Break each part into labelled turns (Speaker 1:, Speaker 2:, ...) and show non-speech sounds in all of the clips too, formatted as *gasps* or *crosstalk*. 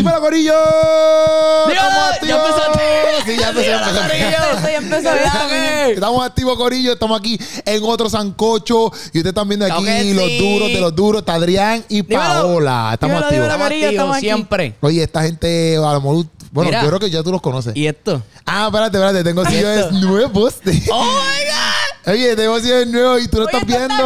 Speaker 1: ¡Hola, Gorillo! ¡Estamos
Speaker 2: ya
Speaker 1: activos!
Speaker 2: empezaste.
Speaker 1: Sí, ya empezó,
Speaker 2: Dios,
Speaker 1: empezó. *laughs*
Speaker 2: Corillo.
Speaker 3: Estoy empezando.
Speaker 1: Estamos activos, Corillo. Estamos aquí en otro sancocho. Y ustedes están viendo
Speaker 2: Claro
Speaker 1: aquí
Speaker 2: que
Speaker 1: los
Speaker 2: sí.
Speaker 1: duros de los duros. Está Adrián y
Speaker 2: Dímelo.
Speaker 1: Paola. Estamos
Speaker 3: Dímelo,
Speaker 1: activos.
Speaker 3: dímelo.
Speaker 2: Estamos
Speaker 3: Amarillo,
Speaker 2: activos
Speaker 3: estamos aquí.
Speaker 2: siempre.
Speaker 1: Oye, esta gente, a lo mejor- Bueno,
Speaker 2: Mira.
Speaker 1: yo creo que ya tú los conoces.
Speaker 2: ¿Y esto?
Speaker 1: Ah, espérate, espérate. Tengo sillones
Speaker 2: Esto.
Speaker 1: nuevos.
Speaker 2: ¡Oh, my God!
Speaker 1: Oye, este tengo sillones nuevos y tú lo
Speaker 3: Oye,
Speaker 1: estás
Speaker 3: esto está
Speaker 1: viendo.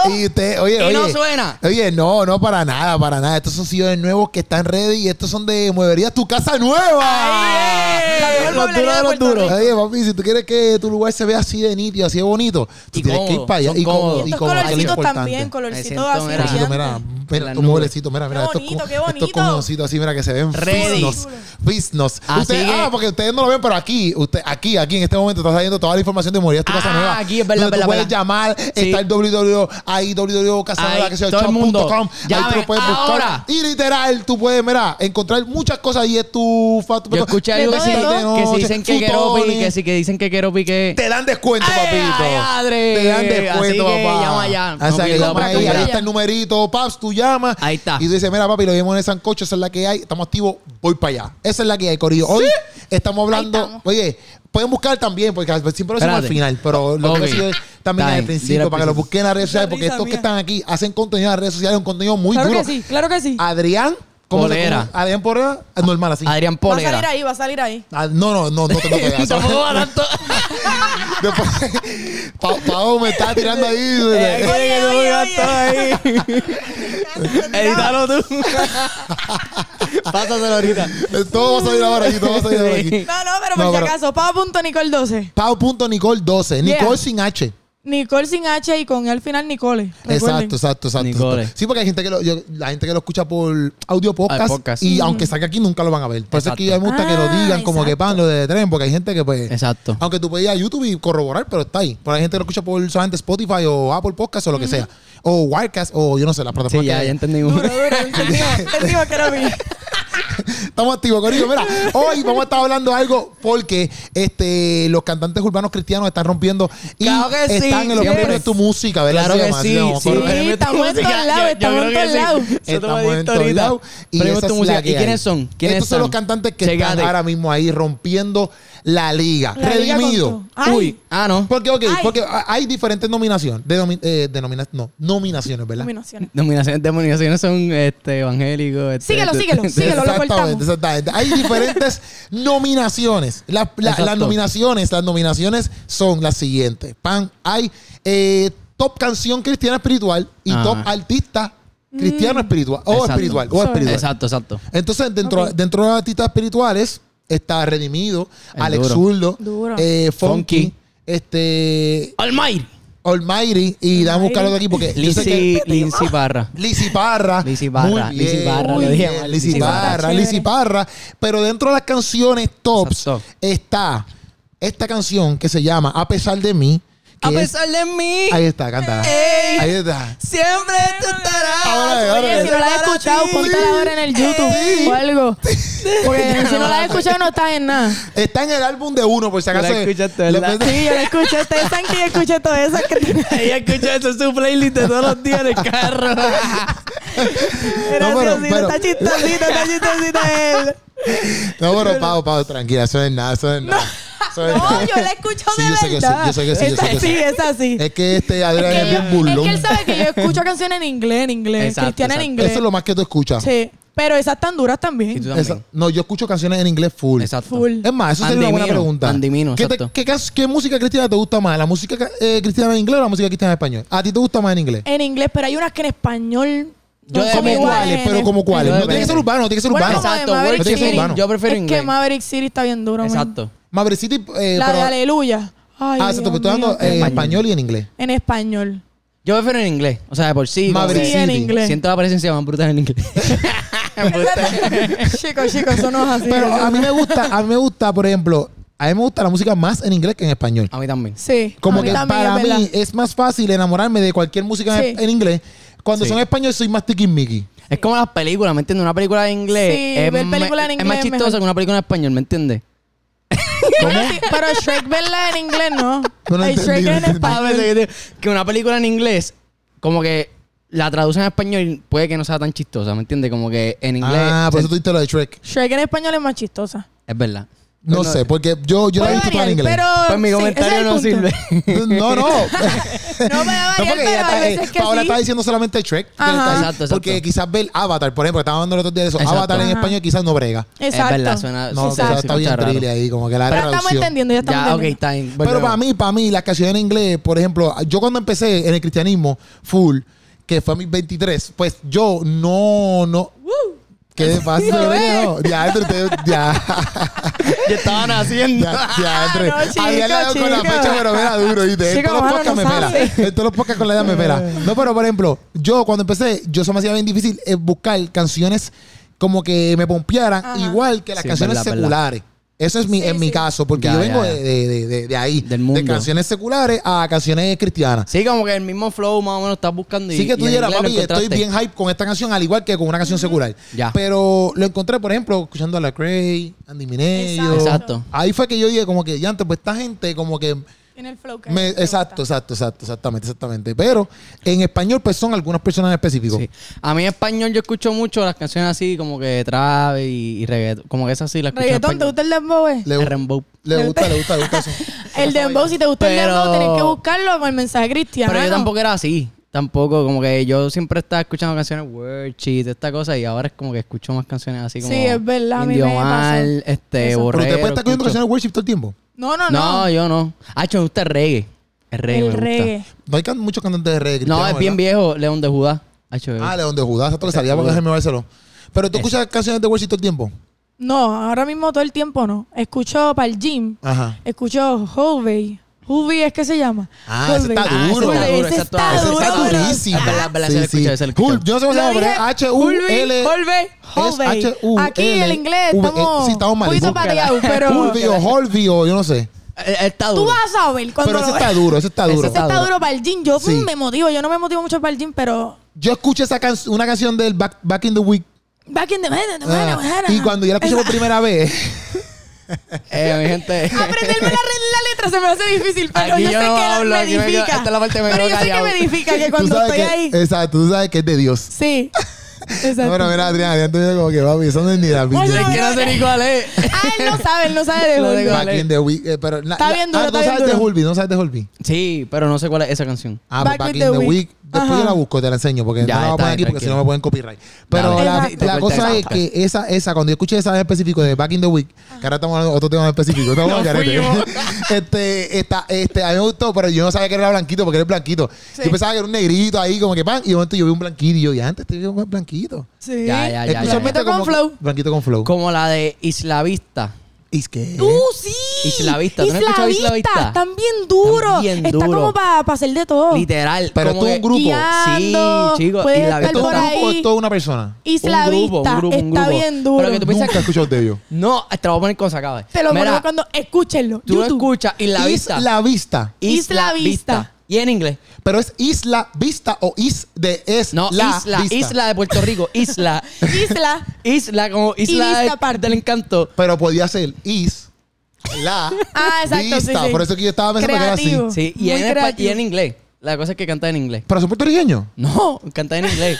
Speaker 3: cómodo.
Speaker 1: Y usted, oye,
Speaker 2: Y no
Speaker 1: oye.
Speaker 2: suena.
Speaker 1: Oye, no, no para nada, para nada. Estos son sillones nuevos que están ready y estos son de Mueverías tu casa nueva.
Speaker 3: La mejor
Speaker 2: Los
Speaker 3: mueblería
Speaker 2: duros,
Speaker 3: de
Speaker 2: los
Speaker 3: Puerto
Speaker 2: duros.
Speaker 3: Rico.
Speaker 1: Oye, papi, si tú quieres que tu lugar se vea así de nítido, así de bonito, tú
Speaker 2: Y
Speaker 1: tienes que
Speaker 2: cómodo,
Speaker 1: ir para allá.
Speaker 2: son cómodos.
Speaker 3: Y
Speaker 1: y
Speaker 3: estos
Speaker 1: cómodo, que es lo
Speaker 3: colorcitos
Speaker 1: importante.
Speaker 3: también,
Speaker 2: Me
Speaker 3: colorcitos
Speaker 2: siento,
Speaker 3: así.
Speaker 2: mira.
Speaker 1: Colorcito, mira,
Speaker 3: brillantes.
Speaker 1: mira,
Speaker 2: Las
Speaker 1: tu
Speaker 2: nubes.
Speaker 1: mueblecito, mira, mira,
Speaker 3: Qué
Speaker 1: estos,
Speaker 3: bonito,
Speaker 1: co-
Speaker 3: qué
Speaker 1: estos
Speaker 3: bonito.
Speaker 1: cojoncitos así, mira, que se ven
Speaker 2: Ready.
Speaker 1: fisnos, fisnos.
Speaker 2: Así
Speaker 1: Usted-
Speaker 2: que-
Speaker 1: ah, porque ustedes no lo ven, pero aquí, usted, aquí, aquí en este momento está saliendo toda la información de Morías, tu casa
Speaker 2: Ah,
Speaker 1: nueva.
Speaker 2: aquí, es verdad,
Speaker 1: Donde tú
Speaker 2: verdad,
Speaker 1: puedes
Speaker 2: verdad.
Speaker 1: llamar,
Speaker 2: Sí.
Speaker 1: está el www, ahí www.casanueva,
Speaker 2: Ahí,
Speaker 1: que sea,
Speaker 2: todo el mundo.
Speaker 1: shop.com, ahí tú
Speaker 2: Llamen
Speaker 1: lo puedes buscar.
Speaker 2: ahora.
Speaker 1: Y literal, tú puedes, mira, encontrar muchas cosas y es tu... factor-
Speaker 2: Yo escuché algo que,
Speaker 3: de
Speaker 2: sí-
Speaker 3: todo.
Speaker 2: que si dicen que
Speaker 1: futones.
Speaker 2: Keropi, que si que dicen que Keropi que...
Speaker 1: Te dan descuento,
Speaker 2: Ay,
Speaker 1: papito.
Speaker 2: ay, Adri.
Speaker 1: Te dan descuento,
Speaker 2: Eh, Así que
Speaker 1: papá.
Speaker 2: llama ya.
Speaker 1: O sea,
Speaker 2: No
Speaker 1: que
Speaker 2: pierdas
Speaker 1: llama
Speaker 2: la
Speaker 1: ahí,
Speaker 2: oportunidad.
Speaker 1: ahí está el numerito, paps, tú llamas.
Speaker 2: Ahí está.
Speaker 1: Y tú dices, mira, papi, lo vimos en el Sancocho, esa es la que hay, estamos activos, voy para allá. Esa es la que hay, Corillo. Hoy estamos hablando,
Speaker 3: Ahí estamos.
Speaker 1: oye, pueden buscar también, porque siempre lo hacemos al
Speaker 2: Espérate.
Speaker 1: final, pero lo
Speaker 2: Ok.
Speaker 1: que sido también
Speaker 2: Está
Speaker 1: al
Speaker 2: bien, dile
Speaker 1: principio,
Speaker 2: al
Speaker 1: para que lo
Speaker 2: principio.
Speaker 1: busquen en las redes sociales, porque
Speaker 3: risa
Speaker 1: estos que
Speaker 3: mía.
Speaker 1: están aquí hacen contenido en las redes sociales, un contenido muy
Speaker 3: Claro
Speaker 1: duro. Ah,
Speaker 3: que sí, claro que sí.
Speaker 1: Adrián, se-
Speaker 2: Polera.
Speaker 1: Adrián Porera, normal así.
Speaker 2: Adrián
Speaker 3: Va a salir
Speaker 2: Polera.
Speaker 3: ahí, va a salir ahí.
Speaker 1: Ah, no, no, no, no
Speaker 2: *laughs*
Speaker 1: tengo pedazo.
Speaker 2: Tampoco va tanto.
Speaker 1: Después, *laughs* Pa- Pao me está tirando
Speaker 2: *laughs* Eh,
Speaker 1: ahí.
Speaker 2: Oye,
Speaker 1: güey.
Speaker 2: *laughs* que no
Speaker 3: oye,
Speaker 2: digas
Speaker 3: oye.
Speaker 2: todo ahí. *laughs* Edítalo *laughs* tú. Pásaselo ahorita.
Speaker 1: *laughs* todo va a salir ahora aquí, todo va a salir ahora aquí.
Speaker 3: No, no, pero
Speaker 1: No,
Speaker 3: por si
Speaker 1: pero-
Speaker 3: acaso, pao.nicol12.
Speaker 1: Pau.Nicole12.
Speaker 3: Yeah.
Speaker 1: Nicole sin H.
Speaker 3: Nicole sin H y con él al final Nicole. recuerden.
Speaker 1: Exacto, exacto, exacto.
Speaker 2: Nicole.
Speaker 1: Sí, porque hay gente que lo, yo- la gente que lo escucha por audio podcast,
Speaker 2: Ah, podcast.
Speaker 1: y aunque salga aquí nunca lo van a ver. Por eso es que
Speaker 2: Exacto.
Speaker 1: me gusta que lo
Speaker 3: Mm. Ah,
Speaker 1: digan como que
Speaker 3: exacto.
Speaker 1: pan lo de tren, porque hay gente que pues
Speaker 2: Exacto.
Speaker 1: aunque tú puedes ir a YouTube y corroborar, pero está ahí. Pero hay gente que lo escucha por solamente Spotify o Apple Podcast o lo que sea. O Wirecast o yo no sé, las plataformas
Speaker 2: Sí, ya,
Speaker 1: que
Speaker 2: ya entendimos.
Speaker 3: Duro, duro.
Speaker 1: *laughs*
Speaker 3: Entendimos, entendimos que era mí.
Speaker 1: Estamos activos, Corillo. Mira, hoy vamos a estar hablando algo porque este, los cantantes urbanos cristianos están rompiendo y
Speaker 2: Claro que sí,
Speaker 1: están en los
Speaker 2: siempre.
Speaker 1: premios Tu Música, ¿verdad?
Speaker 2: Claro
Speaker 1: Se
Speaker 2: que
Speaker 1: llama,
Speaker 2: sí,
Speaker 1: se llama,
Speaker 2: sí.
Speaker 1: Corillo.
Speaker 3: Sí, estamos en todos
Speaker 2: Yo- yo
Speaker 3: lados,
Speaker 2: creo
Speaker 3: estamos en
Speaker 2: que
Speaker 3: todos
Speaker 2: sí.
Speaker 3: lados.
Speaker 2: Eso te lo
Speaker 1: Estamos
Speaker 2: voy a
Speaker 1: en
Speaker 2: decir
Speaker 1: todos
Speaker 2: ahorita.
Speaker 1: lados. Y
Speaker 2: Premios
Speaker 1: esa
Speaker 2: Tu
Speaker 1: es
Speaker 2: Música.
Speaker 1: la que
Speaker 2: ¿Y quiénes
Speaker 1: hay.
Speaker 2: son? ¿Quiénes
Speaker 1: Estos son los
Speaker 2: son?
Speaker 1: cantantes que
Speaker 2: Checate.
Speaker 1: están ahora mismo ahí rompiendo la liga.
Speaker 3: La liga
Speaker 1: Redimido.
Speaker 3: con todo. Ay.
Speaker 2: Uy, ah, no.
Speaker 1: porque, ok,
Speaker 3: Ay.
Speaker 1: porque hay diferentes nominaciones. denomi- eh, denomina- no, nominaciones, ¿verdad?
Speaker 3: Combinaciones.
Speaker 2: Denominaciones, denominaciones son este, evangélicos. Este,
Speaker 3: Síguelo,
Speaker 2: este, *laughs*
Speaker 3: síguelo,
Speaker 2: este.
Speaker 3: síguelo. lo
Speaker 1: exactamente,
Speaker 3: cortamos.
Speaker 1: exactamente. Hay
Speaker 3: *laughs*
Speaker 1: diferentes nominaciones. La- la-
Speaker 2: Exacto.
Speaker 1: las nominaciones, las nominaciones son las siguientes. Pan, hay eh, top canción cristiana espiritual y
Speaker 2: Ajá.
Speaker 1: top artista
Speaker 3: Mm.
Speaker 1: cristiano espiritual o
Speaker 2: Exacto.
Speaker 1: espiritual o
Speaker 3: Eso es.
Speaker 1: espiritual.
Speaker 2: Exacto, exacto.
Speaker 1: Entonces, dentro,
Speaker 3: Ok.
Speaker 1: dentro de los artistas espirituales está Redimido,
Speaker 2: El
Speaker 1: Alex
Speaker 2: duro.
Speaker 1: Zurdo,
Speaker 3: Duro.
Speaker 1: eh, Funky,
Speaker 2: Funky.
Speaker 1: este
Speaker 2: Almighty.
Speaker 1: Almighty y dame un calor de aquí porque yo sé que-
Speaker 2: Lindsay, Lindsay Barra.
Speaker 1: Lizzy Parra.
Speaker 2: Lizzy Parra,
Speaker 1: Muy bien.
Speaker 2: Lizzy Parra,
Speaker 1: Muy
Speaker 2: lo dije
Speaker 1: bien,
Speaker 2: mal,
Speaker 1: Lizzy
Speaker 2: Lizzy
Speaker 1: Parra,
Speaker 2: Parra.
Speaker 3: Chévere.
Speaker 1: Lizzy Parra. Pero dentro de las canciones tops
Speaker 2: Exacto.
Speaker 1: está esta canción que se llama A pesar de mí. que
Speaker 2: A
Speaker 1: es-
Speaker 2: pesar de mí,
Speaker 1: Ahí está, canta.
Speaker 3: Eh.
Speaker 2: Ey.
Speaker 1: Ahí está.
Speaker 2: siempre tú estarás.
Speaker 1: Ahora, ahora.
Speaker 3: Oye, Ah, si no la has escuchado, póntala ahora en el YouTube o algo. Porque si no
Speaker 1: *laughs*
Speaker 3: la has escuchado, no estás en nada.
Speaker 1: Está en el álbum de uno, por si
Speaker 2: la
Speaker 1: acaso.
Speaker 2: escuchaste,
Speaker 1: le-
Speaker 2: ¿verdad?
Speaker 3: Sí, yo la escuché. Ustedes saben que yo escuché todo eso.
Speaker 2: *laughs*
Speaker 3: Que
Speaker 2: Ella escucha eso en su playlist de todos los días en el *laughs* carro.
Speaker 3: Gracias,
Speaker 1: pero-
Speaker 3: sí,
Speaker 1: pero-
Speaker 3: está chistosito, está
Speaker 1: *laughs*
Speaker 3: chistosito él.
Speaker 1: No, pero Pau, Pau, tranquila, eso es nada, eso es nada. Eso es
Speaker 3: No,
Speaker 1: nada.
Speaker 3: yo la escucho
Speaker 1: Sí,
Speaker 3: de
Speaker 1: yo sé que sí,
Speaker 3: verdad.
Speaker 1: yo sé que sí, yo
Speaker 3: Es
Speaker 1: sé que
Speaker 3: así,
Speaker 1: sí.
Speaker 3: es así.
Speaker 1: Es que este
Speaker 3: Es
Speaker 1: Adrián
Speaker 3: que
Speaker 1: es bien
Speaker 3: yo- es
Speaker 1: burlón.
Speaker 3: que él sabe que yo
Speaker 1: *laughs*
Speaker 3: escucho canciones en inglés, en inglés,
Speaker 2: Exacto,
Speaker 3: cristiana en
Speaker 2: exacto.
Speaker 3: inglés.
Speaker 1: Eso es lo más que tú escuchas.
Speaker 3: Sí, pero esas tan duras
Speaker 2: *laughs*
Speaker 3: también.
Speaker 2: tú
Speaker 1: Esa- no, yo escucho canciones en inglés full.
Speaker 3: Full.
Speaker 1: Es más, eso sería una
Speaker 2: Andimino,
Speaker 1: buena pregunta.
Speaker 2: andimino,
Speaker 1: ¿Qué, te-
Speaker 2: exacto.
Speaker 1: qué cas- qué música cristiana te gusta más? ¿La música eh, cristiana en inglés o la música cristiana en español? ¿A ti te gusta más en inglés?
Speaker 3: En inglés, pero hay unas que en español
Speaker 2: Yo
Speaker 3: no
Speaker 2: de-
Speaker 3: son
Speaker 2: como
Speaker 1: ¿Cómo
Speaker 3: iguales.
Speaker 1: cuáles? Pero como cuáles. No
Speaker 2: depende.
Speaker 1: tiene que ser urbano, no tiene que ser
Speaker 3: Bueno,
Speaker 1: urbano.
Speaker 3: como de
Speaker 2: Exacto,
Speaker 3: Maverick
Speaker 2: Maverick
Speaker 1: City.
Speaker 2: City.
Speaker 1: Urbano.
Speaker 2: Yo prefiero
Speaker 3: es
Speaker 2: inglés.
Speaker 3: que Maverick City está bien duro, man.
Speaker 2: Exacto.
Speaker 1: Maverick City, eh,
Speaker 3: La de
Speaker 1: pero-
Speaker 3: Aleluya. Ay,
Speaker 1: Ah, exacto,
Speaker 3: Dios
Speaker 1: pero estoy
Speaker 3: mío,
Speaker 1: hablando
Speaker 3: qué-
Speaker 1: eh, en español y en inglés.
Speaker 3: En español.
Speaker 2: Yo prefiero en inglés. O sea, de por sí. como
Speaker 1: Maverick
Speaker 2: que
Speaker 3: Sí, en
Speaker 1: City.
Speaker 3: inglés.
Speaker 2: Siento la presencia más brutal en inglés. *laughs*
Speaker 3: chicos, chicos, eso no es así.
Speaker 1: Pero ah, a mí me gusta, a mí me gusta, por ejemplo, a mí me gusta la música más en inglés que en español.
Speaker 2: A mí también.
Speaker 3: sí. a
Speaker 1: Como
Speaker 3: mí
Speaker 1: que
Speaker 3: también
Speaker 1: para
Speaker 3: es verdad.
Speaker 1: mí ¿eh? es más fácil enamorarme de cualquier música en-
Speaker 3: Sí.
Speaker 1: en inglés. Cuando
Speaker 2: Sí.
Speaker 1: son en español soy más tiquismiqui.
Speaker 2: Es como las películas, ¿me entiendes? Una película en inglés.
Speaker 3: Sí,
Speaker 2: es
Speaker 3: ver
Speaker 2: me-
Speaker 3: película en
Speaker 2: Es más
Speaker 3: inglés es
Speaker 2: chistosa
Speaker 3: mejor.
Speaker 2: que una película en español, ¿me
Speaker 3: *laughs*
Speaker 2: entiendes? *laughs*
Speaker 3: Bueno, sí, pero Shrek, ¿verdad? En inglés no.
Speaker 1: No lo
Speaker 3: El
Speaker 1: entendí, Ah,
Speaker 3: Shrek
Speaker 1: no
Speaker 3: en
Speaker 1: entendí.
Speaker 2: A
Speaker 3: español.
Speaker 2: veces que una película en inglés, como que la traducen en español puede que no sea tan chistosa, ¿me entiendes? Como que en inglés.
Speaker 1: Ah, por
Speaker 2: se-
Speaker 1: eso tú diste lo de Shrek.
Speaker 3: Shrek en español es más chistosa.
Speaker 2: Es verdad.
Speaker 1: No,
Speaker 2: Pues
Speaker 1: sé, porque yo, yo la he visto
Speaker 3: Puede
Speaker 1: toda en inglés.
Speaker 3: variar, Pero
Speaker 2: Pues mi
Speaker 3: Ah, sí, ese
Speaker 2: comentario
Speaker 3: es el
Speaker 2: no
Speaker 3: punto.
Speaker 2: sirve.
Speaker 1: Pues
Speaker 2: *laughs*
Speaker 1: No, no.
Speaker 3: *laughs* No puede
Speaker 1: No,
Speaker 3: variar,
Speaker 1: porque
Speaker 3: pero
Speaker 1: ella
Speaker 3: a
Speaker 1: está, eh,
Speaker 3: veces que
Speaker 1: Paola
Speaker 3: sí.
Speaker 1: está diciendo solamente el Shrek.
Speaker 3: Ajá.
Speaker 1: Está ahí.
Speaker 2: Exacto, exacto.
Speaker 1: Porque quizás ver Avatar, por ejemplo, estábamos hablando los otros días de eso.
Speaker 2: Exacto.
Speaker 1: Avatar en
Speaker 3: Ajá.
Speaker 1: español quizás no brega.
Speaker 3: Exacto.
Speaker 2: Es verdad, suena.
Speaker 1: No, quizás
Speaker 2: se- se
Speaker 1: está
Speaker 2: escucha
Speaker 1: bien
Speaker 2: raro.
Speaker 1: trilly ahí, como que la
Speaker 3: Pero estamos
Speaker 1: traducción.
Speaker 3: entendiendo, ya estamos
Speaker 2: Ya, ok,
Speaker 3: entendiendo.
Speaker 2: está bien.
Speaker 1: Pero para mí, para mí, las canciones en inglés, por ejemplo, yo cuando empecé en el cristianismo full, que fue a mis 23, pues yo no, no. ¿Qué te pasa?
Speaker 3: Lo ves.
Speaker 1: No, Ya, entre ustedes, ya,
Speaker 2: Yo estaba naciendo.
Speaker 1: ya, ya, entre.
Speaker 3: *laughs* Ah, no, chico,
Speaker 1: Había dado con la
Speaker 3: chico.
Speaker 1: fecha, pero me era duro, ¿viste? En
Speaker 3: Chico,
Speaker 1: todos los
Speaker 3: mano,
Speaker 1: podcasts me
Speaker 3: no
Speaker 1: pela.
Speaker 3: sabe.
Speaker 1: En todos los podcasts con la edad me pela. No, pero por ejemplo, yo cuando empecé, yo se me hacía bien difícil eh, buscar canciones como que me pompearan,
Speaker 3: Ajá.
Speaker 1: igual que las
Speaker 2: Sí,
Speaker 1: canciones
Speaker 2: verdad, verdad.
Speaker 1: seculares. Eso es mi,
Speaker 3: Sí,
Speaker 1: en mi
Speaker 3: sí.
Speaker 1: caso, porque
Speaker 2: Ya,
Speaker 1: yo
Speaker 2: ya,
Speaker 1: vengo
Speaker 2: ya.
Speaker 1: De, de- de- de ahí,
Speaker 2: Del mundo.
Speaker 1: de canciones seculares a canciones cristianas.
Speaker 2: Sí, como que el mismo flow más o menos estás buscando. y-
Speaker 1: Sí que tú
Speaker 2: y en
Speaker 1: dijeras,
Speaker 2: inglés lo
Speaker 1: papi, estoy
Speaker 2: encontraste.
Speaker 1: bien hype con esta canción, al igual que con una canción secular.
Speaker 2: Ya.
Speaker 1: Pero lo encontré, por ejemplo, escuchando a La Cray, Andy Mineo.
Speaker 2: Exacto.
Speaker 1: Ahí fue que yo dije, como que, ya antes, pues esta gente, como que.
Speaker 3: En el flow. que
Speaker 1: me-
Speaker 3: te gusta.
Speaker 1: exacto, exacto, exacto, exactamente, exactamente. Pero en español, pues son algunas personas específicas.
Speaker 2: Sí. A mí en español yo escucho mucho las canciones así, como que trap y, y reggaetón. Como que esas sí las escucho. en
Speaker 3: ¿Reggaetón te
Speaker 2: español.
Speaker 3: gusta el dembow? eh?
Speaker 1: Le,
Speaker 2: El Dembow.
Speaker 1: le gusta, le gusta, le
Speaker 3: *laughs*
Speaker 1: gusta eso.
Speaker 3: El dembow, si te gusta el
Speaker 2: Pero-
Speaker 3: dembow, tenés que buscarlo con el mensaje cristiano.
Speaker 2: Pero yo tampoco era así. Tampoco, como que yo siempre estaba escuchando canciones word, shit, esta cosa, y ahora es como que escucho más canciones así como.
Speaker 3: Sí, es verdad, a mí
Speaker 2: Indio
Speaker 3: me pasó.
Speaker 2: Mal, este,
Speaker 3: Eso.
Speaker 1: Pero
Speaker 2: borrero.
Speaker 1: usted puede estar cogiendo
Speaker 2: escucho-
Speaker 1: canciones de worship todo el tiempo.
Speaker 3: No, no,
Speaker 2: no,
Speaker 3: no.
Speaker 2: yo no. Ah, hecho, me gusta el reggae. El reggae. me
Speaker 3: el
Speaker 2: gusta.
Speaker 3: reggae.
Speaker 1: No hay can- muchos cantantes de reggae.
Speaker 2: No,
Speaker 1: cristianos,
Speaker 2: es bien
Speaker 1: ¿verdad?
Speaker 2: viejo, León de Judá. Hacho, eh, es-
Speaker 1: Ah, León de Judá, exacto que salía para dejarme Barceló. Pero tú escuchas canciones de worship todo el tiempo.
Speaker 3: No, ahora mismo todo el tiempo no. Escucho para el gym.
Speaker 1: Ajá.
Speaker 3: Escucho Hovey. Hovey es que se llama.
Speaker 1: Ah, ese
Speaker 3: Hovey.
Speaker 1: está
Speaker 2: Ah, ese
Speaker 1: duro.
Speaker 2: está
Speaker 3: Ese
Speaker 2: duro, ese
Speaker 3: está
Speaker 1: Ese
Speaker 3: Ah, duro,
Speaker 1: está
Speaker 3: pero-
Speaker 1: durísimo.
Speaker 2: Es verdad, es verdad, ese lo
Speaker 1: Sí,
Speaker 2: escuché,
Speaker 1: sí.
Speaker 2: ese lo escuché.
Speaker 1: Hulk, yo no sé cómo se
Speaker 3: Lo
Speaker 1: llama, pero es
Speaker 3: dije,
Speaker 1: H-U-L.
Speaker 3: Holvey, Holvey,
Speaker 1: Es H-U-L.
Speaker 3: Aquí el inglés
Speaker 1: V-
Speaker 3: estamos
Speaker 1: E. eh, sí, estamos
Speaker 3: un poquito
Speaker 1: malísimos.
Speaker 3: pateados, pero
Speaker 1: Hulvio, Holvio, yo no sé.
Speaker 2: Eh, Está duro.
Speaker 3: tú vas a saber cuando
Speaker 1: Pero ese
Speaker 3: lo *laughs*
Speaker 1: está duro, ese está
Speaker 2: Ese
Speaker 1: duro.
Speaker 3: Ese está duro para el gym. Yo mm,
Speaker 1: Sí.
Speaker 3: me motivo. Yo no me motivo mucho para el gym, pero...
Speaker 1: Yo escuché esa can- una canción del Back, Back in the Week.
Speaker 3: Back in the minute,
Speaker 1: ah, y cuando yo la escuché por primera
Speaker 3: *laughs*
Speaker 1: vez,
Speaker 2: Eh, mi gente.
Speaker 3: Aprenderme la, la letra se me hace difícil, pero
Speaker 2: Aquí
Speaker 3: yo,
Speaker 2: yo
Speaker 3: sé
Speaker 2: no
Speaker 3: que
Speaker 2: hablo,
Speaker 3: me
Speaker 2: aquí me quedo-
Speaker 3: edifica.
Speaker 2: esta es la parte que me
Speaker 3: pero
Speaker 2: quedo
Speaker 3: yo sé que
Speaker 2: callado.
Speaker 3: me edifica, que
Speaker 1: tú
Speaker 3: cuando
Speaker 1: sabes
Speaker 3: estoy
Speaker 1: que,
Speaker 3: ahí...
Speaker 1: exacto, tú sabes que es de Dios.
Speaker 3: Sí. Exacto.
Speaker 1: Bueno, mira, Adrián, Adrián te como que, papi, eso no es ni la
Speaker 3: Oye,
Speaker 2: *laughs* Es que no sé ni cuál es.
Speaker 3: Ah, él no sabe, él no sabe
Speaker 2: *laughs*
Speaker 3: de
Speaker 2: Lo
Speaker 3: Hulk.
Speaker 2: de
Speaker 1: Back in the Week. eh, pero,
Speaker 3: Está bien duro,
Speaker 1: ah,
Speaker 3: está
Speaker 1: no
Speaker 3: bien
Speaker 1: sabes de
Speaker 3: duro.
Speaker 1: Holby, no sabes de Holby.
Speaker 2: Sí, pero no sé cuál es esa canción.
Speaker 1: Ah,
Speaker 3: Back
Speaker 1: Back, Back
Speaker 3: with
Speaker 1: in
Speaker 3: the
Speaker 1: the Week.
Speaker 3: Week.
Speaker 1: Después
Speaker 3: Ajá.
Speaker 1: yo la busco, te la enseño, porque
Speaker 2: Ya,
Speaker 1: no la voy a
Speaker 2: está
Speaker 1: poner
Speaker 2: bien,
Speaker 1: aquí porque si no
Speaker 2: tranquilo.
Speaker 1: me ponen copyright. Pero
Speaker 2: Dale.
Speaker 1: la,
Speaker 3: Exacto.
Speaker 1: la
Speaker 2: Te
Speaker 1: cosa
Speaker 2: corta,
Speaker 1: es que esa, esa, cuando yo escuché esa en específico de Back in the Week, que ahora estamos hablando de otro tema en
Speaker 3: *laughs*
Speaker 1: específico, estamos
Speaker 2: Nos
Speaker 1: al garete.
Speaker 2: fuimos.
Speaker 1: *laughs* este, esta, este, a mí me gustó, pero yo no sabía que era blanquito, porque era blanquito.
Speaker 3: Sí.
Speaker 1: Yo pensaba que era un negrito ahí, como que pan, y de momento yo vi un blanquito, y yo, ya antes te vi un blanquito.
Speaker 3: Sí.
Speaker 2: Ya, ya, ya, ya.
Speaker 1: Especialmente
Speaker 3: Blanquito con
Speaker 1: como que-
Speaker 3: flow.
Speaker 1: Blanquito con flow.
Speaker 2: Como la de Isla Vista.
Speaker 1: ¿Y es que?
Speaker 3: ¡Tú Uh, sí!
Speaker 2: Isla Vista, ¿tú no has escuchado Isla Vista?
Speaker 3: Están bien duros.
Speaker 2: Están bien
Speaker 3: Está
Speaker 2: duro.
Speaker 3: como para hacer de todo.
Speaker 2: Literal.
Speaker 1: Pero
Speaker 2: como
Speaker 1: tú un
Speaker 2: que-
Speaker 1: grupo.
Speaker 3: Guiando,
Speaker 2: Sí, chicos.
Speaker 3: puedes
Speaker 2: Isla Vista.
Speaker 3: estar
Speaker 1: ¿Esto es
Speaker 3: por
Speaker 1: un grupo o
Speaker 3: ahí.
Speaker 1: es toda una persona?
Speaker 3: Isla
Speaker 2: un grupo,
Speaker 3: Vista
Speaker 2: un grupo, un
Speaker 3: está
Speaker 2: grupo.
Speaker 3: bien duro.
Speaker 2: Pero que tú- piensas
Speaker 1: Nunca he escuchado de ellos.
Speaker 2: No, eh, te lo voy a poner con sacada.
Speaker 3: Te lo
Speaker 2: Mira,
Speaker 3: juro cuando escúchenlo.
Speaker 2: Tú lo
Speaker 3: YouTube.
Speaker 2: escuchas Isla Vista.
Speaker 1: Isla Vista.
Speaker 3: Isla Vista.
Speaker 2: ¿Y en inglés?
Speaker 1: Pero es Isla Vista o is de es
Speaker 2: No,
Speaker 1: la
Speaker 2: Isla.
Speaker 1: Vista.
Speaker 2: Isla de Puerto Rico. Isla.
Speaker 3: *laughs* Isla.
Speaker 2: Isla como Isla
Speaker 3: vista
Speaker 2: de-
Speaker 3: aparte.
Speaker 2: del Encanto.
Speaker 1: Pero podía ser is
Speaker 2: *laughs*
Speaker 1: la
Speaker 3: Ah, exacto, sí,
Speaker 1: vista.
Speaker 3: sí.
Speaker 1: Por eso que yo estaba pensando que era
Speaker 3: Creativo.
Speaker 1: así.
Speaker 2: Sí, y
Speaker 3: Muy
Speaker 2: en, espa-
Speaker 3: creativo.
Speaker 2: y en inglés. La cosa es que canta en inglés.
Speaker 1: ¿Pero son puertorriqueños?
Speaker 2: No, canta en inglés.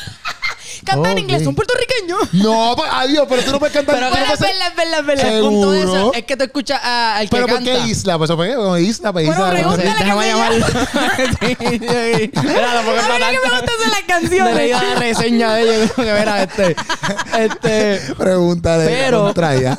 Speaker 3: Canta en
Speaker 1: Ok.
Speaker 3: inglés, son puertorriqueños.
Speaker 1: No, pues, adiós, pero tú no puedes cantar.
Speaker 2: Pero
Speaker 1: tú no
Speaker 2: que
Speaker 3: Bueno,
Speaker 1: puedes
Speaker 3: es
Speaker 1: ser-
Speaker 3: verdad, es verdad, es verdad.
Speaker 2: El punto
Speaker 1: *laughs*
Speaker 2: de
Speaker 1: Seguro.
Speaker 2: eso es que tú escuchas a- al que
Speaker 1: ¿Pero por
Speaker 2: canta.
Speaker 1: qué isla? Pues eso fue como isla, pues isla.
Speaker 3: Bueno,
Speaker 1: de
Speaker 3: pregúntale
Speaker 1: Puerto
Speaker 3: que
Speaker 2: Déjame
Speaker 3: se
Speaker 2: llamarlo. *laughs* Sí, sí. Mira, lo pongo
Speaker 3: A mí
Speaker 2: para
Speaker 3: lo que me
Speaker 2: tanto.
Speaker 3: gustan son
Speaker 2: *laughs*
Speaker 3: las
Speaker 2: No le
Speaker 3: canciones.
Speaker 2: digo la reseña *laughs* de ellos. como que, mira, este. Este.
Speaker 1: Rico. *laughs* Pregúntale.
Speaker 2: Pero-
Speaker 1: contra ella.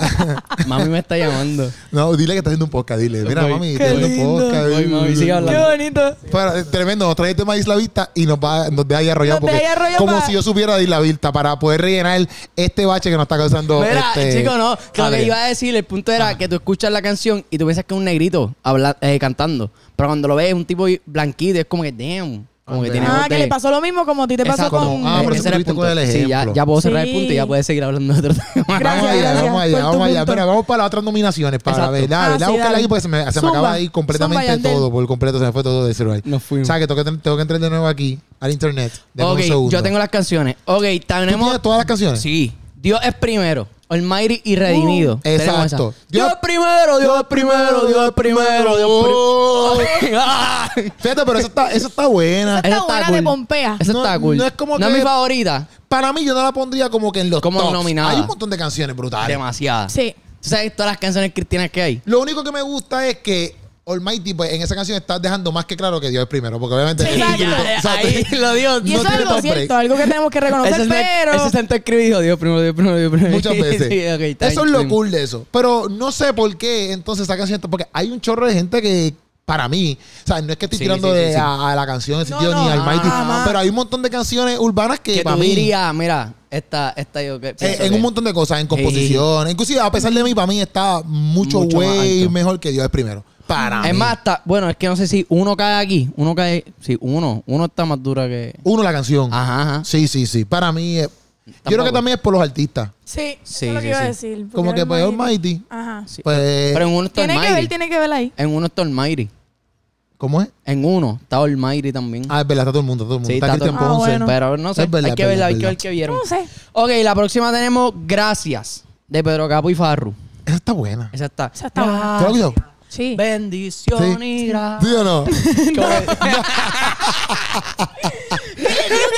Speaker 2: Mami me está llamando.
Speaker 1: *laughs* no, dile que está haciendo un podcast. Dile, mira,
Speaker 2: Voy.
Speaker 1: mami, está
Speaker 3: Qué
Speaker 1: haciendo
Speaker 3: lindo.
Speaker 1: un podcast.
Speaker 2: Voy, mami, sigue hablando.
Speaker 3: Qué bonito.
Speaker 1: Pero, eh, tremendo, nos trae el tema de Isla Vista y nos, va, nos deja ahí arrollado.
Speaker 3: Nos deja
Speaker 1: porque
Speaker 3: ahí arrollado
Speaker 1: como
Speaker 3: pa-
Speaker 1: si yo supiera de Isla Vista para poder rellenar este bache que nos está causando.
Speaker 2: Mira,
Speaker 3: eh,
Speaker 1: este,
Speaker 2: chico, no. que Lo que
Speaker 1: Adrián.
Speaker 2: iba a decir, el punto era que tú escuchas la canción y tú piensas que es un negrito habla- eh, cantando. Pero cuando lo ves, es un tipo blanquito, es como que, damn. Como que tiene
Speaker 3: Ah,
Speaker 2: voz
Speaker 3: que
Speaker 2: de-
Speaker 3: le pasó lo mismo como a ti te pasó
Speaker 2: Exacto.
Speaker 3: con...
Speaker 1: Ah, pero
Speaker 2: Ese
Speaker 1: eso
Speaker 2: era el
Speaker 1: tuviste
Speaker 2: punto.
Speaker 1: con el
Speaker 2: Sí, ya,
Speaker 1: ejemplo.
Speaker 2: ya puedo cerrar
Speaker 3: Sí.
Speaker 2: el punto y ya puedes seguir hablando de otro *laughs* tema.
Speaker 3: Gracias,
Speaker 1: vamos allá,
Speaker 3: gracias
Speaker 1: vamos allá,
Speaker 3: por tu
Speaker 1: vamos allá.
Speaker 3: punto.
Speaker 1: Mira, vamos para los otros nominaciones para
Speaker 2: Exacto.
Speaker 1: ver.
Speaker 3: Ah,
Speaker 1: Dale,
Speaker 3: sí,
Speaker 1: dale, búscala
Speaker 3: dale.
Speaker 1: ahí porque se me, se me
Speaker 3: Zumba.
Speaker 1: acaba ahí completamente
Speaker 3: Zumba, Yandel.
Speaker 1: todo, por completo se me fue todo de celular.
Speaker 2: Nos fuimos.
Speaker 1: O sea, que tengo que, tengo que entrar de nuevo aquí al internet. Dame un
Speaker 2: ok,
Speaker 1: segundo.
Speaker 2: yo tengo las canciones. Ok,
Speaker 1: ¿Tú
Speaker 2: tenemos.
Speaker 1: tienes todas las canciones?
Speaker 2: Sí. Dios es primero. Almighty y redimido. Tenemos esa.
Speaker 1: Uh, Exacto.
Speaker 2: Dios,
Speaker 1: Dios-
Speaker 2: es primero, Dios es primero, Dios es primero, Dios
Speaker 1: Oh.
Speaker 2: es *laughs* primero. Ah.
Speaker 1: Fíjate, pero eso está, eso está buena.
Speaker 3: Esa está buena, te pompea.
Speaker 2: Esa
Speaker 1: No-
Speaker 2: está cool.
Speaker 1: no es como
Speaker 2: No es
Speaker 1: que-
Speaker 2: mi favorita.
Speaker 1: Para mí, yo no la pondría como que en los
Speaker 2: Como
Speaker 1: tops.
Speaker 2: nominada.
Speaker 1: Hay un montón de canciones brutales.
Speaker 2: Demasiada.
Speaker 3: Sí.
Speaker 2: ¿Tú sabes todas las canciones cristianas que hay?
Speaker 1: Lo único que me gusta es que Almighty, pues, en esa canción está dejando más que claro que Dios es primero. Porque obviamente. *laughs*
Speaker 3: Sí, ya,
Speaker 2: Ya,
Speaker 1: Exacto.
Speaker 2: ahí lo dio.
Speaker 3: Y
Speaker 1: No
Speaker 3: eso es
Speaker 1: tiene
Speaker 3: algo
Speaker 1: top break.
Speaker 3: cierto, algo que tenemos que reconocer,
Speaker 2: Ese es el-
Speaker 3: pero...
Speaker 2: ese sentó escrito y dijo, Dios primero, Dios primero, Dios primero.
Speaker 1: Muchas veces.
Speaker 2: *laughs* Sí, ok, está
Speaker 1: eso es
Speaker 2: bien,
Speaker 1: lo
Speaker 2: sí.
Speaker 1: cool de eso. Pero no sé por qué entonces esa canción está- Porque hay un chorro de gente que, para mí, o sea, no es que estoy
Speaker 2: Sí,
Speaker 1: tirando
Speaker 2: sí, sí,
Speaker 1: de-
Speaker 2: sí.
Speaker 1: A, a la canción en ese
Speaker 2: No,
Speaker 1: sentido,
Speaker 2: no,
Speaker 1: ni al Mighty.
Speaker 2: jamás.
Speaker 1: pero hay un montón de canciones urbanas que,
Speaker 2: Que
Speaker 1: para
Speaker 2: tú
Speaker 1: mí.
Speaker 2: dirías, mira, esta, esta yo que
Speaker 1: eh,
Speaker 2: pienso
Speaker 1: en
Speaker 2: que-
Speaker 1: un montón de cosas, en composición. Inclusive, a pesar de mí, para mí está mucho,
Speaker 2: Mucho más
Speaker 1: way
Speaker 2: alto.
Speaker 1: mejor que Dios es primero. Para
Speaker 2: Es
Speaker 1: mí.
Speaker 2: más, está- bueno, es que no sé si uno cae aquí, uno cae, sí, uno, uno está más dura que...
Speaker 1: Uno la canción.
Speaker 2: Ajá, ajá.
Speaker 1: Sí, sí, sí. Para mí, eh, yo creo que
Speaker 2: Tampoco.
Speaker 1: también es por los artistas.
Speaker 3: Sí, eso
Speaker 2: Sí,
Speaker 3: es lo que
Speaker 2: sí,
Speaker 3: iba a
Speaker 2: sí.
Speaker 3: decir. porque
Speaker 1: Como
Speaker 3: era
Speaker 1: que pues
Speaker 3: Almighty.
Speaker 1: Almighty.
Speaker 3: Ajá.
Speaker 2: Sí,
Speaker 1: Pues,
Speaker 2: Pero en uno está
Speaker 3: Tiene que ver,
Speaker 2: Almighty.
Speaker 3: tiene que ver ahí.
Speaker 2: En uno está Almighty.
Speaker 1: ¿cómo es?
Speaker 2: En uno está Almighty también.
Speaker 1: Ah, es verdad, está todo el mundo, todo el mundo.
Speaker 2: Sí,
Speaker 1: está,
Speaker 2: está
Speaker 1: Cristian
Speaker 3: todo- Ah,
Speaker 1: Ponce.
Speaker 3: bueno.
Speaker 2: Pero no sé,
Speaker 1: Es verdad,
Speaker 2: hay que
Speaker 1: es
Speaker 2: verla,
Speaker 1: verdad,
Speaker 2: hay
Speaker 1: es
Speaker 2: que ver
Speaker 1: verdad.
Speaker 2: qué vieron.
Speaker 3: No sé.
Speaker 2: Ok, la próxima tenemos Gracias, de Pedro Capo y Farru.
Speaker 1: Esa está buena.
Speaker 2: Esa está.
Speaker 3: Esa está buena.
Speaker 1: ¿Tú la has escuchado?
Speaker 3: Ah, Sí. *laughs*
Speaker 2: Bendición
Speaker 1: Sí.
Speaker 2: y gracias.
Speaker 1: ¿Sí o no?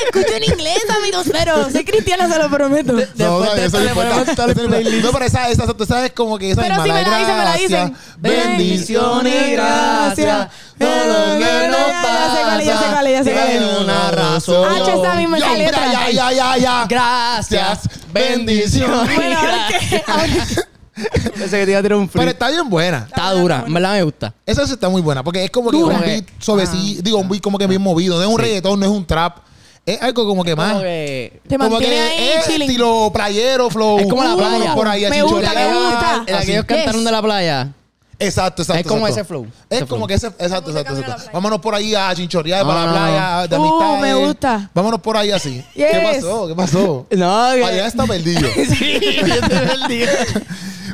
Speaker 3: Escucho en inglés, amigos, pero soy cristiana, se lo prometo.
Speaker 1: No,
Speaker 2: Después
Speaker 1: no, eso
Speaker 2: de esto
Speaker 1: no
Speaker 2: le
Speaker 1: importa.
Speaker 2: ponemos
Speaker 1: Eso
Speaker 2: todo
Speaker 1: no
Speaker 2: el
Speaker 1: importa. No, pero esa, esa, tú sabes como que esa
Speaker 3: Pero
Speaker 1: es
Speaker 3: si me la dicen, me la dicen.
Speaker 1: Bendición y gracia. Todo lo que
Speaker 3: Ya,
Speaker 1: nos
Speaker 3: ya sé cuál es, ya sé
Speaker 1: pasa
Speaker 3: cuál es, ya sé cuál es.
Speaker 1: tiene una razón.
Speaker 3: Ah, che, esa misma es la
Speaker 1: Ya,
Speaker 3: letra.
Speaker 1: Ya, ya, ya, ya.
Speaker 2: Gracias, bendición y
Speaker 3: Bueno, ahora
Speaker 2: gracias.
Speaker 3: que- ahora que-
Speaker 2: *laughs* Pensé que te iba a tirar un free.
Speaker 1: Pero está bien buena.
Speaker 2: Está dura, en verdad me gusta.
Speaker 1: Esa sí está muy buena, porque es como que
Speaker 2: Dura.
Speaker 1: un beat suavecito, digo, un beat como que bien movido. No es un reggaetón, no es un trap. Es algo como que más.
Speaker 2: Como que-
Speaker 3: Te
Speaker 1: como
Speaker 3: mantiene
Speaker 1: que
Speaker 3: ahí
Speaker 1: es
Speaker 3: chilling.
Speaker 1: estilo playero, flow.
Speaker 2: Es como la
Speaker 1: Uh,
Speaker 2: playa.
Speaker 1: vámonos Por ahí, a
Speaker 3: Me
Speaker 1: chinchorrear.
Speaker 3: gusta, me gusta.
Speaker 2: En la que ellos
Speaker 3: Yes.
Speaker 2: cantaron de la playa.
Speaker 1: Exacto, exacto.
Speaker 2: Es como
Speaker 1: exacto.
Speaker 2: ese flow.
Speaker 1: Es
Speaker 2: Ese
Speaker 1: como
Speaker 2: flow.
Speaker 1: que ese. Exacto,
Speaker 3: Música
Speaker 1: exacto,
Speaker 3: de la
Speaker 1: exacto.
Speaker 3: playa.
Speaker 1: Vámonos por ahí a chinchorear para la
Speaker 2: Ah.
Speaker 1: playa de
Speaker 3: Uh,
Speaker 1: amistad.
Speaker 3: me gusta.
Speaker 1: Vámonos por ahí así. ¿Qué
Speaker 3: *laughs* Yes.
Speaker 1: pasó? ¿Qué pasó?
Speaker 2: No, que-
Speaker 1: *laughs*
Speaker 2: *laughs*
Speaker 1: Allá está perdido.
Speaker 3: *laughs*
Speaker 2: Sí, yo te perdí.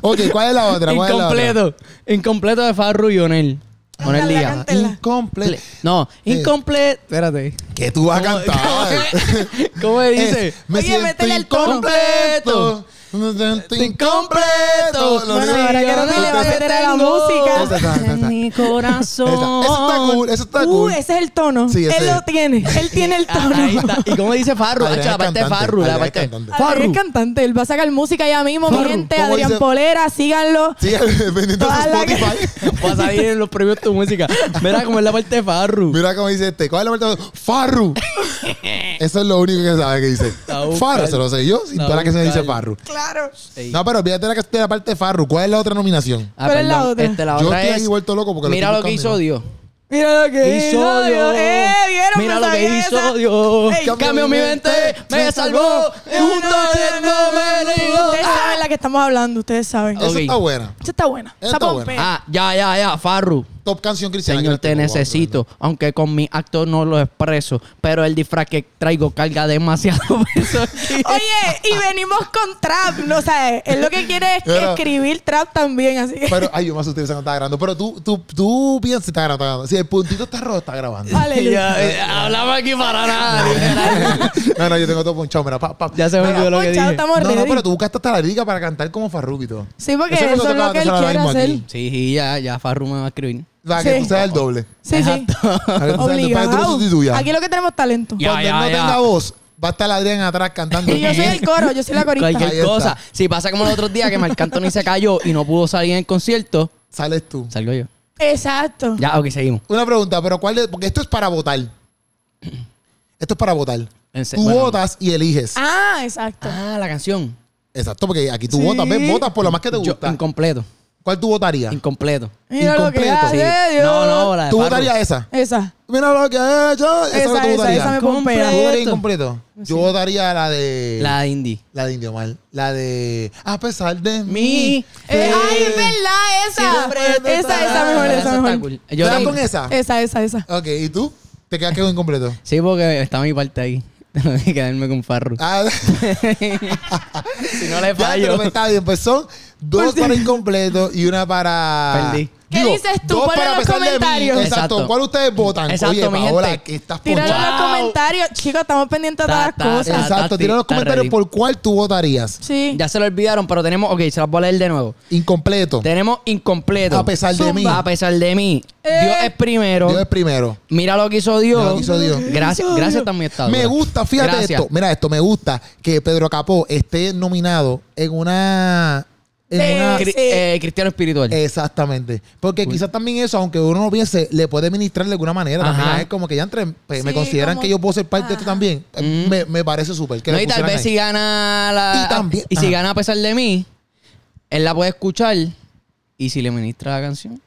Speaker 1: ok, ¿cuál es la otra? ¿Cuál es la otra?
Speaker 2: Incompleto. Incompleto de Farru y Onel. Onel
Speaker 3: Ándale,
Speaker 2: Díaz.
Speaker 3: canta. Incompleto.
Speaker 1: Incompleto.
Speaker 2: No,
Speaker 1: Eh.
Speaker 2: incompleto. Espérate.
Speaker 1: Que tú vas a cantar.
Speaker 2: *laughs* ¿Cómo dice?
Speaker 1: Es, Eh, me
Speaker 3: Eh, Oye,
Speaker 1: siento
Speaker 3: métele al tono.
Speaker 1: incompleto. Me siento incompleto. Lo
Speaker 3: Bueno,
Speaker 1: único
Speaker 3: ahora que no
Speaker 1: tú
Speaker 3: me le va a
Speaker 1: te-
Speaker 3: meter a la
Speaker 2: tengo
Speaker 1: Esa, esa, esa,
Speaker 3: música.
Speaker 1: esa.
Speaker 2: En mi
Speaker 1: Esa-
Speaker 2: corazón.
Speaker 1: Eso está cool, eso está
Speaker 3: Uh,
Speaker 1: cool.
Speaker 3: ese es el tono.
Speaker 1: Sí, ese
Speaker 3: Él
Speaker 1: es.
Speaker 3: lo tiene. Él tiene *laughs* el
Speaker 2: Ah,
Speaker 3: tono.
Speaker 2: Ahí está. ¿Y cómo dice Farru? Ah,
Speaker 1: Adrián
Speaker 2: Hacho,
Speaker 1: es
Speaker 2: la parte de
Speaker 1: cantante.
Speaker 2: Farru. La
Speaker 1: Adrián es
Speaker 2: parte
Speaker 1: cantante.
Speaker 3: Adrián
Speaker 2: Farru.
Speaker 3: es cantante, él va a sacar música ya mismo, mi
Speaker 1: Farru,
Speaker 3: gente.
Speaker 1: ¿cómo
Speaker 3: Adrián
Speaker 1: dice?
Speaker 3: Polera, síganlo.
Speaker 1: Sí, *laughs* bendito
Speaker 3: Toda
Speaker 1: su
Speaker 3: la-
Speaker 1: Spotify.
Speaker 2: Va a salir en los premios tu música. Mira cómo es la parte de Farru.
Speaker 1: Mira cómo dice este. ¿Cuál es la vuelta? Farru.
Speaker 3: *laughs*
Speaker 1: Eso es lo único que sabe que dice.
Speaker 2: La vocal.
Speaker 1: Farru, se lo sé yo. Sin
Speaker 2: La
Speaker 1: toda la que se dice
Speaker 2: vocal.
Speaker 1: Farru.
Speaker 3: Claro.
Speaker 2: Ey.
Speaker 1: No, pero olvídate de la, que- de la parte de Farru. ¿Cuál es la otra nominación?
Speaker 2: Ah,
Speaker 3: ¿Cuál es la
Speaker 2: perdón.
Speaker 3: otra?
Speaker 2: Este, la
Speaker 1: Yo
Speaker 2: otra
Speaker 1: estoy aquí
Speaker 2: es-
Speaker 1: vuelto loco porque lo
Speaker 2: Mira
Speaker 1: estoy
Speaker 2: lo que hizo
Speaker 1: buscando.
Speaker 2: Dios.
Speaker 3: Mira lo que
Speaker 2: Hizo Dios.
Speaker 3: Eh, vieron,
Speaker 2: Mira
Speaker 3: Me
Speaker 2: lo que
Speaker 3: sabía
Speaker 2: hizo
Speaker 3: esa.
Speaker 2: Dios.
Speaker 3: Ey,
Speaker 2: Cambió mi mente, me salvó. Y juntos no me ligó.
Speaker 3: Ustedes saben la que estamos hablando, ustedes saben.
Speaker 1: Esa
Speaker 2: Ok.
Speaker 1: está buena.
Speaker 3: Esa está buena.
Speaker 1: Esa
Speaker 3: Oh. Esa
Speaker 1: está buena.
Speaker 3: pompea.
Speaker 2: Ah, ya, ya, ya, Farru.
Speaker 1: Top canción cristiana.
Speaker 2: Señor,
Speaker 1: que la
Speaker 2: te
Speaker 1: tengo, guau,
Speaker 2: necesito, aunque con mi acto no lo expreso, pero el disfraz que traigo carga demasiado *laughs* peso.
Speaker 3: *laughs* Oye, y venimos con trap, no sabes. Él lo que quiere es que
Speaker 1: Pero-
Speaker 3: escribir trap también, así que.
Speaker 1: Pero, ay, yo me asusté, esa no está grabando. Pero tú, tú, tú piensas que está grabando, está grabando. Si el puntito está rojo, está grabando.
Speaker 3: *laughs* Aleluya.
Speaker 2: Ya, eh, hablamos aquí para nada.
Speaker 1: *laughs* no, no, yo tengo todo ponchado. Mira, pa, pa.
Speaker 2: *laughs* ya se me olvidó lo que
Speaker 3: Ponchado,
Speaker 2: dije.
Speaker 3: estamos
Speaker 1: No, no,
Speaker 3: ready.
Speaker 1: pero tú buscaste hasta la liga para cantar como Farruko y todo.
Speaker 3: Sí, porque
Speaker 1: Eso es lo
Speaker 3: eso
Speaker 1: que
Speaker 3: es lo
Speaker 1: acaba
Speaker 3: que
Speaker 1: de hacer
Speaker 3: él
Speaker 1: ahora
Speaker 3: quiere
Speaker 1: mismo
Speaker 3: hacer.
Speaker 1: aquí.
Speaker 2: Sí, ya, ya Farru me va a escribir.
Speaker 1: Para que
Speaker 3: Sí.
Speaker 1: tú seas el doble.
Speaker 3: Sí, sí.
Speaker 1: Para que tú seas el doble. Para que tú lo
Speaker 3: *laughs* Obligado.
Speaker 1: sustituyas.
Speaker 3: Aquí lo que tenemos es talento.
Speaker 2: Ya,
Speaker 1: Cuando él
Speaker 2: ya,
Speaker 1: no
Speaker 2: ya.
Speaker 1: tenga voz, va a estar Adrián atrás cantando.
Speaker 3: *laughs* Y yo soy el coro, yo soy la corista.
Speaker 1: Ahí
Speaker 2: Cualquier
Speaker 1: está.
Speaker 2: cosa. Si pasa como el otro día que Marc Anthony se cayó y no pudo salir en el concierto,
Speaker 1: Sales tú.
Speaker 2: salgo yo.
Speaker 3: Exacto.
Speaker 2: Ya, ok, seguimos.
Speaker 1: Una pregunta, pero ¿cuál es? Porque esto es para votar. Esto es para votar.
Speaker 2: En se-
Speaker 1: Tú
Speaker 2: bueno.
Speaker 1: votas y eliges.
Speaker 3: Ah, exacto.
Speaker 2: Ah, la canción.
Speaker 1: Exacto, porque aquí tú
Speaker 3: Sí.
Speaker 1: votas. ¿ves? Votas por la más que te
Speaker 2: Yo,
Speaker 1: gusta.
Speaker 2: incompleto.
Speaker 1: ¿Cuál tú votarías?
Speaker 2: Incompleto.
Speaker 3: Mira lo que
Speaker 1: incompleto.
Speaker 3: hace
Speaker 2: Sí.
Speaker 3: Dios.
Speaker 2: No, no, la de
Speaker 1: ¿Tú
Speaker 2: Farru.
Speaker 1: votarías esa?
Speaker 3: Esa.
Speaker 1: Mira lo que he hecho. Esa, es la que
Speaker 3: Esa,
Speaker 1: tú
Speaker 3: esa,
Speaker 1: votarías.
Speaker 3: esa me
Speaker 1: ¿Tú
Speaker 3: pompea.
Speaker 2: Completo.
Speaker 1: votarías incompleto? Yo votaría la de...
Speaker 2: La de Indy.
Speaker 1: La de Indio Mal. La de... A pesar de
Speaker 2: Mi-
Speaker 1: mí...
Speaker 3: Eh,
Speaker 1: eh,
Speaker 3: ay, es verdad, esa. Ah, esa, esa mejor, esa
Speaker 2: está
Speaker 3: mejor.
Speaker 2: cool.
Speaker 1: ¿Te
Speaker 2: Yo
Speaker 1: das
Speaker 2: también-
Speaker 1: con esa?
Speaker 3: Esa, esa, esa.
Speaker 1: Ok, ¿y tú? ¿Te quedas con incompleto?
Speaker 2: Sí, porque está mi parte ahí. *laughs* De quedarme con Farru. *laughs*
Speaker 1: Ah, *laughs*
Speaker 2: si no le
Speaker 1: ya,
Speaker 2: fallo.
Speaker 1: pues pero está bien. Pues son dos para incompleto y una para...
Speaker 2: Pues Perdí.
Speaker 3: ¿Qué dices tú?
Speaker 1: dos
Speaker 3: Ponlo en
Speaker 1: para
Speaker 3: los
Speaker 1: pesar de mí.
Speaker 3: comentarios.
Speaker 1: Exacto.
Speaker 2: Exacto.
Speaker 1: ¿Cuál ustedes votan?
Speaker 2: Exacto,
Speaker 1: Oye,
Speaker 2: mi
Speaker 1: Paola,
Speaker 2: gente.
Speaker 1: que estás
Speaker 3: Tíralo en
Speaker 1: ponchada.
Speaker 3: los comentarios. Chicos, estamos pendientes
Speaker 2: Ta,
Speaker 3: de todas las
Speaker 2: ta, ta.
Speaker 3: cosas.
Speaker 1: Exacto. Tira en los
Speaker 2: Está
Speaker 1: comentarios
Speaker 2: ready.
Speaker 1: por cuál tú votarías.
Speaker 3: Sí.
Speaker 2: Ya se lo olvidaron, pero tenemos. Ok, se las voy a leer de nuevo.
Speaker 1: Incompleto.
Speaker 2: Tenemos incompleto.
Speaker 1: A pesar de mí.
Speaker 2: A pesar de mí.
Speaker 3: Eh.
Speaker 2: Dios es primero.
Speaker 1: Dios es primero.
Speaker 2: Mira lo que hizo Dios.
Speaker 1: Mira lo que hizo Dios.
Speaker 2: Gracias, gracias también está.
Speaker 1: Me gusta, fíjate
Speaker 2: Gracias.
Speaker 1: esto. Mira esto, me gusta que Pedro Capó esté nominado en una. En
Speaker 3: Sí.
Speaker 1: una
Speaker 2: Cri- eh, cristiano espiritual.
Speaker 1: Exactamente. Porque quizás también eso, aunque uno no piense, le puede ministrar de alguna manera. También
Speaker 2: Ajá.
Speaker 1: es como que ya entre, pues, me
Speaker 3: Sí,
Speaker 1: consideran
Speaker 3: como-
Speaker 1: que yo puedo ser parte de esto también. Eh, Me, me parece súper. que
Speaker 2: Mm. No,
Speaker 1: lo
Speaker 2: y tal
Speaker 1: pusieran
Speaker 2: vez
Speaker 1: ahí.
Speaker 2: si gana la.
Speaker 1: Y también-
Speaker 2: y si
Speaker 1: ajá.
Speaker 2: gana a pesar de mí, él la puede escuchar. Y si le ministra la
Speaker 1: *laughs*
Speaker 2: canción.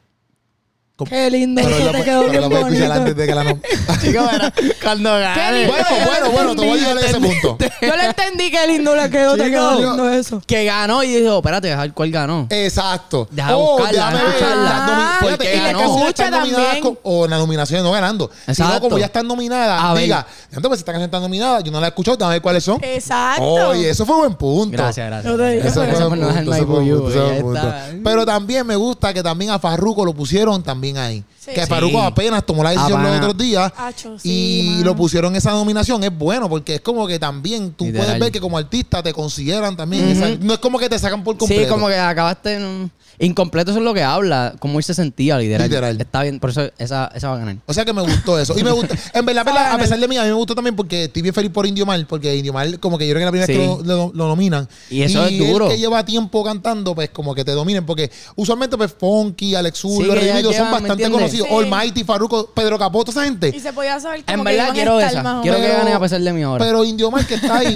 Speaker 3: Qué lindo.
Speaker 1: Pero
Speaker 3: eso
Speaker 1: la
Speaker 3: te
Speaker 1: pu-
Speaker 3: quedó
Speaker 1: pero
Speaker 3: bien
Speaker 1: la puedes escuchar
Speaker 3: bonito.
Speaker 1: antes de que la nom- *laughs*
Speaker 2: Chico, bueno, cuando gane.
Speaker 3: lindo.
Speaker 1: Bueno, bueno, bueno, te voy a llegar a ese punto.
Speaker 3: Yo le entendí que lindo le quedó, te
Speaker 1: Chico,
Speaker 3: quedó
Speaker 1: yo-
Speaker 3: lindo eso.
Speaker 2: Que ganó y dijo, espérate, dejar cuál ganó.
Speaker 1: Exacto. Oh,
Speaker 2: Deja buscarla,
Speaker 1: déjame ver,
Speaker 2: escucharla.
Speaker 1: las nomi-
Speaker 3: Ah,
Speaker 1: fíjate,
Speaker 2: porque
Speaker 1: y las
Speaker 2: ganó.
Speaker 1: canciones
Speaker 3: Escucha
Speaker 1: están nominadas
Speaker 3: también.
Speaker 1: co- o en las nominaciones no ganando. Sino
Speaker 2: Exacto.
Speaker 1: como ya están nominadas,
Speaker 2: A ver.
Speaker 1: diga, "Diantre, pues, si esta canción está nominada, yo no la he escuchado, déjame ver cuáles son.
Speaker 3: Exacto.
Speaker 1: Oye, eso fue buen punto.
Speaker 2: Gracias, gracias.
Speaker 3: Yo te dije,
Speaker 1: Eso fue
Speaker 3: Eso
Speaker 1: buen
Speaker 3: fue
Speaker 2: por no dejar
Speaker 1: punto, eso
Speaker 2: My
Speaker 1: fue buen
Speaker 2: Boo
Speaker 1: punto,
Speaker 2: You,
Speaker 1: eso fue
Speaker 2: ahí
Speaker 1: buen punto.
Speaker 2: está.
Speaker 1: Pero también me gusta que también a Farruko lo pusieron también ahí.
Speaker 3: Sí.
Speaker 1: Que
Speaker 3: Sí.
Speaker 1: Farruko apenas tomó la decisión
Speaker 2: Apenas.
Speaker 1: los otros días
Speaker 3: Acho, sí,
Speaker 1: y
Speaker 3: mano.
Speaker 1: lo pusieron en esa nominación. Es bueno porque es como que también tú
Speaker 2: Literal.
Speaker 1: puedes ver que como artista te consideran también. Esa- no es como que te sacan por completo.
Speaker 2: Sí, como que acabaste en un- Incompleto eso es lo que habla, cómo él se sentía, literal.
Speaker 1: Literal.
Speaker 2: Está bien, por eso esa, esa va a ganar.
Speaker 1: O sea que me gustó eso. Y me gusta. En verdad, verdad,
Speaker 3: Sabe
Speaker 1: a
Speaker 3: ganar.
Speaker 1: pesar de mí, a mí me gustó también porque estoy bien feliz por Indio Mal, porque Indio Mal, como que yo creo que es la primera vez
Speaker 2: Sí.
Speaker 1: que lo, lo- lo nominan.
Speaker 2: Y eso es
Speaker 1: él
Speaker 2: duro.
Speaker 1: que lleva tiempo cantando, pues como que te dominen, porque usualmente, pues Funky, Alex Sur,
Speaker 2: Sí,
Speaker 1: Los
Speaker 2: que ya
Speaker 1: Redimidos son
Speaker 2: llevan, ¿me
Speaker 1: bastante
Speaker 2: entiendes?
Speaker 1: conocidos.
Speaker 3: Sí.
Speaker 1: Almighty, Farruko, Pedro Capó, toda esa
Speaker 3: Y
Speaker 1: gente.
Speaker 3: se podía saber como
Speaker 2: En
Speaker 3: que
Speaker 2: verdad
Speaker 3: iban a
Speaker 2: quiero
Speaker 3: estar
Speaker 2: esa.
Speaker 3: más o
Speaker 2: Quiero
Speaker 3: menos.
Speaker 2: que gane a pesar de mí ahora.
Speaker 1: Pero Indio Mal que está
Speaker 3: *laughs*
Speaker 1: ahí,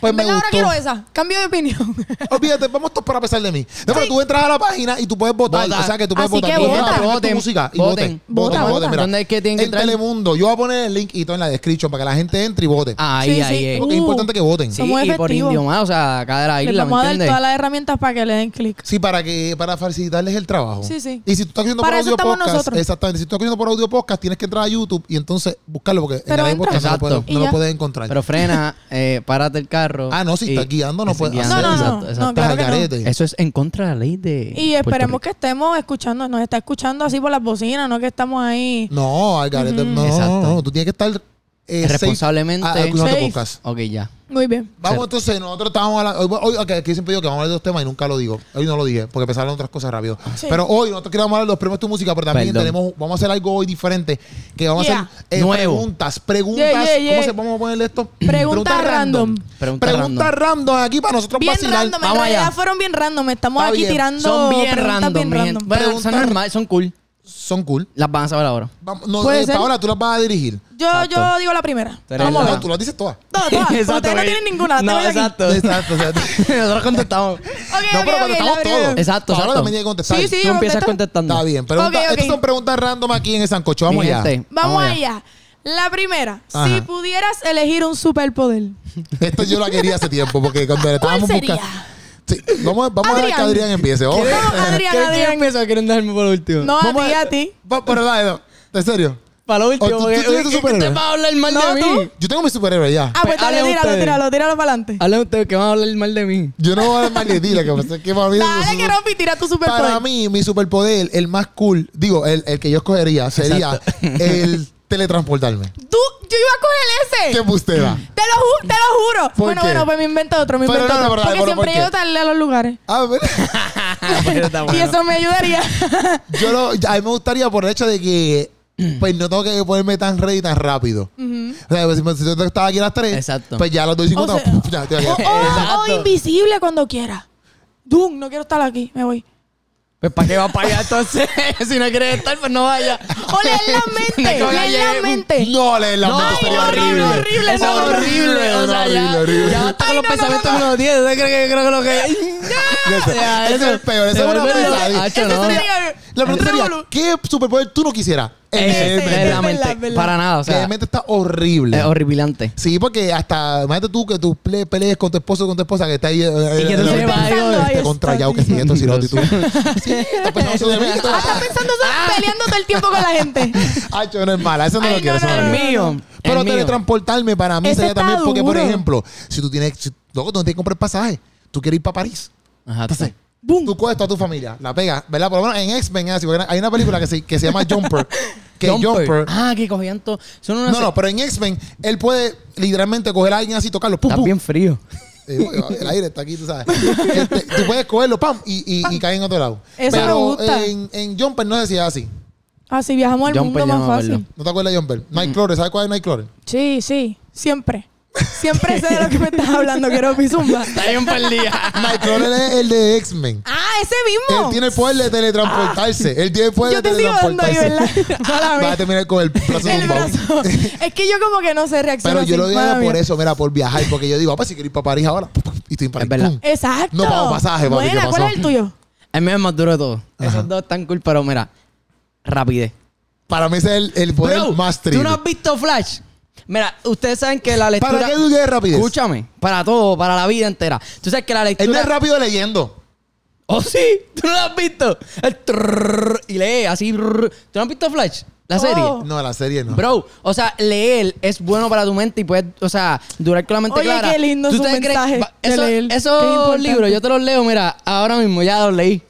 Speaker 1: pues
Speaker 3: en
Speaker 1: me
Speaker 3: verdad ahora
Speaker 1: gustó.
Speaker 3: quiero esa. Cambio de opinión.
Speaker 1: Olvídate, vamos todos para a pesar de mí. No, pero tú entras a la página y tú puedes votar.
Speaker 2: Vota.
Speaker 1: O sea que tú puedes
Speaker 3: Así
Speaker 1: votar.
Speaker 3: que
Speaker 1: Tú
Speaker 3: vota.
Speaker 1: entras a poner tu
Speaker 2: Voten,
Speaker 1: música y
Speaker 2: voten.
Speaker 1: voten.
Speaker 3: Vota,
Speaker 1: Voten,
Speaker 3: vota.
Speaker 1: mira.
Speaker 2: ¿Dónde es que tienen que
Speaker 1: en
Speaker 2: entrar?
Speaker 1: Telemundo. Yo voy a poner el link y todo en la descripción para que la gente entre y vote.
Speaker 2: *laughs* Ahí,
Speaker 3: Sí,
Speaker 2: ahí,
Speaker 3: sí.
Speaker 2: ahí.
Speaker 1: Porque es
Speaker 3: Uh.
Speaker 1: importante que voten.
Speaker 2: Sí,
Speaker 1: Sí.
Speaker 3: somos
Speaker 2: y por
Speaker 3: efectivos.
Speaker 2: indio más, o sea, acá de la
Speaker 3: Les
Speaker 2: isla, ¿me
Speaker 3: Pues vamos a dar
Speaker 2: entiendes?
Speaker 3: todas las herramientas para que le den clic.
Speaker 1: para que para facilitarles el trabajo.
Speaker 3: Sí, sí.
Speaker 1: Y si tú estás cogiendo por
Speaker 3: Para eso
Speaker 1: audio
Speaker 3: estamos
Speaker 1: podcast,
Speaker 3: nosotros.
Speaker 1: exactamente, si tú estás cogiendo por audio podcast, tienes que entrar a YouTube y entonces buscarlo porque
Speaker 3: Pero
Speaker 1: en la de
Speaker 3: entra.
Speaker 1: podcast no lo,
Speaker 2: Exacto.
Speaker 1: puedes, no
Speaker 3: Y
Speaker 1: lo
Speaker 3: ya.
Speaker 1: puedes encontrar.
Speaker 2: Pero frena, eh, párate el carro.
Speaker 1: ah, no, si
Speaker 2: y-
Speaker 1: estás guiando no
Speaker 2: estás
Speaker 1: puedes
Speaker 2: guiando,
Speaker 1: hacer
Speaker 3: No, no,
Speaker 1: eso.
Speaker 3: no,
Speaker 2: exacto, exacto.
Speaker 3: no, claro
Speaker 1: Estás al
Speaker 3: que no.
Speaker 1: garete.
Speaker 2: Eso es en contra de la ley de.
Speaker 3: Y
Speaker 2: Puerto
Speaker 3: esperemos
Speaker 2: Rico.
Speaker 3: que estemos escuchando, nos está escuchando así por las bocinas, no que estamos ahí.
Speaker 1: No, al garete. No,
Speaker 2: Exacto.
Speaker 1: no, no, tú tienes que estar eh, safe,
Speaker 2: Responsablemente.
Speaker 1: ah, escuchando
Speaker 3: Safe.
Speaker 1: podcast.
Speaker 2: Ok, ya.
Speaker 3: Muy bien.
Speaker 1: Vamos entonces, nosotros estábamos hablando. Hoy, hoy- ok, aquí siempre digo que vamos a hablar de dos temas y nunca lo digo. Hoy no lo dije, porque pensaron otras cosas rápido.
Speaker 3: Sí.
Speaker 1: Pero hoy nosotros queríamos hablar de los premios tu música, pero también
Speaker 2: Perdón.
Speaker 1: tenemos, vamos a hacer algo hoy diferente. Que vamos a
Speaker 3: Yeah.
Speaker 1: hacer eh,
Speaker 2: Nuevo.
Speaker 1: preguntas, preguntas.
Speaker 3: Yeah, yeah, yeah.
Speaker 1: ¿Cómo se vamos a ponerle esto?
Speaker 3: *clears throat* Preguntas random.
Speaker 2: Pregunta
Speaker 1: Preguntas random. aquí para nosotros
Speaker 3: Bien
Speaker 1: vacilar.
Speaker 3: random, en
Speaker 2: Vamos allá.
Speaker 3: realidad fueron bien random, estamos
Speaker 1: Está
Speaker 3: aquí
Speaker 1: bien.
Speaker 3: tirando
Speaker 2: Son bien
Speaker 3: preguntas
Speaker 2: random,
Speaker 3: bien
Speaker 2: mi gente.
Speaker 3: random.
Speaker 2: Bueno, son
Speaker 1: Pregunta-
Speaker 2: normales, son cool.
Speaker 1: Ah, Son cool.
Speaker 2: Las van a saber ahora.
Speaker 1: Vamos, no,
Speaker 3: Puede
Speaker 1: eh,
Speaker 3: ser.
Speaker 1: Paola, tú las vas a dirigir.
Speaker 3: Yo,
Speaker 2: Exacto.
Speaker 3: yo digo la primera.
Speaker 2: Tú eres
Speaker 1: No,
Speaker 2: Vamos
Speaker 1: no,
Speaker 2: a- *laughs*
Speaker 1: tú las dices todas.
Speaker 3: Todas, todas. Como ustedes no tienen ninguna.
Speaker 2: No,
Speaker 3: tengo yo aquí.
Speaker 2: exacto. *laughs*
Speaker 1: Exacto,
Speaker 3: *laughs*
Speaker 1: o sea, tú-
Speaker 2: Nosotros contestamos.
Speaker 3: Ok,
Speaker 1: no,
Speaker 3: ok,
Speaker 1: pero
Speaker 3: ok,
Speaker 1: contestamos
Speaker 3: la
Speaker 1: todo.
Speaker 3: primera.
Speaker 2: Exacto,
Speaker 1: Paola
Speaker 2: exacto.
Speaker 1: también tiene que contestar.
Speaker 3: Sí, sí.
Speaker 2: Tú empiezas
Speaker 3: contesta.
Speaker 2: contestando.
Speaker 1: Está bien. Pregunta,
Speaker 3: Ok, ok.
Speaker 1: Estas son preguntas random aquí en el Sancocho. Vamos
Speaker 2: Mi
Speaker 1: allá.
Speaker 2: gente,
Speaker 3: Vamos allá. La primera. Si
Speaker 1: Ajá.
Speaker 3: pudieras elegir un superpoder.
Speaker 1: Esto yo la quería hace tiempo porque cuando le
Speaker 3: ¿Cuál
Speaker 1: estábamos
Speaker 3: sería?
Speaker 1: buscando. Sí, vamos vamos a dejar que
Speaker 3: Adrián.
Speaker 1: Adrián empiece. *laughs* Vamos,
Speaker 3: No,
Speaker 2: ¿Quieren
Speaker 3: Adrián,
Speaker 2: que yo
Speaker 3: Adrián.
Speaker 2: empiece o quieren dejarme por último?
Speaker 3: No, a
Speaker 1: Vamos
Speaker 3: ti, a ti.
Speaker 1: Va- Pero dale, no. ¿En serio?
Speaker 2: Para lo último.
Speaker 1: Oh, ¿tú-
Speaker 2: porque-
Speaker 1: tú tienes tu
Speaker 2: ¿Qué
Speaker 1: superhéroe?
Speaker 2: usted va a hablar mal de
Speaker 3: No,
Speaker 2: mí?
Speaker 3: tú.
Speaker 1: Yo tengo mi superhéroe ya.
Speaker 3: Ah, pues
Speaker 2: Pues,
Speaker 3: dale,
Speaker 2: hablen
Speaker 3: tíralo,
Speaker 2: ustedes.
Speaker 3: tíralo, tíralo para adelante.
Speaker 2: Hablen ustedes que van a hablar mal de
Speaker 3: *laughs*
Speaker 2: mí.
Speaker 1: Yo no voy a dar más de ti, la que pasa es que para mí.
Speaker 3: Dale, que Ropi, tira tu superpoder.
Speaker 1: para mí, mi superpoder, el más cool, digo, el, el que yo escogería sería el
Speaker 3: *laughs*
Speaker 1: teletransportarme.
Speaker 3: Tú, yo iba a coger ese.
Speaker 1: ¿Qué bustera?
Speaker 3: Te lo, ju- te lo juro.
Speaker 1: ¿Por
Speaker 3: Bueno,
Speaker 1: qué?
Speaker 3: bueno, pues me invento otro, me
Speaker 1: Pero
Speaker 3: invento
Speaker 1: no, no,
Speaker 3: otro.
Speaker 1: pero dale,
Speaker 3: porque
Speaker 1: pero ¿por
Speaker 3: siempre
Speaker 1: qué? Ah,
Speaker 3: llego tarde a los lugares.
Speaker 1: A
Speaker 3: *laughs*
Speaker 1: ver,
Speaker 2: *laughs*
Speaker 3: Y Pues eso
Speaker 1: *laughs*
Speaker 3: me ayudaría.
Speaker 1: yo lo, a mí me gustaría por el hecho de que pues no tengo que ponerme tan ready tan rápido. O sea, pues, si me- si yo estaba aquí a las 3,
Speaker 2: Exacto.
Speaker 1: pues ya a las
Speaker 3: O
Speaker 1: 2.50
Speaker 3: sea-
Speaker 1: ya, Eh, estoy aquí.
Speaker 3: o, o- o
Speaker 2: Exacto.
Speaker 3: invisible cuando quiera. Doom, no quiero estar aquí, me voy.
Speaker 2: Pues para qué va para allá entonces. *laughs* si no quieres estar, pues no vaya.
Speaker 3: O leer
Speaker 2: *laughs*
Speaker 3: la mente,
Speaker 2: No,
Speaker 3: leer la
Speaker 1: No, leer la
Speaker 2: no,
Speaker 3: mente.
Speaker 1: mente
Speaker 3: no,
Speaker 1: sería horrible.
Speaker 3: horrible, horrible,
Speaker 2: Es
Speaker 3: no, no,
Speaker 2: horrible. O sea, ya,
Speaker 1: horrible, horrible.
Speaker 2: ya hasta con los
Speaker 3: Ay, no, no,
Speaker 2: pensamientos
Speaker 3: no,
Speaker 2: que uno tiene. ¿Usted cree que creo que lo *laughs* que
Speaker 1: *laughs* Ese-
Speaker 2: Ya,
Speaker 1: ese es
Speaker 2: eso-
Speaker 1: el peor, ese es
Speaker 2: te
Speaker 1: una Eh,
Speaker 2: vuelve loco.
Speaker 1: pesadilla.
Speaker 2: Hacho,
Speaker 3: Ese
Speaker 2: no.
Speaker 3: sería-
Speaker 1: La pregunta sería,
Speaker 3: Revolu-
Speaker 1: ¿qué superpoder tú no quisieras?
Speaker 3: Ese,
Speaker 1: eh,
Speaker 2: Ese,
Speaker 3: ese,
Speaker 2: leer la
Speaker 3: es verdad,
Speaker 2: mente.
Speaker 3: es verdad.
Speaker 2: Para nada, o sea.
Speaker 1: Realmente está horrible.
Speaker 2: Es horripilante.
Speaker 1: Sí, porque hasta, imagínate tú que tú ple- pelees con tu esposo o con tu esposa que está ahí. eh,
Speaker 2: Y que
Speaker 1: eh,
Speaker 2: tú
Speaker 1: la-
Speaker 2: se
Speaker 1: está
Speaker 2: va
Speaker 3: pensando,
Speaker 2: algo.
Speaker 3: ahí está,
Speaker 1: contra Yao, que
Speaker 3: dice.
Speaker 1: si esto, si lo otro, y tú. Sí, está pensando eso de mí. que tú-
Speaker 3: Ah, estás pensando eso, peleándote el tiempo con
Speaker 1: *laughs*
Speaker 3: la gente.
Speaker 1: Ay, yo no es mala, eso no
Speaker 3: Ay,
Speaker 1: lo quiero.
Speaker 3: no,
Speaker 1: eso no
Speaker 3: no,
Speaker 1: lo
Speaker 3: no,
Speaker 1: quiero.
Speaker 3: no.
Speaker 2: Mío.
Speaker 1: Pero
Speaker 2: el mío.
Speaker 1: teletransportarme para mí
Speaker 3: Ese
Speaker 1: sería
Speaker 3: está
Speaker 1: también porque, por
Speaker 3: duro.
Speaker 1: ejemplo, si tú tienes, si, loco, tú no tienes que comprar pasaje, tú quieres ir para París.
Speaker 2: Ajá,
Speaker 1: Entonces,
Speaker 2: ¡Bum!
Speaker 1: Tú coges toda tu familia, la pegas, ¿verdad? Por lo menos en X-Men es así, porque hay una película que se, que se llama Jumper.
Speaker 3: *laughs*
Speaker 1: Que Jumper.
Speaker 2: Ah, que cogían todo. Son unas-
Speaker 1: no, no, pero en X-Men él puede literalmente coger a alguien así y tocarlo. ¡Pum,
Speaker 2: Estás
Speaker 1: pum!
Speaker 2: bien frío.
Speaker 1: Eh, bueno, el aire está aquí, tú
Speaker 3: *laughs*
Speaker 1: sabes. Este, tú puedes cogerlo, pam, y, y, y cae en otro lado.
Speaker 3: Eso
Speaker 1: Pero
Speaker 3: me gusta.
Speaker 1: En, en Jumper no se hacía así.
Speaker 3: Así Ah, viajamos al
Speaker 2: Jumper,
Speaker 3: mundo
Speaker 2: ya
Speaker 3: más
Speaker 2: me
Speaker 3: fácil.
Speaker 2: acuerdo.
Speaker 1: ¿No te acuerdas de
Speaker 3: Mm.
Speaker 1: Jumper? Nightcrawler, ¿sabes cuál es Nightcrawler?
Speaker 3: Sí, sí. Siempre. Siempre sé de lo que me estás hablando, que era
Speaker 1: *laughs*
Speaker 3: Zumba.
Speaker 2: Está bien *laughs* perdida.
Speaker 1: Nightcrawler es el de X-Men.
Speaker 3: Ah, ese
Speaker 1: Él
Speaker 3: mismo.
Speaker 1: tiene el poder de teletransportarse. Él tiene el poder
Speaker 3: Yo
Speaker 1: de
Speaker 3: te sigo dando ahí,
Speaker 1: teletransportarse.
Speaker 3: ¿verdad?
Speaker 1: Va a
Speaker 3: Mala mía.
Speaker 1: terminar
Speaker 3: *laughs*
Speaker 1: con el brazo
Speaker 3: El
Speaker 1: zumbado.
Speaker 3: brazo. Es que yo como que no sé reaccionar.
Speaker 1: Pero yo lo
Speaker 3: así,
Speaker 1: digo
Speaker 3: mala mía.
Speaker 1: por eso, mira, por viajar. Porque yo digo, papá, si quiero ir para París ahora. pues, Y estoy en París.
Speaker 2: Es verdad.
Speaker 1: ¡Pum!
Speaker 3: Exacto.
Speaker 1: No pago pasaje, papi, ¿qué
Speaker 3: Buena, ¿cuál
Speaker 1: pasó?
Speaker 3: es el tuyo?
Speaker 2: El mío es más duro de todos.
Speaker 1: Ajá.
Speaker 2: Esos dos están cool, pero mira, rapidez.
Speaker 1: Para mí ese es el, el poder
Speaker 2: Bro,
Speaker 1: más
Speaker 2: ¿Tú
Speaker 1: triste.
Speaker 2: no has visto Flash? Mira, ustedes saben que la lectura.
Speaker 1: ¿Para qué tú quieres rapidez?
Speaker 2: Escúchame, para todo, para la vida entera. Tú sabes que la lectura.
Speaker 1: Él no es rápido leyendo.
Speaker 2: ¡Oh, sí! ¿Tú no lo has visto? El trrr, y lee así. trrr. ¿Tú no has visto Flash? La
Speaker 3: Oh.
Speaker 2: serie.
Speaker 1: No, la serie no.
Speaker 2: Bro, o sea, leer es bueno para tu mente y puedes, o sea, durar con la mente
Speaker 3: Oye,
Speaker 2: clara.
Speaker 3: qué lindo su
Speaker 2: te
Speaker 3: mensaje
Speaker 2: va-
Speaker 3: de
Speaker 2: eso-
Speaker 3: leer. Qué
Speaker 2: Esos
Speaker 3: importante.
Speaker 2: libros yo te los leo, mira, ahora mismo ya los leí.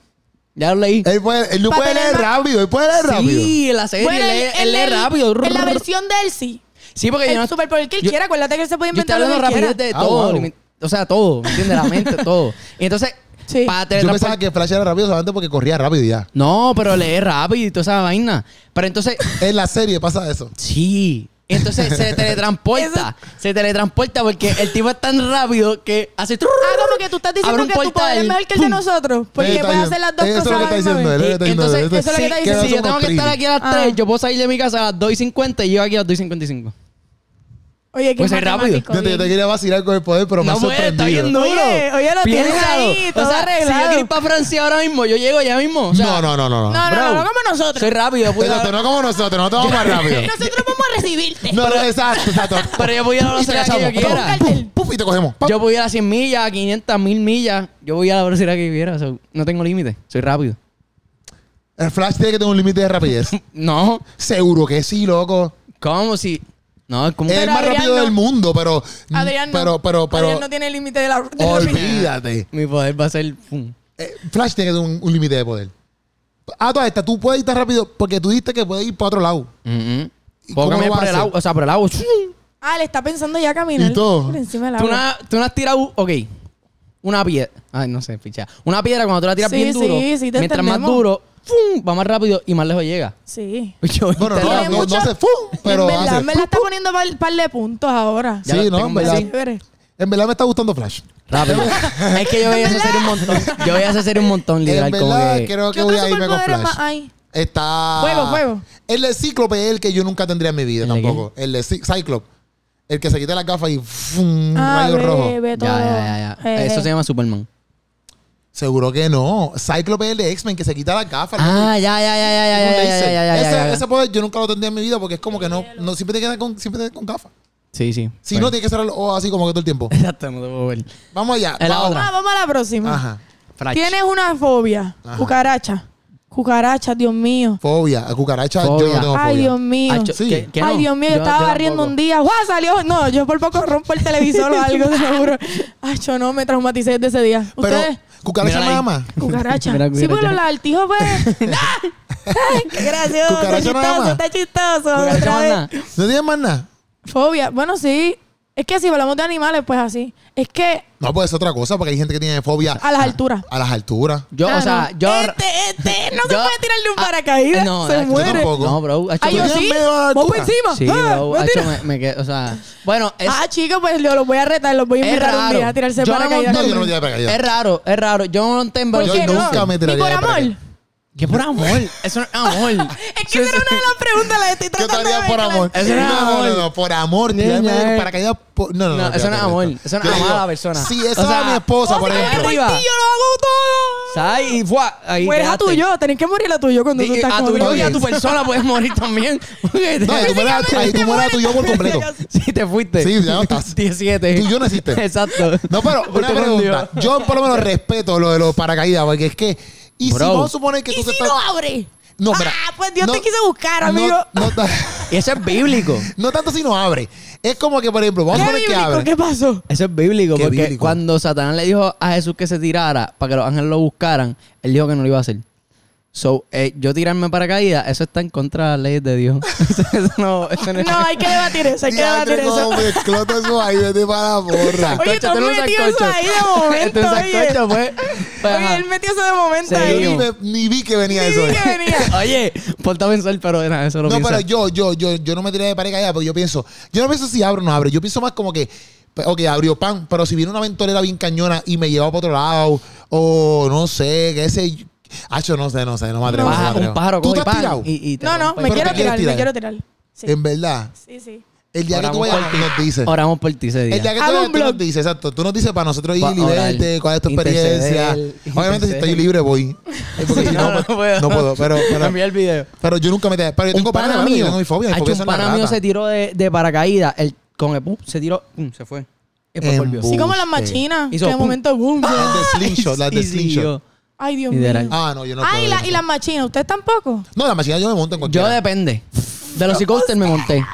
Speaker 2: Ya los leí.
Speaker 1: Él, puede, él no
Speaker 3: Para
Speaker 1: puede leer
Speaker 3: tener más-
Speaker 1: rápido. Él puede leer Eh, rápido.
Speaker 2: Sí, en la serie,
Speaker 3: Bueno,
Speaker 2: él lee- él lee
Speaker 3: el-
Speaker 2: rápido.
Speaker 3: En la
Speaker 2: Rrr.
Speaker 3: versión de él sí.
Speaker 2: Sí, porque yo no
Speaker 3: El superpoder que él
Speaker 2: yo-
Speaker 3: quiera, acuérdate que él se puede
Speaker 2: Yo estoy
Speaker 3: inventar lo
Speaker 2: hablando
Speaker 3: que
Speaker 2: rapidez
Speaker 3: quiera.
Speaker 2: de
Speaker 1: Ah,
Speaker 2: todo.
Speaker 1: wow.
Speaker 2: limi- O sea, todo, ¿me entiendes? La
Speaker 3: *laughs*
Speaker 2: mente, todo. Y entonces,
Speaker 3: Sí.
Speaker 2: para
Speaker 1: Yo
Speaker 2: teletransport-
Speaker 1: pensaba que Flash era rápido solamente porque corría rápido y ya.
Speaker 2: No, pero leer rápido y toda esa vaina. Pero entonces,
Speaker 1: En la serie pasa eso.
Speaker 2: sí. Entonces se
Speaker 3: *laughs*
Speaker 2: teletransporta. se teletransporta porque el tipo es tan rápido que hace.
Speaker 3: Ah, como que tú estás
Speaker 2: Abre
Speaker 3: diciendo
Speaker 2: un
Speaker 3: que tu poder es
Speaker 2: portal,
Speaker 3: mejor que el de
Speaker 2: ¡pum!
Speaker 3: nosotros. Porque
Speaker 1: Está
Speaker 3: puedes
Speaker 1: bien.
Speaker 3: hacer las dos
Speaker 1: Eso es
Speaker 3: cosas
Speaker 1: lo que
Speaker 3: a
Speaker 1: está
Speaker 3: la misma
Speaker 1: diciendo
Speaker 3: vez.
Speaker 1: él.
Speaker 2: Y
Speaker 1: Eso es lo que está
Speaker 2: entonces,
Speaker 1: diciendo.
Speaker 3: eso es lo que
Speaker 1: Sí,
Speaker 3: está diciendo.
Speaker 2: Si yo
Speaker 1: somos
Speaker 2: tengo que
Speaker 1: trini.
Speaker 2: estar aquí a las
Speaker 3: Ah.
Speaker 2: 3, yo puedo salir de mi casa a las 2 y 50 y yo aquí a las 2 y 55.
Speaker 3: Oye, qué
Speaker 2: Pues es rápido.
Speaker 3: matemático,
Speaker 1: Yo te, yo te
Speaker 3: bien.
Speaker 1: quería vacilar con el poder, pero me ha
Speaker 2: no puede, está
Speaker 1: sorprendido.
Speaker 2: bien duro.
Speaker 3: Oye, oye, lo tienes ahí, todo
Speaker 2: o sea, Si yo
Speaker 3: arreglado.
Speaker 2: quiero ir para Francia ahora mismo, yo llego ya mismo. O sea,
Speaker 1: no, no, no, no. no.
Speaker 3: No, no, no,
Speaker 2: Bro,
Speaker 3: no como nosotros.
Speaker 2: Soy rápido, puedo
Speaker 1: Exacto, no como nosotros, no te
Speaker 2: *laughs*
Speaker 1: vamos más rápido.
Speaker 3: Nosotros vamos a recibirte.
Speaker 1: No, no, exacto, exacto.
Speaker 2: Pero yo voy a la
Speaker 3: *laughs*
Speaker 1: Y te
Speaker 2: velocidad que yo
Speaker 1: cachamos,
Speaker 2: quiera.
Speaker 1: pum, pum, pum, y te cogemos. pam.
Speaker 2: Yo voy a las 100 millas, a 500, 1000 millas. Yo voy a la velocidad que quiera. o sea, no tengo límite. Soy rápido.
Speaker 1: El Flash tiene que tener un límite de
Speaker 3: *laughs*
Speaker 1: rapidez.
Speaker 2: No.
Speaker 1: Seguro que sí, loco.
Speaker 2: ¿Cómo si...? No, es como...
Speaker 1: Es el
Speaker 3: Pero
Speaker 1: más
Speaker 3: Adrián
Speaker 1: rápido
Speaker 3: no.
Speaker 1: del mundo, pero.
Speaker 3: Adrián no.
Speaker 1: Pero, pero, pero.
Speaker 3: Adrián no tiene límite de la... de la vida.
Speaker 1: Olvídate.
Speaker 2: Mi poder va a ser... pum.
Speaker 1: Eh, Flash tiene que tener un, un límite de poder. Ah, toda esta, tú puedes ir tan rápido porque tú dijiste que puedes ir para otro lado.
Speaker 3: Mm-hmm.
Speaker 2: Mm-mm.
Speaker 1: ¿Y
Speaker 2: Puedo
Speaker 1: cómo
Speaker 2: caminar
Speaker 1: lo
Speaker 2: por el
Speaker 1: hace?
Speaker 2: agua. O sea, por el agua.
Speaker 3: Ah, le está pensando ya caminar.
Speaker 1: Y todo.
Speaker 3: Por encima del
Speaker 2: Tú
Speaker 3: agua.
Speaker 2: no, has- tú no has tirado... Ok. Una piedra... Ay, no sé, ficha. Una piedra cuando tú la tiras
Speaker 3: Sí,
Speaker 2: bien
Speaker 3: sí,
Speaker 2: duro...
Speaker 3: sí, te
Speaker 2: mientras más
Speaker 3: entendemos.
Speaker 2: duro... ¡fum! Va más rápido y más lejos llega. *laughs*
Speaker 3: Sí.
Speaker 2: Yo,
Speaker 1: Bueno,
Speaker 2: te
Speaker 1: no,
Speaker 2: la-
Speaker 1: no,
Speaker 3: Tiene
Speaker 1: no,
Speaker 3: mucho-
Speaker 1: hace ¡fum! Pero
Speaker 3: en verdad,
Speaker 1: hace.
Speaker 3: en verdad está poniendo par, par de puntos ahora.
Speaker 2: Ya
Speaker 1: sí,
Speaker 2: lo
Speaker 1: no,
Speaker 2: tengo
Speaker 1: en
Speaker 2: en
Speaker 1: verdad.
Speaker 3: Chévere.
Speaker 1: En verdad me está gustando Flash.
Speaker 2: Rápido. es que yo voy a hacer un montón. Yo voy a hacer un montón, literal.
Speaker 1: En
Speaker 2: Como
Speaker 1: verdad
Speaker 2: que...
Speaker 1: creo que
Speaker 3: ¿Qué
Speaker 1: voy
Speaker 3: otro
Speaker 1: a irme con
Speaker 3: superpoder
Speaker 1: Flash.
Speaker 3: más hay?
Speaker 1: Está.
Speaker 3: Fuego, fuego.
Speaker 1: El de Cíclope es el que yo nunca tendría en mi vida
Speaker 2: ¿El de
Speaker 1: tampoco. El de Cí- Cyclope. El que se quita la gafa y ¡fum! rayo
Speaker 3: ve,
Speaker 1: rojo.
Speaker 3: ve todo.
Speaker 2: Ya, ya, ya, ya.
Speaker 3: Eh,
Speaker 2: Eso se
Speaker 3: eh.
Speaker 2: llama Superman.
Speaker 1: Seguro que no. Cyclope es el de X-Men que se quita la gafa.
Speaker 2: Ah, ya, ya, ya, ya,
Speaker 1: ¿no?
Speaker 2: ya,
Speaker 1: Un
Speaker 2: ya,
Speaker 1: láser.
Speaker 2: ya, ya, ya,
Speaker 1: ese,
Speaker 2: ya, ya.
Speaker 1: ese poder yo nunca lo tendría en mi vida porque es como que no, no siempre te quedas con, siempre te quedas con gafa.
Speaker 2: Sí, sí.
Speaker 1: Si no, tiene que cerrar los ojos así como que todo el tiempo.
Speaker 2: *laughs* Exacto, no te puedo ver.
Speaker 1: Vamos allá.
Speaker 2: *laughs* En la
Speaker 1: vamos.
Speaker 2: otra.
Speaker 3: Ah, vamos a la próxima.
Speaker 1: Ajá.
Speaker 2: Flash.
Speaker 3: Tienes una fobia.
Speaker 1: Ajá.
Speaker 3: Cucaracha. Cucaracha, Dios mío.
Speaker 1: Fobia. A cucaracha yo
Speaker 2: Fobia.
Speaker 1: no tengo fobia.
Speaker 3: Ay, Dios mío.
Speaker 2: Ah, yo-
Speaker 1: Sí.
Speaker 2: ¿qué- qué
Speaker 3: Ay,
Speaker 2: no?
Speaker 3: Dios mío, yo, estaba barriendo un
Speaker 2: tampoco.
Speaker 3: día. ¡Guau! Salió. No, yo por poco rompo el televisor o algo, seguro.
Speaker 1: *laughs*
Speaker 3: Ay, yo no, me traumaticé desde ese día.
Speaker 1: Pero,
Speaker 3: ¿Ustedes?
Speaker 1: cucaracha
Speaker 2: Mírala ahí.
Speaker 1: nada más.
Speaker 3: Cucaracha.
Speaker 2: Mira,
Speaker 3: Sí, porque
Speaker 2: cucaracha.
Speaker 3: los lagartijos, pues. ¡Ah! Ay, ¡Qué gracioso!
Speaker 1: Cucaracha nada más.
Speaker 3: está chistoso, está
Speaker 2: Cucaracha
Speaker 3: chistoso. Otra vez.
Speaker 2: manda.
Speaker 1: No tienes más nada.
Speaker 3: Fobia. Bueno, sí. Es que si hablamos de animales, pues así. Es que
Speaker 1: No, pues es otra cosa porque hay gente que tiene fobia
Speaker 3: a las alturas.
Speaker 1: a las alturas.
Speaker 2: Yo,
Speaker 3: Ah,
Speaker 2: o sea,
Speaker 3: no.
Speaker 2: yo.
Speaker 3: Este, este, no se
Speaker 2: yo-
Speaker 3: puede tirar de un
Speaker 2: ah,
Speaker 3: paracaídas.
Speaker 2: no,
Speaker 3: se
Speaker 2: yo
Speaker 1: Yo
Speaker 3: muere.
Speaker 1: tampoco.
Speaker 2: No, bro. hacho,
Speaker 3: Ay, yo
Speaker 1: ¿Tú
Speaker 3: sí.
Speaker 1: tienes miedo a la
Speaker 3: Vamos
Speaker 1: altura?
Speaker 3: encima.
Speaker 2: Sí,
Speaker 3: Ah,
Speaker 2: bro.
Speaker 3: me
Speaker 2: hacho,
Speaker 3: tira.
Speaker 2: me, me quedo. O sea, bueno, es,
Speaker 3: Ah, chicos, pues yo los voy a retar, los voy a
Speaker 2: Es
Speaker 3: invitar un
Speaker 2: raro.
Speaker 3: día a tirarse
Speaker 2: Yo no
Speaker 3: paracaídas.
Speaker 1: No, yo no me
Speaker 3: conmigo.
Speaker 1: tiré para allá.
Speaker 2: es raro, es raro. Yo no entiendo.
Speaker 3: ¿Por
Speaker 1: Yo
Speaker 3: qué no?
Speaker 1: nunca me tiraría
Speaker 3: ¿Ni por
Speaker 1: de
Speaker 3: amor?
Speaker 1: paracaídas.
Speaker 2: ¿Qué por amor? Eso no es amor.
Speaker 3: *laughs* Es que esa era una de las preguntas, la estoy
Speaker 1: Yo
Speaker 3: tratando
Speaker 1: estaría
Speaker 3: de
Speaker 1: por
Speaker 3: mezclar.
Speaker 1: amor.
Speaker 2: Eso no es
Speaker 1: no,
Speaker 2: amor.
Speaker 1: no, no, por amor.
Speaker 2: Niña,
Speaker 1: Tirarme
Speaker 2: eh.
Speaker 1: para caídas. por- No, no, no.
Speaker 2: No, eso no es
Speaker 1: fíjate,
Speaker 2: amor.
Speaker 1: fíjate.
Speaker 2: Eso no es
Speaker 1: Yo
Speaker 2: amar
Speaker 1: digo,
Speaker 2: a la persona.
Speaker 1: Si esa
Speaker 2: O sea,
Speaker 1: es mi esposa,
Speaker 3: Oh,
Speaker 1: por
Speaker 3: si quieres
Speaker 1: ejemplo.
Speaker 3: por ti, yo
Speaker 2: arriba.
Speaker 3: lo hago todo.
Speaker 2: ¿Sabes? Y fue ahí.
Speaker 3: Mueres Pues a
Speaker 2: quedaste.
Speaker 3: tu yo, tenés que morir a tu yo cuando tú
Speaker 2: Y-
Speaker 3: estás
Speaker 2: A tu
Speaker 3: conmigo.
Speaker 2: yo y a
Speaker 1: Oye.
Speaker 2: tu persona puedes morir también. *laughs* Porque
Speaker 1: No,
Speaker 2: te-
Speaker 1: tú mueres a- ahí tú mueres a tu yo por completo.
Speaker 2: *laughs* Sí, te fuiste.
Speaker 1: Sí, ya no
Speaker 2: *laughs*
Speaker 1: estás.
Speaker 2: 17.
Speaker 1: Tú y yo no existe.
Speaker 2: Exacto.
Speaker 1: No,
Speaker 2: *laughs*
Speaker 1: pero
Speaker 2: Fuiste
Speaker 1: una
Speaker 2: con
Speaker 1: pregunta.
Speaker 2: Dios.
Speaker 1: Yo por lo menos respeto lo de los paracaídas, porque es que. Y si
Speaker 2: Bro.
Speaker 1: vamos a suponer que
Speaker 3: ¿Y
Speaker 1: tú te
Speaker 3: si
Speaker 1: estás.
Speaker 3: no abre?
Speaker 1: No, mira.
Speaker 3: Ah, pues Dios
Speaker 1: no-
Speaker 3: te quiso buscar,
Speaker 1: no-
Speaker 3: amigo.
Speaker 1: no ta-
Speaker 2: Y eso es bíblico.
Speaker 1: No tanto si no abre. Es como que, por ejemplo, vamos a
Speaker 3: ¿Qué
Speaker 1: poner que
Speaker 3: bíblico?
Speaker 1: abre.
Speaker 3: ¿Qué pasó?
Speaker 2: Eso es bíblico,
Speaker 1: Qué
Speaker 2: porque
Speaker 1: bíblico.
Speaker 2: cuando Satanás le dijo a Jesús que se tirara para que los ángeles lo buscaran, él dijo que no lo iba a hacer. So, eh, yo tirarme para caída, eso está en contra de las leyes de Dios. *laughs* eso, eso no, eso no es-
Speaker 3: No,
Speaker 2: *laughs*
Speaker 3: hay que debatir eso, hay que debatir
Speaker 1: Diantre,
Speaker 3: eso.
Speaker 1: no, me explota eso ahí, vete para la
Speaker 3: *laughs*
Speaker 1: porra.
Speaker 3: Oye,
Speaker 2: Sancocho,
Speaker 3: tú
Speaker 2: tenemos
Speaker 3: metió eso
Speaker 2: sancocho.
Speaker 3: ahí de momento,
Speaker 2: Este
Speaker 3: oye.
Speaker 2: sancocho fue- fue,
Speaker 3: Oye,
Speaker 2: pues. ajá.
Speaker 3: él metió eso de momento
Speaker 1: Yo ni,
Speaker 3: ahí.
Speaker 2: Seguimos.
Speaker 1: me- ni vi que venía
Speaker 3: Sí,
Speaker 1: eso. ahí.
Speaker 3: que venía.
Speaker 2: *laughs* Oye, ponte a pensar, pero nada, eso lo
Speaker 1: No,
Speaker 2: piensa.
Speaker 1: pero yo, yo, yo, yo no me tiré de pareja allá, porque yo pienso, yo no pienso si abro o no abro. Yo pienso más como que, pues, ok, abrió pan, pero si viene una ventolera bien cañona y me lleva para otro lado, o no sé, que ese. Hacho, no sé, no sé, no me atrevo. no
Speaker 2: Baja
Speaker 1: me atrevo.
Speaker 2: un pájaro,
Speaker 1: ¿Tú
Speaker 2: coge
Speaker 1: te has
Speaker 2: pan
Speaker 1: tirado?
Speaker 2: y- y te
Speaker 3: No, no,
Speaker 2: rompe.
Speaker 3: me
Speaker 1: Pero
Speaker 3: quiero
Speaker 1: te quieres
Speaker 3: tirar, me
Speaker 1: tirar.
Speaker 3: quiero tirar. Sí,
Speaker 1: En verdad,
Speaker 3: sí, sí.
Speaker 1: el día que tú
Speaker 2: Oramos
Speaker 1: vayas,
Speaker 2: por ti.
Speaker 1: nos dices.
Speaker 2: Oramos por ti ese día.
Speaker 1: El
Speaker 2: *laughs*
Speaker 1: día que tú,
Speaker 3: Hago
Speaker 1: vayas,
Speaker 3: un
Speaker 1: tú nos
Speaker 3: blog.
Speaker 1: dices, exacto. Tú nos dices para nosotros ir
Speaker 2: Va a
Speaker 1: y verte,
Speaker 2: orar,
Speaker 1: cuál es tu experiencia.
Speaker 2: interceder,
Speaker 1: Obviamente, si estoy
Speaker 2: interceder.
Speaker 1: libre, voy. Eh, Porque si no,
Speaker 2: no, no puedo.
Speaker 1: no puedo. Pero, pero,
Speaker 2: Envía el video.
Speaker 1: pero yo nunca me tiré. Pero yo tengo
Speaker 2: un pana,
Speaker 1: pana, mano,
Speaker 2: mío,
Speaker 1: yo tengo mi fobia. Mi
Speaker 2: Hacho,
Speaker 1: fobia
Speaker 2: un
Speaker 1: son las
Speaker 2: pana mío
Speaker 1: ratas.
Speaker 2: se tiró de, de paracaídas, él con el pum, se tiró, pum, se fue. Y después
Speaker 1: En
Speaker 2: volvió.
Speaker 1: bu-
Speaker 3: Sí, como las
Speaker 1: Buste.
Speaker 3: machinas.
Speaker 2: Hizo
Speaker 3: que de
Speaker 2: pum.
Speaker 3: momento, boom.
Speaker 1: Las
Speaker 2: *laughs*
Speaker 1: de slingshot, las de
Speaker 2: Y
Speaker 1: slingshot.
Speaker 2: siguió.
Speaker 3: Ay, Dios mío.
Speaker 2: Literal.
Speaker 1: Ah, no, yo no
Speaker 3: Ah,
Speaker 1: puedo,
Speaker 3: y,
Speaker 1: yo no
Speaker 3: la, y las machinas. ¿Ustedes tampoco?
Speaker 1: No, la máquina yo me monto en
Speaker 2: Yo
Speaker 1: cualquiera.
Speaker 2: depende. Velocicoaster me monté.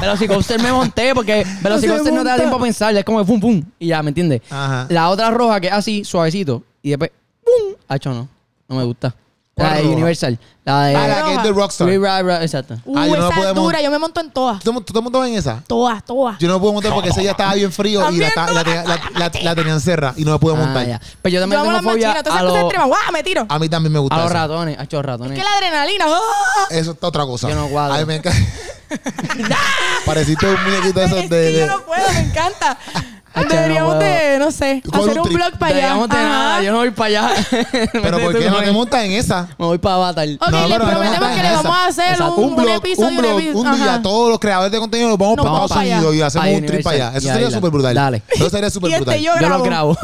Speaker 2: Velocicoaster me
Speaker 1: *laughs*
Speaker 2: monté porque Velocicoaster no te da
Speaker 3: monta.
Speaker 2: tiempo a pensar. Es como pum, pum. Y ya, ¿me entiendes?
Speaker 1: Ajá.
Speaker 2: La otra roja que es así, suavecito. Y después, pum. Hacho, no. No me gusta. La
Speaker 1: ¿Cuál
Speaker 2: de
Speaker 1: roja?
Speaker 2: Universal. La de.
Speaker 1: Ah, la que es de Rockstar.
Speaker 2: Free Ride, Ride, exacto.
Speaker 3: Uh,
Speaker 1: Ah, yo no
Speaker 3: esa
Speaker 1: la puedo
Speaker 3: es dura.
Speaker 1: mont-
Speaker 3: Yo me monto en todas.
Speaker 1: ¿Tú, tú te montabas en esa?
Speaker 3: Todas, todas.
Speaker 1: Yo no me pude montar porque esa ya estaba bien frío y la, ta- la, tenía- la, la, la tenían cerra y no me pude
Speaker 2: Ah,
Speaker 1: montar.
Speaker 2: ya. Pero yo
Speaker 3: Yo
Speaker 2: también
Speaker 3: amo
Speaker 2: tengo
Speaker 3: las
Speaker 2: fobia
Speaker 3: machinas.
Speaker 2: a
Speaker 3: Entonces,
Speaker 2: los,
Speaker 3: cosas extremas. ¡Guau! Me tiro.
Speaker 1: A mí también me gusta.
Speaker 2: a los
Speaker 1: eso.
Speaker 2: ratones. Hacho, ratones.
Speaker 3: Que la adrenalina. ¡ah!
Speaker 1: Eso está otra cosa.
Speaker 2: Yo no cuadro.
Speaker 1: A mí me
Speaker 3: *laughs*
Speaker 1: encanta. Pareciste un muñequito de esos de.
Speaker 3: Es que
Speaker 1: de-
Speaker 3: yo no puedo, me encanta.
Speaker 1: *laughs*
Speaker 2: Hacho, no
Speaker 3: Deberíamos
Speaker 2: puedo.
Speaker 3: de, no sé,
Speaker 1: Coge
Speaker 3: hacer
Speaker 1: un
Speaker 3: un
Speaker 1: trip.
Speaker 3: blog
Speaker 2: Te
Speaker 3: para allá.
Speaker 2: digamos de nada,
Speaker 3: Ajá.
Speaker 2: yo no voy para
Speaker 3: *laughs*
Speaker 2: allá. *laughs*
Speaker 1: Pero ¿por qué no te montas en esa?
Speaker 2: Me voy para Avatar.
Speaker 3: Ok,
Speaker 1: No,
Speaker 3: les
Speaker 1: pero no
Speaker 3: prometemos
Speaker 1: montas
Speaker 3: que
Speaker 1: en
Speaker 3: le
Speaker 1: esa.
Speaker 3: vamos a hacer
Speaker 2: Exacto.
Speaker 3: un,
Speaker 1: un blog,
Speaker 3: un episodio.
Speaker 1: un, blog,
Speaker 3: epi-
Speaker 1: un día,
Speaker 3: ajá.
Speaker 1: todos los creadores de contenido nos vamos
Speaker 3: Nos
Speaker 1: para
Speaker 3: vamos
Speaker 1: Estados
Speaker 3: para allá.
Speaker 1: Unidos y hacemos
Speaker 2: Para
Speaker 1: un trip para allá.
Speaker 2: Universal.
Speaker 1: Eso
Speaker 2: Y
Speaker 1: sería
Speaker 2: ahí
Speaker 1: súper
Speaker 2: la-
Speaker 1: brutal.
Speaker 2: dale.
Speaker 1: Eso sería súper
Speaker 3: Y
Speaker 1: brutal.
Speaker 3: este yo
Speaker 2: Yo
Speaker 3: grabo.
Speaker 2: lo grabo.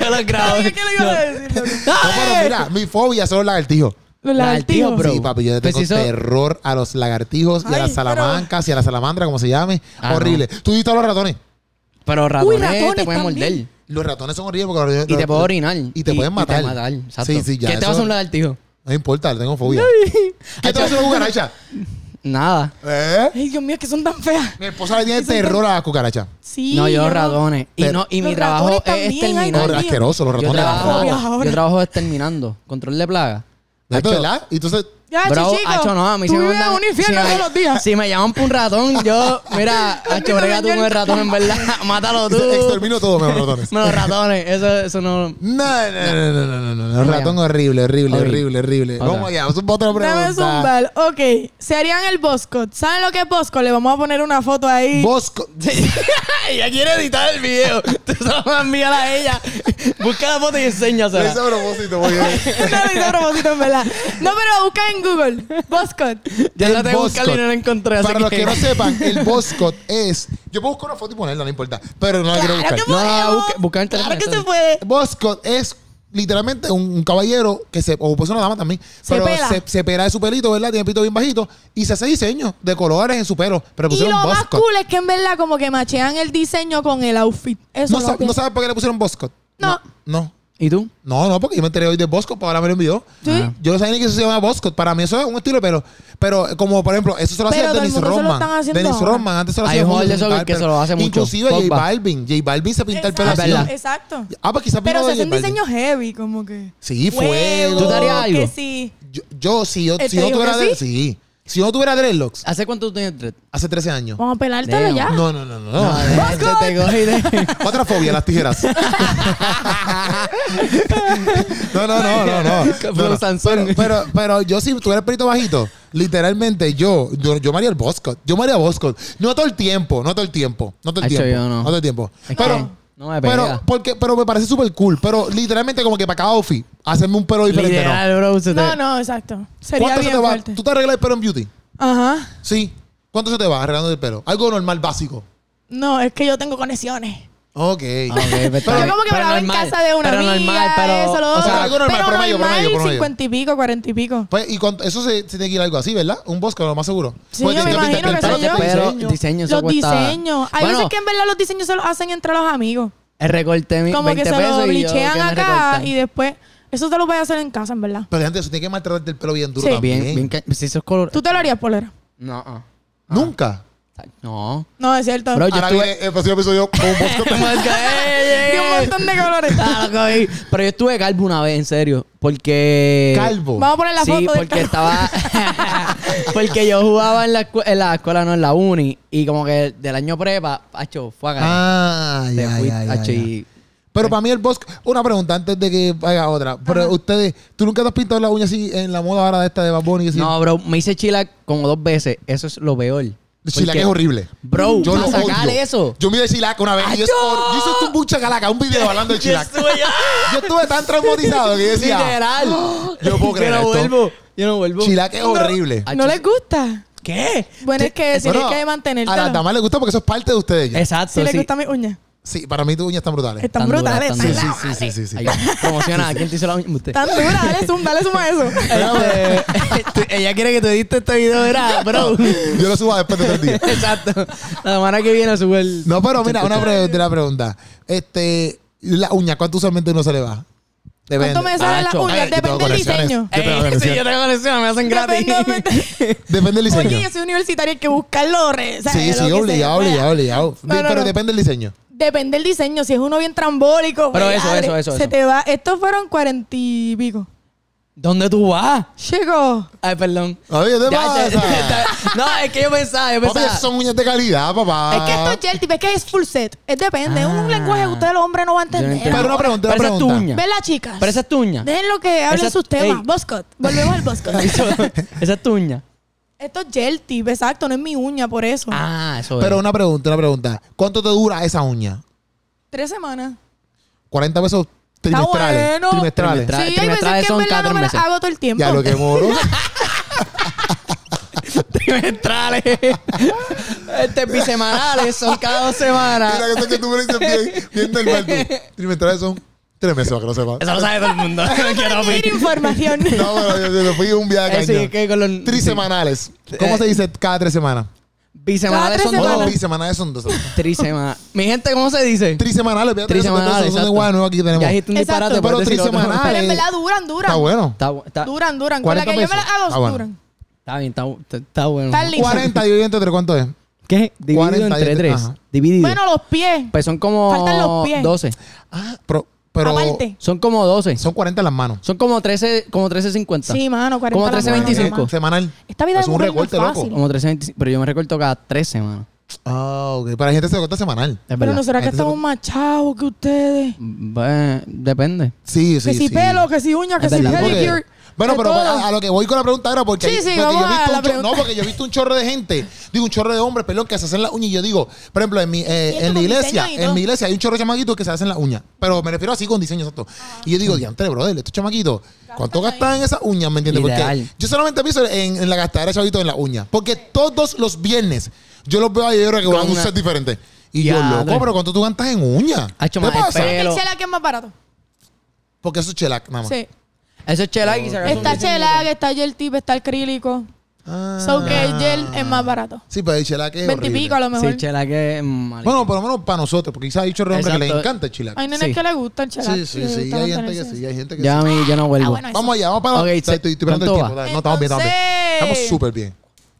Speaker 2: yo lo grabo.
Speaker 3: *laughs* Ay, ¿Qué le iba a decir? Gabriel?
Speaker 1: *laughs* No, pero mira, mi fobia son los lagartijos.
Speaker 3: Los
Speaker 2: Lagartijos,
Speaker 3: lagartijos.
Speaker 2: bro.
Speaker 1: Sí, papi, yo le
Speaker 2: Pues
Speaker 1: tengo
Speaker 2: si son-
Speaker 1: terror a los lagartijos y a
Speaker 3: Ay,
Speaker 1: las salamancas y a la salamandra, como se llame.
Speaker 2: Ah,
Speaker 1: Horrible. Tú diste a los ratones.
Speaker 2: Pero ratones, te
Speaker 3: ratones
Speaker 2: pueden
Speaker 3: también.
Speaker 2: morder.
Speaker 1: Los ratones son horribles porque los
Speaker 2: Y te
Speaker 1: los-
Speaker 2: pueden orinar.
Speaker 1: Y te pueden matar.
Speaker 2: Y te matar. Exacto.
Speaker 1: Sí, sí, ya.
Speaker 2: ¿Qué te
Speaker 1: eso-
Speaker 2: vas a un lagartijo?
Speaker 1: No importa, le tengo fobia. ¿Qué te vas a una cucaracha?
Speaker 2: Nada.
Speaker 1: ¿Eh?
Speaker 3: *laughs* Ay, Dios mío, que son tan feas.
Speaker 1: Mi esposa le tiene terror a las cucarachas.
Speaker 3: Sí.
Speaker 2: no, yo ratones. Y,
Speaker 1: Pero-
Speaker 2: no, y mi
Speaker 3: Los
Speaker 2: trabajo
Speaker 3: ratones
Speaker 2: es, es
Speaker 3: también,
Speaker 2: terminar.
Speaker 3: ay, Dios
Speaker 1: Horror,
Speaker 3: mío.
Speaker 1: asqueroso, los
Speaker 2: yo,
Speaker 1: ratones.
Speaker 2: trabajo,
Speaker 3: Fobias ahora.
Speaker 2: yo trabajo es terminando. Control de plaga.
Speaker 1: ¿Esto es verdad? Y Entonces,
Speaker 3: Ya,
Speaker 2: Bro,
Speaker 3: chichico,
Speaker 2: hacho, no, a mí
Speaker 3: Ah, tú
Speaker 2: se me
Speaker 3: vives
Speaker 2: mandan-
Speaker 3: un infierno
Speaker 2: si me-
Speaker 3: todos los días.
Speaker 2: Si me llaman por un ratón, yo,
Speaker 3: *laughs*
Speaker 2: mira, hacho, brega tú con el ratón, en verdad. *laughs* Mátalo tú.
Speaker 1: extermino todo menos
Speaker 2: *laughs*
Speaker 1: los ratones.
Speaker 2: Uh. No, los ratones, eso, eso no.
Speaker 1: No, no,
Speaker 2: *laughs*
Speaker 1: no, no, no, no, no, no.
Speaker 2: Vamos
Speaker 1: Ratón
Speaker 2: allá.
Speaker 1: horrible, horrible,
Speaker 2: Horrible.
Speaker 1: horrible, horrible.
Speaker 2: Otra.
Speaker 1: Vamos allá, vamos a otra
Speaker 3: Dame
Speaker 1: pregunta.
Speaker 3: zumbar. Ok, se harían el Bosco. ¿Saben lo que es Bosco? Le vamos a poner una foto ahí.
Speaker 1: Bosco.
Speaker 2: ella quiere editar el video. Tú se lo vas a enviar a ella. Busca la foto y
Speaker 1: Lo
Speaker 2: enséñasela.
Speaker 1: hice a propósito,
Speaker 2: *laughs*
Speaker 1: porque-
Speaker 3: *laughs* no lo hice a propósito, en verdad. No, pero busca en Google. Boscot.
Speaker 2: Ya
Speaker 1: El
Speaker 2: la tengo buscando y no la encontré. así
Speaker 1: Para los
Speaker 2: *laughs*
Speaker 1: que no
Speaker 2: no,
Speaker 1: sepan, el Boscot es. Yo puedo buscar una foto y ponerla, no importa. Pero no la quiero buscar.
Speaker 3: Claro que
Speaker 2: No, no,
Speaker 3: podemos.
Speaker 2: busca- busca en el
Speaker 3: Claro que
Speaker 2: teléfono,
Speaker 3: se puede.
Speaker 1: Boscot es literalmente un, un caballero que se. O pues una dama también.
Speaker 3: Se
Speaker 1: pero
Speaker 3: pela.
Speaker 1: Se, se pela de su pelito, ¿verdad? Tiene el pito bien bajito. Y se hace diseño de colores en su pelo. Pero
Speaker 3: Y
Speaker 1: pusieron
Speaker 3: lo más
Speaker 1: Boscot.
Speaker 3: cool es que en verdad como que machean el diseño con el outfit. Eso
Speaker 1: no,
Speaker 3: lo
Speaker 1: sa-
Speaker 3: que-
Speaker 1: no sabes por qué le pusieron Boscot?
Speaker 3: No.
Speaker 1: No.
Speaker 2: ¿Y tú?
Speaker 1: No, no, porque yo me enteré hoy de Boscot, para ahora me lo envió.
Speaker 3: Sí.
Speaker 2: Ah.
Speaker 1: Yo no sabía ni que eso se llama Boscot. Para mí eso es un estilo, pero, pero como por ejemplo, eso se lo
Speaker 3: Pero
Speaker 1: hacía
Speaker 3: todo el
Speaker 1: Dennis
Speaker 3: mundo se lo
Speaker 1: Rodman.
Speaker 3: están haciendo
Speaker 1: Dennis
Speaker 3: ahora.
Speaker 1: Rodman antes se lo
Speaker 2: Hay
Speaker 1: hacía.
Speaker 2: un
Speaker 1: mucho,
Speaker 2: jugador de soccer
Speaker 1: sin
Speaker 2: que se
Speaker 1: pelo.
Speaker 2: lo hace mucho.
Speaker 1: Inclusive J
Speaker 2: Pogba.
Speaker 1: Balvin. J Balvin se pinta el pelo
Speaker 3: Exacto,
Speaker 1: así.
Speaker 2: verdad.
Speaker 3: Exacto.
Speaker 1: Ah, pues quizás
Speaker 3: Pero
Speaker 1: vino de
Speaker 3: se
Speaker 1: J
Speaker 3: hacen
Speaker 1: Balvin.
Speaker 3: diseños heavy, como que.
Speaker 1: Sí, fuego.
Speaker 2: ¿Tú te darías
Speaker 3: Huevos,
Speaker 2: algo?
Speaker 3: Que sí.
Speaker 1: Yo, yo, si yo,
Speaker 3: ¿Él
Speaker 1: si
Speaker 3: te
Speaker 1: yo no
Speaker 3: Este dijo
Speaker 1: tuviera
Speaker 3: que
Speaker 1: dreadlocks, sí. Si yo no tuviera dreadlocks
Speaker 2: ¿Hace cuánto tú tienes dread?
Speaker 1: hace 13 años.
Speaker 3: Vamos a pelártelo
Speaker 2: Damn.
Speaker 3: ya.
Speaker 1: No, no, no, no. no.
Speaker 2: de- de- te cogí
Speaker 1: *laughs*
Speaker 2: de-
Speaker 1: Otra fobia, las tijeras. no, no, no, no, no.
Speaker 2: Flow
Speaker 1: No, no.
Speaker 2: Sansón.
Speaker 1: Pero, pero, pero yo si tuviera el pelito bajito, literalmente yo, yo, yo me haría el Boscot. Yo me haría Boscot. No todo el tiempo, no todo el tiempo. No todo el
Speaker 2: Hacho,
Speaker 1: tiempo.
Speaker 2: yo no.
Speaker 1: todo el tiempo.
Speaker 2: Es que
Speaker 1: Pero,
Speaker 2: no me pega.
Speaker 1: pero, porque, pero me parece súper cool. Pero literalmente como que para cada outfit, hacerme un pelo diferente.
Speaker 2: Literal, bro. se te-
Speaker 3: No, no, exacto.
Speaker 1: ¿no?
Speaker 3: Sería
Speaker 1: se te
Speaker 3: bien
Speaker 1: va?
Speaker 3: fuerte.
Speaker 1: ¿Tú te arreglas el pelo en beauty?
Speaker 3: Ajá.
Speaker 1: Sí. ¿Cuánto se te va arreglando el pelo? Algo normal, básico.
Speaker 3: No, es que yo tengo conexiones.
Speaker 1: Ok.
Speaker 2: Ah, ok, pues está
Speaker 3: yo
Speaker 2: bien.
Speaker 3: como que me
Speaker 2: Pero
Speaker 3: la veo en
Speaker 2: normal,
Speaker 3: casa de una
Speaker 2: pero
Speaker 3: amiga,
Speaker 2: normal, pero-
Speaker 3: eso, lo
Speaker 2: o sea,
Speaker 3: otro.
Speaker 1: algo normal,
Speaker 3: pero
Speaker 1: promedio, promedio, promedio.
Speaker 3: 50 y pico, 40 y pico.
Speaker 1: Pues, y cuánto- eso se, se tiene que ir algo así, ¿verdad? Un bosque, lo más seguro.
Speaker 3: Sí,
Speaker 1: Pues,
Speaker 3: yo
Speaker 1: tiene
Speaker 3: me
Speaker 1: pintar
Speaker 3: imagino
Speaker 1: el
Speaker 3: que
Speaker 1: pelo,
Speaker 3: soy
Speaker 1: tiene
Speaker 2: pero
Speaker 1: diseño.
Speaker 2: diseños eso
Speaker 3: Los
Speaker 2: cuesta-
Speaker 3: diseños. Hay
Speaker 2: Bueno,
Speaker 3: veces que en verdad los diseños se los hacen entre los amigos.
Speaker 2: el recorte mi-
Speaker 3: Como que
Speaker 2: 20
Speaker 3: se
Speaker 2: pesos y
Speaker 3: lo
Speaker 2: yo
Speaker 3: blichean
Speaker 2: que me
Speaker 3: acá
Speaker 2: recortan.
Speaker 3: y después. Eso te lo voy a hacer en casa, en verdad.
Speaker 1: Pero gente, eso tiene que maltratarte el pelo bien duro
Speaker 3: Sí.
Speaker 1: también.
Speaker 2: Bien, bien. ca- Si esos colores...
Speaker 3: ¿Tú te lo harías, polera?
Speaker 2: No, ah.
Speaker 1: Nunca.
Speaker 2: No.
Speaker 3: No, es cierto.
Speaker 2: Bro, yo
Speaker 1: Ahora
Speaker 2: estuve-
Speaker 1: viene el próximo episodio con un
Speaker 2: *laughs*
Speaker 1: bosque.
Speaker 2: Como que,
Speaker 3: *laughs*
Speaker 2: ey, ey,
Speaker 3: Tiene un
Speaker 2: ey.
Speaker 3: montón
Speaker 2: *laughs*
Speaker 3: de colores.
Speaker 2: Ah, loco, ey. Pero yo estuve calvo una vez, en serio. Porque.
Speaker 1: *laughs* Calvo.
Speaker 3: Vamos a poner la
Speaker 2: sí,
Speaker 3: foto del
Speaker 2: porque
Speaker 3: carro.
Speaker 2: estaba. *laughs* porque yo jugaba en la, escu- en la escuela, no, en la uni. Y como que del año prepa, hacho, fue acá.
Speaker 1: Ah,
Speaker 2: Te
Speaker 1: ya,
Speaker 2: fui,
Speaker 1: ya, ya,
Speaker 2: hacho,
Speaker 1: ya.
Speaker 2: y-
Speaker 1: Pero para mí el bosque, una pregunta antes de que haga otra. Pero ustedes, ¿tú nunca te has pintado las uñas así en la moda ahora de esta de Bad Bunny? que sí?
Speaker 2: No, bro, me hice chila como dos veces. Eso es lo peor.
Speaker 1: Chilaca
Speaker 2: Porque-
Speaker 1: "Pues es horrible.
Speaker 2: Bro,
Speaker 1: Yo
Speaker 2: para
Speaker 1: lo
Speaker 2: sacar
Speaker 1: odio.
Speaker 2: eso.
Speaker 1: Yo miré Chilaca una vez y yo, yo hice esto un bucha calaca, un
Speaker 2: *laughs*
Speaker 1: video hablando de Chilaca. Yo estuve tan traumatizado que *laughs* yo decía,
Speaker 2: Literal.
Speaker 1: *gasps* yo puedo creer
Speaker 2: Yo no
Speaker 1: esto.
Speaker 2: vuelvo. Yo no vuelvo.
Speaker 1: Chilaca es horrible.
Speaker 2: Ah,
Speaker 3: *laughs* ¿No
Speaker 2: chis-
Speaker 3: les gusta?
Speaker 2: ¿Qué?
Speaker 3: Bueno, es que si
Speaker 1: Bueno,
Speaker 3: que mantenerte.
Speaker 1: A las damas les gusta porque eso es parte de ustedes. ya.
Speaker 2: Exacto.
Speaker 3: Si les
Speaker 2: sí.
Speaker 3: gustan mis uñas.
Speaker 1: Sí, para mí tus uñas están brutales.
Speaker 3: Están
Speaker 2: Tan dura,
Speaker 3: brutales.
Speaker 2: tan dura.
Speaker 3: tan-
Speaker 1: Sí, sí, sí, sí, sí.
Speaker 2: Ahí va. Promociona. ¿Quién te hizo la uña? Usted.
Speaker 3: Tan duras. Dale zoom, dale zoom
Speaker 2: *laughs*
Speaker 3: a eso.
Speaker 2: Este, *laughs* tú- ella quiere que te edite este video, ¿verdad,
Speaker 1: *laughs*
Speaker 2: bro?
Speaker 1: Yo lo subo después de tres días.
Speaker 2: Exacto. La semana que viene sube el...
Speaker 1: No, pero mira, una pre- de la pregunta. Este, la uña, ¿cuánto usualmente uno se le va? Depende.
Speaker 3: ¿Cuánto me salen las
Speaker 2: Macho.
Speaker 3: uñas?
Speaker 1: Ay, yo tengo
Speaker 3: Depende del
Speaker 1: colecciones.
Speaker 3: diseño.
Speaker 1: Yo tengo
Speaker 2: Ey,
Speaker 1: colección.
Speaker 2: sí, yo tengo colección, me hacen
Speaker 1: *laughs*
Speaker 2: gratis. *laughs*
Speaker 3: Depende-
Speaker 1: Depende del diseño.
Speaker 3: Oye, yo soy universitaria, hay que buscarlo. re- ¿sabes?
Speaker 1: sí,
Speaker 3: Lo que
Speaker 1: sí,
Speaker 3: se
Speaker 1: obligado,
Speaker 3: pueda.
Speaker 1: obligado, obligado.
Speaker 3: No,
Speaker 1: Di-
Speaker 3: no,
Speaker 1: pero
Speaker 3: no.
Speaker 1: depende del diseño.
Speaker 3: Depende del diseño. Si es uno bien trambólico.
Speaker 2: Pero
Speaker 3: güey,
Speaker 2: eso,
Speaker 3: madre,
Speaker 2: eso, eso,
Speaker 3: Se
Speaker 2: eso.
Speaker 3: te va. Estos fueron cuarenta y pico.
Speaker 2: ¿Dónde tú vas?
Speaker 3: Llegó.
Speaker 2: Ay, perdón.
Speaker 1: Oye, ¿qué te
Speaker 3: *laughs*
Speaker 2: Ya,
Speaker 1: pasa?
Speaker 2: ya, *laughs* ya. no, es que yo pensaba, yo
Speaker 1: Papi,
Speaker 2: pensaba...
Speaker 1: esas son uñas de calidad, papá.
Speaker 3: Es que esto es gel tip, es que es full set. Es depende. Es
Speaker 2: Ah.
Speaker 3: un lenguaje que ustedes los hombres no van a
Speaker 2: Yo no
Speaker 3: entender.
Speaker 2: entiendo.
Speaker 1: Pero una pregunta, una
Speaker 2: Pero esa es tu
Speaker 1: pregunta.
Speaker 2: uña.
Speaker 3: ¿Ven las chicas?
Speaker 2: Pero esa es tuña.
Speaker 3: Déjenlo que hablen
Speaker 2: Esa-
Speaker 3: sus temas.
Speaker 2: ey.
Speaker 3: Boscot. Volvemos al
Speaker 2: *laughs*
Speaker 3: Boscot.
Speaker 2: esa es tuña.
Speaker 3: esto es gel tip, exacto. No es mi uña, por eso.
Speaker 2: Ah, eso
Speaker 1: Pero
Speaker 2: es.
Speaker 1: una pregunta, una pregunta. ¿Cuánto te dura esa uña?
Speaker 3: Tres semanas.
Speaker 1: 40 pesos trimestrales.
Speaker 3: bueno.
Speaker 1: Trimestrales.
Speaker 2: Tra-
Speaker 3: sí, hay veces
Speaker 2: trimestrales
Speaker 3: que en
Speaker 2: son
Speaker 3: verdad
Speaker 2: cada
Speaker 3: no me las
Speaker 2: tres meses.
Speaker 3: hago todo el tiempo.
Speaker 1: Ya lo
Speaker 3: *laughs*
Speaker 1: que moro.
Speaker 2: *laughs* trimestrales.
Speaker 1: *laughs*
Speaker 2: este, bisemanales son cada dos semanas.
Speaker 1: Mira, que eso que tú me lo dices bien, bien del mal,
Speaker 3: *laughs*
Speaker 1: tú. Trimestrales son tres meses, para que no sepa.
Speaker 2: Eso lo sabe todo el *laughs* mundo. no quiero
Speaker 3: Pedir
Speaker 2: opinar. *laughs*
Speaker 3: información.
Speaker 1: No, pero yo, yo- yo fui un viaje de
Speaker 2: Eh, sí,
Speaker 1: cañón.
Speaker 2: que con los-
Speaker 1: Trisemanales. ¿Cómo
Speaker 2: Eh.
Speaker 1: se dice cada tres semanas?
Speaker 3: Cada
Speaker 2: Bisemanales
Speaker 3: tres
Speaker 2: son
Speaker 1: No,
Speaker 3: semanas.
Speaker 1: no,
Speaker 2: dos.
Speaker 1: bisemanales son dos.
Speaker 2: Trisema. Mi gente, ¿cómo se dice?
Speaker 1: Trisemanales, fíjate,
Speaker 2: Trisemanales.
Speaker 1: Eso es un
Speaker 2: exacto.
Speaker 1: lenguaje nuevo aquí que tenemos.
Speaker 2: Ya dijiste un
Speaker 3: Exacto.
Speaker 2: disparate,
Speaker 1: Pero
Speaker 2: puedes decir otro.
Speaker 1: trisemanales.
Speaker 3: Pero en verdad duran, duran.
Speaker 1: Está bueno.
Speaker 2: eh. Está, bu- está-
Speaker 3: Duran, duran. Con la
Speaker 1: 40
Speaker 3: que yo me
Speaker 1: Ah, pesos.
Speaker 3: las hago,
Speaker 1: Ah, bueno.
Speaker 3: duran.
Speaker 2: está bien, está, bu- está- está bueno.
Speaker 3: Está lindo.
Speaker 1: 40 dividido entre tres, ¿cuánto es?
Speaker 2: ¿Qué? Dividido
Speaker 1: 40
Speaker 2: entre
Speaker 1: y-
Speaker 2: tres.
Speaker 1: ajá.
Speaker 2: Dividido.
Speaker 3: Bueno, los pies.
Speaker 2: pues son como
Speaker 3: faltan los pies.
Speaker 2: 12.
Speaker 1: Ah, pero, pero
Speaker 3: Aparte.
Speaker 2: Son como 12.
Speaker 1: son 40 las manos.
Speaker 2: Son como 13, como 13.50.
Speaker 3: Sí, mano, 40
Speaker 2: Como
Speaker 3: la mano,
Speaker 2: 13.25.
Speaker 3: mano.
Speaker 1: Semanal.
Speaker 3: Esta vida
Speaker 1: es
Speaker 3: de
Speaker 1: un
Speaker 3: mujer no
Speaker 1: recorte,
Speaker 3: es
Speaker 1: loco.
Speaker 3: fácil.
Speaker 2: Como 13.25. Pero yo me recorto cada 13, mano.
Speaker 1: Ah, ok. Para la gente se recorta semanal.
Speaker 2: Es
Speaker 3: Pero
Speaker 2: verdad.
Speaker 3: no será que
Speaker 1: Este se-
Speaker 3: estamos más chavos que ustedes.
Speaker 2: Bueno, Pues, depende.
Speaker 1: Sí, sí,
Speaker 3: que si
Speaker 1: sí.
Speaker 3: pelo, que si uña, que
Speaker 2: Es
Speaker 3: si
Speaker 2: verdad.
Speaker 1: Porque-
Speaker 3: pedicure.
Speaker 1: bueno,
Speaker 3: que
Speaker 1: pero
Speaker 3: todo.
Speaker 1: a, a lo que voy con la pregunta era porque,
Speaker 3: Sí,
Speaker 1: hay-
Speaker 3: sí,
Speaker 1: porque
Speaker 3: vamos
Speaker 1: yo he visto
Speaker 3: a la
Speaker 1: un chorro,
Speaker 3: pregunta.
Speaker 1: no, porque yo he visto un chorro de gente, digo un chorro de hombres, perdón, que se hacen las uñas y yo digo, por ejemplo, en mi, eh,
Speaker 3: Y esto
Speaker 1: en mi
Speaker 3: con
Speaker 1: iglesia,
Speaker 3: diseño y
Speaker 1: en
Speaker 3: todo.
Speaker 1: mi iglesia hay un chorro de chamaquitos que se hacen las uñas, pero me refiero así con diseño exacto. Y yo digo, diantre, brother, estos chamaquitos, ¿cuánto gastan en esas uñas, me entiendes? Porque
Speaker 2: Literal.
Speaker 1: yo solamente pienso en, en la gastadera de chavitos en las uñas, porque todos los viernes yo los veo a ellos que
Speaker 2: Con
Speaker 1: van a un
Speaker 2: una-
Speaker 1: set diferente. Y yo,
Speaker 2: Diadre.
Speaker 1: loco, pero ¿cuánto tú gastas en uñas?
Speaker 2: Ha
Speaker 1: ¿Qué
Speaker 2: hecho más el
Speaker 1: pasa?
Speaker 2: pelo.
Speaker 3: El
Speaker 2: Pelo.
Speaker 3: chela que es más barato.
Speaker 1: Porque eso es chelac, nada más.
Speaker 3: Sí.
Speaker 2: Eso es chela y se agarra
Speaker 3: Está
Speaker 2: un-
Speaker 3: chela, que está gel tip, está acrílico.
Speaker 1: Ah.
Speaker 3: So que el gel es más barato.
Speaker 1: Sí, pero el chelac es horrible.
Speaker 3: Veintipico a lo mejor.
Speaker 2: Sí, chela que es malísimo.
Speaker 1: Bueno, por lo menos para nosotros, porque quizás hay chorro de hombres que les
Speaker 2: Exacto.
Speaker 1: encanta el chilaca.
Speaker 3: Hay nenes
Speaker 2: Sí.
Speaker 3: que le gusta el chela.
Speaker 1: Sí, sí, sí. y Hay gente que sí, hay gente Este, que
Speaker 2: ya a
Speaker 1: sí.
Speaker 2: mí, yo no vuelvo.
Speaker 3: Ah, bueno, eso.
Speaker 1: Vamos allá, vamos para.
Speaker 2: Ok,
Speaker 1: estoy,
Speaker 2: se-
Speaker 1: estoy esperando el
Speaker 2: ¿cuánto
Speaker 1: tiempo.
Speaker 2: va?
Speaker 1: dale, No, estamos bien, estamos bien.
Speaker 3: Entonces-
Speaker 1: Estamos súper bien.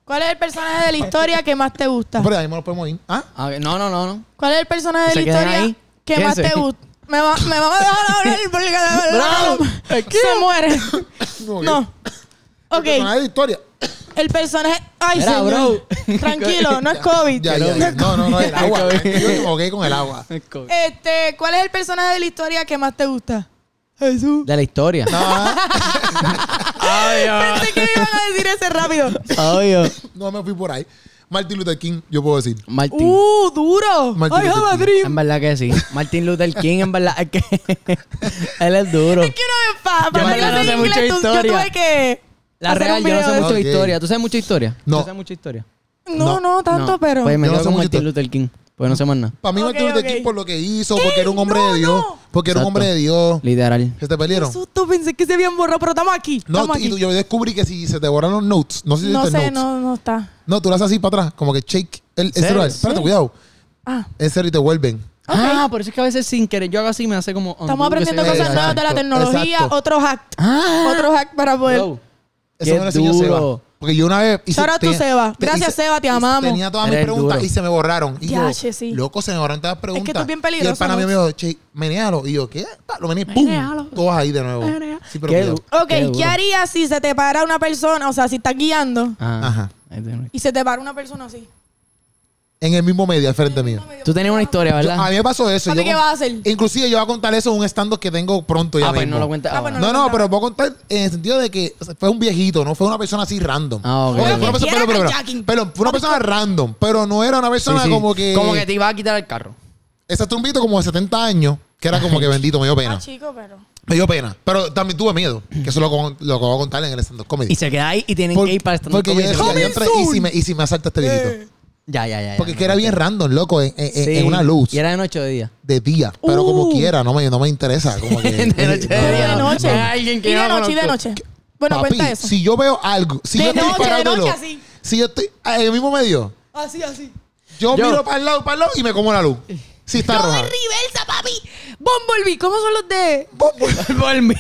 Speaker 3: ¿Cuál es el personaje de la historia que más te gusta?
Speaker 1: Pero ahí mismo nos podemos ir. ¿Ah?
Speaker 2: Ah, ok, No, no, no, no.
Speaker 3: ¿Cuál es el personaje
Speaker 2: ¿Se
Speaker 3: de la
Speaker 2: quedan
Speaker 3: historia
Speaker 2: ahí?
Speaker 3: que más
Speaker 2: Quédense.
Speaker 3: te gusta? Me, va, me vamos a dejar hablar porque de
Speaker 2: *laughs*
Speaker 3: verdad
Speaker 2: Bravo. *laughs*
Speaker 3: se muere. No. Ok,
Speaker 1: No hay historia.
Speaker 3: el personaje... Ay,
Speaker 2: Era,
Speaker 3: señor.
Speaker 2: bro.
Speaker 3: Tranquilo, no es
Speaker 1: *laughs*
Speaker 3: COVID.
Speaker 1: Ya, ya, ya. No, no,
Speaker 2: *laughs*
Speaker 1: no, el agua.
Speaker 2: Está bien.
Speaker 1: Yo me equivoqué con el agua.
Speaker 3: Este, ¿cuál es el personaje de la historia que más te gusta?
Speaker 2: *laughs*
Speaker 3: Jesús.
Speaker 2: De la historia.
Speaker 1: Ah,
Speaker 2: Obvio.
Speaker 3: Pensé que me iban a decir ese rápido.
Speaker 2: Obvio.
Speaker 1: no me fui por ahí. Martin Luther King, yo puedo decir.
Speaker 2: Martín.
Speaker 3: ¡Uh, duro!
Speaker 1: Martín
Speaker 3: ¡Ay,
Speaker 1: Luther
Speaker 3: have a
Speaker 1: King.
Speaker 3: dream!
Speaker 2: En verdad que sí. Martín Luther King, en verdad es que. *laughs* él es duro.
Speaker 3: Es que una vez para
Speaker 2: Yo
Speaker 3: pa,
Speaker 2: me
Speaker 3: yo
Speaker 2: conoce
Speaker 3: en
Speaker 2: mucha
Speaker 3: inglés, tú- yo
Speaker 2: historia.
Speaker 3: tuve que...
Speaker 2: La
Speaker 3: hacer
Speaker 2: real, yo
Speaker 3: un
Speaker 2: no
Speaker 3: video
Speaker 2: sé
Speaker 3: de-
Speaker 2: mucha
Speaker 1: Ok.
Speaker 2: historia. ¿Tú sabes mucha historia?
Speaker 1: No.
Speaker 2: ¿Tú sabes mucha historia?
Speaker 3: No, no, tanto,
Speaker 2: No.
Speaker 3: pero...
Speaker 2: Pues me
Speaker 1: Yo no
Speaker 2: quedo
Speaker 1: sé
Speaker 2: con
Speaker 1: mucha
Speaker 2: Martín
Speaker 1: historia.
Speaker 2: Luther King. Pues no sé más nada.
Speaker 1: Para mí,
Speaker 3: Ok,
Speaker 1: Martin Luther
Speaker 3: ok.
Speaker 1: King, por lo que hizo,
Speaker 3: ¿Qué?
Speaker 1: porque era un hombre
Speaker 3: No,
Speaker 1: de Dios.
Speaker 3: no.
Speaker 1: Porque era un
Speaker 2: Exacto.
Speaker 1: hombre de Dios.
Speaker 2: Literal.
Speaker 1: ¿Se te perdieron?
Speaker 3: susto, pensé que se habían borrado, pero estamos aquí.
Speaker 1: No,
Speaker 3: estamos
Speaker 1: y tú-
Speaker 3: aquí.
Speaker 1: yo descubrí que si se te borran los notes, no sé si
Speaker 3: no
Speaker 1: viste
Speaker 3: sé,
Speaker 1: notes.
Speaker 3: no, no está.
Speaker 1: No, tú lo haces así para atrás, como que shake el, el
Speaker 2: ¿Serio?
Speaker 1: celular. Espérate, cuidado.
Speaker 3: Ah,
Speaker 1: Es serio y te vuelven.
Speaker 2: Ah, por eso es que a veces sin querer yo hago así y me hace como.
Speaker 3: estamos
Speaker 2: undo, que se
Speaker 3: aprendiendo
Speaker 2: ve.
Speaker 3: cosas nuevas de la
Speaker 1: Exacto,
Speaker 3: tecnología,
Speaker 1: exacto.
Speaker 3: otros hacks.
Speaker 2: Ah.
Speaker 3: Otros hacks para poder.
Speaker 1: Eso
Speaker 2: Bro, qué
Speaker 1: me lo enseñó Seba.
Speaker 2: duro.
Speaker 1: Porque yo una vez. hice-
Speaker 3: Shout out to
Speaker 1: tenía-
Speaker 3: Seba.
Speaker 1: te-
Speaker 3: Gracias,
Speaker 1: hice-
Speaker 3: Seba, te
Speaker 1: hice-
Speaker 3: amamos.
Speaker 1: Tenía todas mis
Speaker 2: Eres
Speaker 1: preguntas
Speaker 2: duro.
Speaker 1: y se me borraron. Y yo,
Speaker 3: Yache, sí.
Speaker 1: loco, se me borraron todas las preguntas.
Speaker 3: tú eres bien
Speaker 1: Y
Speaker 3: peligroso,
Speaker 1: el pana mío me
Speaker 3: Lux.
Speaker 1: dijo, che, menealo. Y yo, ¿qué? Pa, Lo meneé, ¡pum!
Speaker 3: Menealo.
Speaker 1: Todas ahí de nuevo.
Speaker 3: Menea.
Speaker 1: Sí, pero cuidado.
Speaker 3: Ok,
Speaker 2: qué duro.
Speaker 3: ¿qué harías si se te para una persona? O sea, si estás guiando
Speaker 2: Ah,
Speaker 1: Ajá.
Speaker 2: ahí tiene.
Speaker 3: y se te para una persona así.
Speaker 1: En el mismo medio, al frente mío.
Speaker 2: Tú tenías una historia,
Speaker 1: Yo- a
Speaker 2: ¿verdad? Ah,
Speaker 1: mí me pasó eso.
Speaker 3: Papi,
Speaker 1: Yo
Speaker 3: ¿qué
Speaker 1: con-
Speaker 3: vas a hacer?
Speaker 1: Inclusive yo voy a contar eso en un stand que tengo pronto ya
Speaker 2: Ah, pues
Speaker 1: mismo.
Speaker 2: no lo cuentas.
Speaker 3: Ah,
Speaker 2: ahora.
Speaker 3: pues
Speaker 1: No,
Speaker 3: lo
Speaker 1: no, pero
Speaker 3: contaba.
Speaker 1: voy a contar en el sentido de que fue un viejito, no fue una persona así random.
Speaker 2: Ah, ok.
Speaker 1: Fue una
Speaker 2: Como
Speaker 1: persona- pero,
Speaker 3: quiera
Speaker 1: pero,
Speaker 3: que
Speaker 1: pero,
Speaker 3: Jackie.
Speaker 1: pero fue una persona random, pero no era una
Speaker 2: Sí,
Speaker 1: persona
Speaker 2: sí.
Speaker 1: como que...
Speaker 2: Como que te iba a quitar el carro.
Speaker 1: Ese trumbito como de 70 años, que era como que bendito, me dio
Speaker 3: Ah,
Speaker 1: pena.
Speaker 3: chico, pero.
Speaker 1: Me dio pena, pero también tuve miedo, que eso lo, con- lo acabo de contar en el stand-up comedy.
Speaker 2: Y se queda ahí y tienen
Speaker 1: Por-
Speaker 2: que ir para esta
Speaker 1: porque yo decía,
Speaker 2: ya,
Speaker 1: "Ya entré, y si me, y si me asalta este
Speaker 3: Eh,
Speaker 1: viejito.
Speaker 2: ya, ya, ya.
Speaker 1: Porque
Speaker 2: ya,
Speaker 1: que era
Speaker 2: no,
Speaker 1: bien
Speaker 2: no.
Speaker 1: random, loco, en, en- en-
Speaker 2: Sí.
Speaker 1: en una luz
Speaker 2: Y era de noche o de día.
Speaker 1: de día, pero como
Speaker 3: Uh.
Speaker 1: quiera, no me, no me interesa. Como que,
Speaker 2: *laughs* De noche
Speaker 1: no,
Speaker 2: de
Speaker 3: Pero
Speaker 1: no,
Speaker 2: día.
Speaker 3: de
Speaker 1: no.
Speaker 3: noche.
Speaker 2: Ah, alguien que
Speaker 3: y de
Speaker 2: yo no
Speaker 3: noche, y de
Speaker 2: *laughs* conozco.
Speaker 3: noche. Bueno,
Speaker 1: Papi,
Speaker 3: cuenta eso.
Speaker 1: si yo veo algo, si
Speaker 3: De
Speaker 1: yo estoy
Speaker 3: noche, de
Speaker 1: parándolo,
Speaker 3: noche, así.
Speaker 1: si yo estoy ah, en el mismo medio,
Speaker 3: Así, así.
Speaker 1: yo,
Speaker 2: Yo-
Speaker 1: miro para el lado, para el lado y me como la luz. Si está roja.
Speaker 3: Reversa, papi. Bumblebee, ¿cómo son los de?
Speaker 2: Volví,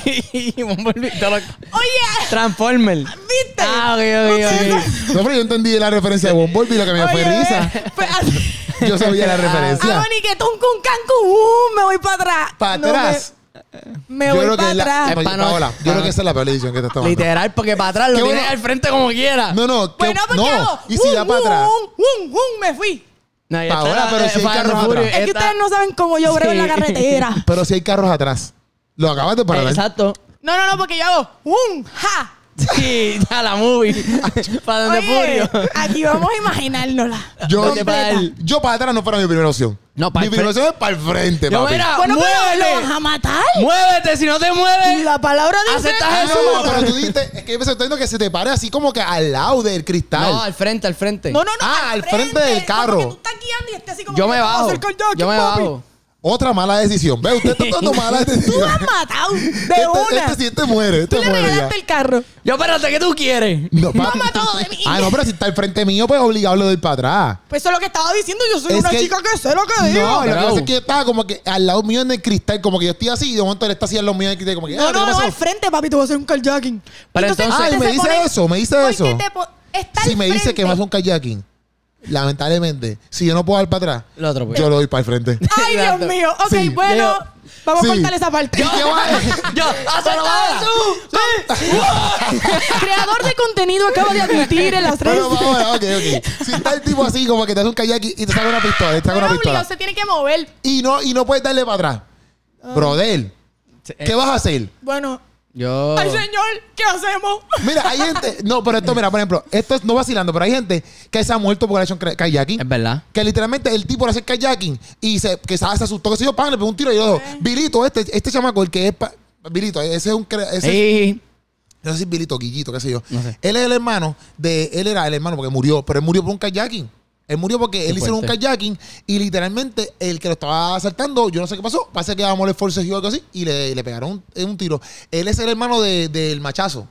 Speaker 2: volví. te lo-
Speaker 3: Oye,
Speaker 2: Transformer.
Speaker 3: ¿viste?
Speaker 2: Ah, ok, ok, ok.
Speaker 1: No, pero yo entendí la referencia de Bumblebee, lo que me fue
Speaker 3: Oye,
Speaker 1: risa.
Speaker 3: ve, fue así.
Speaker 1: Yo sabía la referencia.
Speaker 3: Ah, ni que ton con cancún. Uh, me voy para atrás.
Speaker 1: Para
Speaker 3: No,
Speaker 1: atrás.
Speaker 3: me me
Speaker 1: yo
Speaker 3: voy
Speaker 1: creo que
Speaker 3: para
Speaker 1: es la, eh,
Speaker 3: atrás.
Speaker 1: no,
Speaker 2: Es pa' no- Ah.
Speaker 1: Paola, yo creo que esa es la peor edición que te está tomando.
Speaker 2: Literal, porque para atrás lo
Speaker 1: Qué
Speaker 2: tienes
Speaker 1: bueno.
Speaker 2: al frente como quiera.
Speaker 1: No, no, que-
Speaker 3: Bueno, pues
Speaker 1: no.
Speaker 3: ¿qué hago?
Speaker 1: Y si
Speaker 3: Uh,
Speaker 1: da para
Speaker 3: uh,
Speaker 1: atrás.
Speaker 3: uh, uh, uh, me fui.
Speaker 2: No, ya
Speaker 1: Paola,
Speaker 2: está,
Speaker 1: pero
Speaker 2: eh,
Speaker 1: si hay
Speaker 2: Fast and
Speaker 1: carros atrás.
Speaker 2: Furious,
Speaker 3: Es que
Speaker 2: está-
Speaker 3: ustedes no saben cómo yo brego en la
Speaker 2: Sí.
Speaker 3: carretera.
Speaker 2: *laughs*
Speaker 1: Pero si hay carros atrás. Lo acabas de parar.
Speaker 2: Exacto.
Speaker 3: No, no, no, porque yo hago un ja.
Speaker 2: Sí, ya la
Speaker 3: *laughs*
Speaker 2: movie. para donde
Speaker 3: Oye,
Speaker 2: Furio.
Speaker 3: aquí vamos a imaginárnosla.
Speaker 2: *laughs*
Speaker 1: Yo,
Speaker 2: ¿Dónde para el-
Speaker 1: yo para atrás no fuera mi primera opción.
Speaker 2: No, para
Speaker 1: mi
Speaker 2: el
Speaker 1: primera
Speaker 2: frente.
Speaker 1: opción es para el frente,
Speaker 2: Yo
Speaker 1: papi.
Speaker 2: era-
Speaker 3: Bueno, pero
Speaker 2: ¡Muévele!
Speaker 3: lo vas a matar.
Speaker 2: Muévete, si no te mueves.
Speaker 3: La palabra dice.
Speaker 2: Acepta
Speaker 1: Ah,
Speaker 2: Jesús.
Speaker 1: no, pero tú dijiste, es que yo pensé que se te pare así como que al lado del cristal.
Speaker 2: No, al frente, al frente.
Speaker 3: No, no, no.
Speaker 1: Ah, al frente del
Speaker 3: no,
Speaker 1: carro.
Speaker 3: porque tú estás guiando y estás así como
Speaker 2: Yo
Speaker 3: que
Speaker 2: me
Speaker 3: te vas a
Speaker 2: bajo.
Speaker 3: acercar ya aquí,
Speaker 2: Yo me
Speaker 3: papi.
Speaker 2: bajo.
Speaker 1: Otra mala decisión. Ve, usted está
Speaker 3: *laughs*
Speaker 1: tomando malas
Speaker 3: Tú lo
Speaker 1: decisiones.
Speaker 3: has matado
Speaker 1: Este-
Speaker 3: de una.
Speaker 1: Este sí te muere,
Speaker 3: Tú
Speaker 1: este
Speaker 3: le
Speaker 1: muere ya.
Speaker 3: regalaste el carro.
Speaker 2: Yo, espérate, ¿qué tú quieres?
Speaker 1: No, papi.
Speaker 3: Toma todo de mí.
Speaker 1: Ah, no, pero si está al frente mío, pues obligado lo doy para atrás.
Speaker 3: Pues eso es lo que estaba diciendo. Yo soy
Speaker 1: Es
Speaker 3: una
Speaker 1: que-
Speaker 3: chica que sé lo que digo.
Speaker 1: No, lo que
Speaker 2: Bravo.
Speaker 1: pasa es que yo estaba como que al lado mío en el cristal, como que yo estoy así y de momento él está así al lado mío en el cristal, como que, ah,
Speaker 3: No,
Speaker 1: ¿qué
Speaker 3: no, no,
Speaker 1: pasó?
Speaker 3: al frente, papi, te voy a hacer un carjacking.
Speaker 2: Pero entonces-
Speaker 1: Ay,
Speaker 3: usted
Speaker 1: me
Speaker 3: se
Speaker 1: dice eso, me dice
Speaker 3: porque
Speaker 1: eso.
Speaker 3: te po- está
Speaker 1: Si
Speaker 3: al
Speaker 1: me dice que
Speaker 3: frente.
Speaker 1: vas a un kayaking, lamentablemente, si yo no puedo dar para atrás,
Speaker 2: Lo otro, pues.
Speaker 1: yo lo doy para el frente.
Speaker 3: Ay, Dios
Speaker 2: Exacto.
Speaker 3: mío. Ok,
Speaker 1: Sí.
Speaker 3: bueno,
Speaker 2: Yo-
Speaker 3: vamos
Speaker 1: Sí.
Speaker 3: a cortar esa parte. Ah,
Speaker 1: ¿Y
Speaker 3: *laughs*
Speaker 1: qué va?
Speaker 2: *laughs* Yo, hazlo
Speaker 1: "Ah". *laughs*
Speaker 3: Creador de contenido acaba de admitir en las redes.
Speaker 1: Pero vamos, ok, ok. Si está el tipo así, como que te hace un kayaking y te saca una pistola, y te saca
Speaker 3: Pero
Speaker 1: una
Speaker 3: obligado,
Speaker 1: pistola.
Speaker 3: se tiene que mover.
Speaker 1: Y no, y no puedes darle para atrás.
Speaker 3: Ah.
Speaker 1: Brother,
Speaker 2: Eh.
Speaker 1: ¿qué vas a hacer?
Speaker 3: Bueno,
Speaker 2: Yo.
Speaker 3: ay, señor, ¿qué hacemos?
Speaker 1: Mira, hay gente. No, pero esto, mira, por ejemplo, esto es no vacilando, pero hay gente que se ha muerto porque le ha hecho un cra- kayaking.
Speaker 2: Es verdad.
Speaker 1: Que literalmente el tipo le hace kayaking y se, que se, se asustó, que se yo, pan, le pegó un tiro y yo
Speaker 3: Eh.
Speaker 1: digo, Vilito, este, este chamaco, el que es. pa- Vilito, ese es un. cre- Ese es-
Speaker 2: Sí.
Speaker 1: no sé si es Vilito, Guillito, qué sé yo.
Speaker 2: No sé.
Speaker 1: Él es el hermano de. Él era el hermano porque murió, pero él murió por un kayaking. Él murió porque él hizo un
Speaker 2: fuerte.
Speaker 1: kayaking y literalmente el que lo estaba asaltando, yo no sé qué pasó, parece que llamó el forcejeo o algo así y le, le pegaron un, un tiro. Él es el hermano de- del machazo.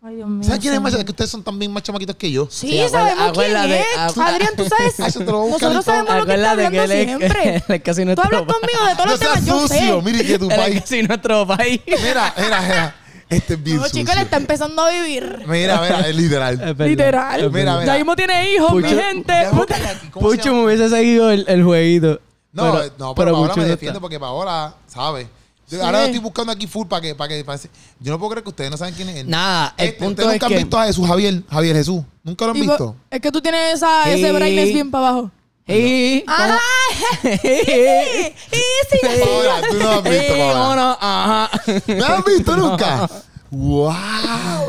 Speaker 3: Ay, Dios mío.
Speaker 1: ¿Sabes quién es el machazo? Es que ustedes son también más chamaquitos que yo.
Speaker 3: Sí,
Speaker 2: Sí, acuérdate-
Speaker 3: sabemos
Speaker 2: acuérdate,
Speaker 3: quién es.
Speaker 2: acu-
Speaker 3: ¿eh? Adrián, tú sabes.
Speaker 1: Ah, eso te lo voy a buscar
Speaker 3: Nosotros
Speaker 1: en-
Speaker 3: sabemos lo que está
Speaker 2: Acuérdate que él
Speaker 3: hablando
Speaker 2: es-
Speaker 3: siempre.
Speaker 2: él es casi
Speaker 3: tú
Speaker 2: nuestro
Speaker 3: hablas
Speaker 2: papá.
Speaker 3: conmigo de todos
Speaker 1: No
Speaker 3: los
Speaker 1: seas
Speaker 3: temas, yo
Speaker 1: sucio,
Speaker 3: sé.
Speaker 1: mire que tu
Speaker 2: Era
Speaker 1: país.
Speaker 2: casi nuestro *laughs* país.
Speaker 1: Mira, mira, mira. Este es bien
Speaker 3: No,
Speaker 1: sucio.
Speaker 3: chicos, él está empezando a vivir.
Speaker 1: Mira, mira, es
Speaker 3: *laughs*
Speaker 1: literal.
Speaker 3: Literal.
Speaker 1: Mira, mira.
Speaker 3: Ya mismo tiene hijos, mi
Speaker 2: Pucho.
Speaker 3: gente.
Speaker 1: Déjame
Speaker 3: Puta.
Speaker 1: buscarla aquí, ¿cómo se
Speaker 2: Pucho
Speaker 1: llama?
Speaker 2: me hubiese seguido el, el jueguito.
Speaker 1: No, eh, no, pero, Paola
Speaker 2: Pucho
Speaker 1: me
Speaker 2: no
Speaker 1: defiende
Speaker 2: está.
Speaker 1: porque Paola sabe. Yo
Speaker 3: Sí.
Speaker 1: Ahora estoy buscando aquí full para que, para que para que- Yo no puedo creer que ustedes no saben quién es él.
Speaker 2: Nada, el
Speaker 1: Este,
Speaker 2: punto
Speaker 1: ustedes
Speaker 2: es
Speaker 1: nunca
Speaker 2: que-
Speaker 1: han visto a Jesús, Javier, Javier Jesús. Nunca lo han
Speaker 3: Y vos-
Speaker 1: visto.
Speaker 3: Es que tú tienes esa, ese
Speaker 2: Sí.
Speaker 3: brightness bien para abajo.
Speaker 2: Sí.
Speaker 1: *laughs*
Speaker 3: ¡Ah!
Speaker 2: Sí.
Speaker 3: Sí, sí.
Speaker 1: Paola, tú no lo has visto,
Speaker 2: Sí, ¿cómo
Speaker 1: Paola.
Speaker 2: no? Ajá.
Speaker 1: ¿No lo has visto nunca? ¡Wow!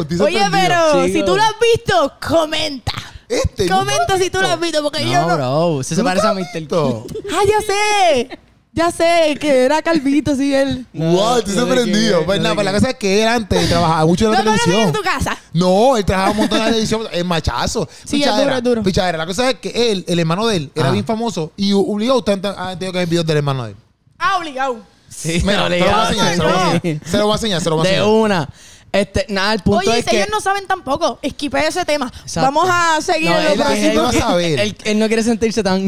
Speaker 1: Estoy
Speaker 3: Oye,
Speaker 1: sorprendido.
Speaker 3: pero si
Speaker 2: Chico.
Speaker 3: tú lo has visto, comenta.
Speaker 1: Este,
Speaker 3: Comenta si tú lo has visto, porque yo
Speaker 2: No,
Speaker 3: no.
Speaker 2: bro. Ese se
Speaker 1: ¿Nunca
Speaker 2: parece a
Speaker 1: lo has
Speaker 2: Mr.
Speaker 1: visto?
Speaker 3: Ah, ya sé. Ya sé que era calvito, sí, él.
Speaker 2: No,
Speaker 1: wow, estoy
Speaker 2: no sé
Speaker 1: sorprendido.
Speaker 2: qué,
Speaker 1: Pues
Speaker 2: no
Speaker 1: nada,
Speaker 2: sé
Speaker 1: pues la
Speaker 2: qué.
Speaker 1: cosa es que él antes trabajaba mucho en
Speaker 3: No,
Speaker 1: la
Speaker 3: no, no,
Speaker 1: televisión.
Speaker 3: en tu casa.
Speaker 1: No, él trabajaba un montón en la televisión, es machazo.
Speaker 3: Sí, es duro, es duro.
Speaker 1: Pichadera. La cosa es que él, el hermano de él, era
Speaker 2: Ah.
Speaker 1: bien famoso y obligado. Ustedes han- han tenido que ver videos del hermano de él.
Speaker 3: Ah, obligado.
Speaker 2: Sí,
Speaker 1: Mira, se lo
Speaker 2: no,
Speaker 1: voy a
Speaker 2: ligado.
Speaker 1: enseñar, se lo voy a enseñar. Se lo voy a enseñar, se lo voy a
Speaker 2: De
Speaker 1: enseñar.
Speaker 2: una. Este, nada, el punto
Speaker 3: Oye,
Speaker 2: es
Speaker 3: si
Speaker 2: que...
Speaker 3: ellos no saben tampoco, esquipe ese tema.
Speaker 2: Exacto.
Speaker 3: Vamos a seguir
Speaker 2: No,
Speaker 3: en lo
Speaker 1: él-
Speaker 3: próximo.
Speaker 1: él no sabe.
Speaker 2: Él, él no quiere sentirse
Speaker 3: *laughs*
Speaker 2: tan...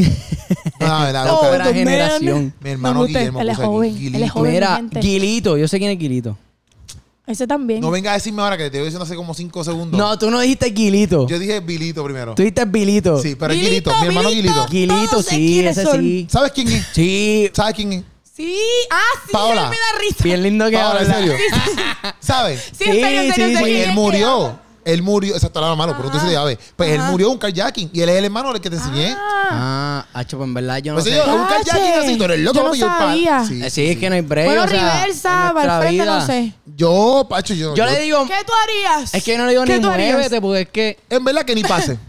Speaker 1: Ah, verdad,
Speaker 2: No,
Speaker 1: busca-
Speaker 2: era
Speaker 3: Dios mío.
Speaker 2: generación.
Speaker 1: Mi hermano
Speaker 3: Me gusta.
Speaker 1: Guillermo
Speaker 3: Él es
Speaker 1: puso aquí,
Speaker 3: joven. Él es
Speaker 1: Guilito.
Speaker 3: joven. mi
Speaker 2: Mira,
Speaker 3: gente.
Speaker 2: Guilito. Yo sé quién es Guilito.
Speaker 3: Ese también.
Speaker 1: No vengas a decirme ahora que te estoy diciendo hace como 5 segundos.
Speaker 2: No, tú no dijiste Guilito.
Speaker 1: Yo dije Bilito primero.
Speaker 2: Tú dijiste Bilito.
Speaker 1: Sí, pero es Gilito, mi hermano Gilito.
Speaker 2: Guilito,
Speaker 3: todos sé
Speaker 2: sí,
Speaker 3: quiénes
Speaker 2: ese
Speaker 3: son.
Speaker 2: sí.
Speaker 1: ¿Sabes quién es?
Speaker 2: Sí,
Speaker 1: ¿Sabes quién es?
Speaker 3: Sí, ah, sí,
Speaker 1: Paola.
Speaker 3: él me da risa.
Speaker 2: bien lindo que
Speaker 1: Paola, en
Speaker 2: habla.
Speaker 1: serio. ¿Sabes?
Speaker 3: Sí, en serio, en
Speaker 2: Sí, sí,
Speaker 3: serio, en
Speaker 2: sí.
Speaker 3: serio,
Speaker 1: Pues él
Speaker 3: ¿quién
Speaker 1: murió. Él murió, exacto, la malo, por un de llave. Pues él murió de un carjacking y él es el hermano del que te enseñé.
Speaker 3: Ah.
Speaker 2: Ah, hacho, pues en verdad yo no
Speaker 1: Pues
Speaker 2: sé.
Speaker 1: señor, un
Speaker 3: Cache.
Speaker 1: carjacking así, tú eres loco,
Speaker 3: Yo no
Speaker 1: papi, el pa-
Speaker 3: sabía.
Speaker 1: Sí, sí,
Speaker 2: Eh, Sí, es que no hay break,
Speaker 3: Bueno,
Speaker 2: o sea,
Speaker 3: reversa,
Speaker 2: en nuestra
Speaker 3: al frente,
Speaker 2: vida.
Speaker 3: no sé.
Speaker 1: Yo, Pacho, yo.
Speaker 2: Yo le digo,
Speaker 3: ¿Qué tú harías?
Speaker 2: es que yo no le digo
Speaker 3: ¿Qué
Speaker 2: ni
Speaker 3: tú harías?
Speaker 2: muévete porque *laughs* es que...
Speaker 1: En verdad que ni pase.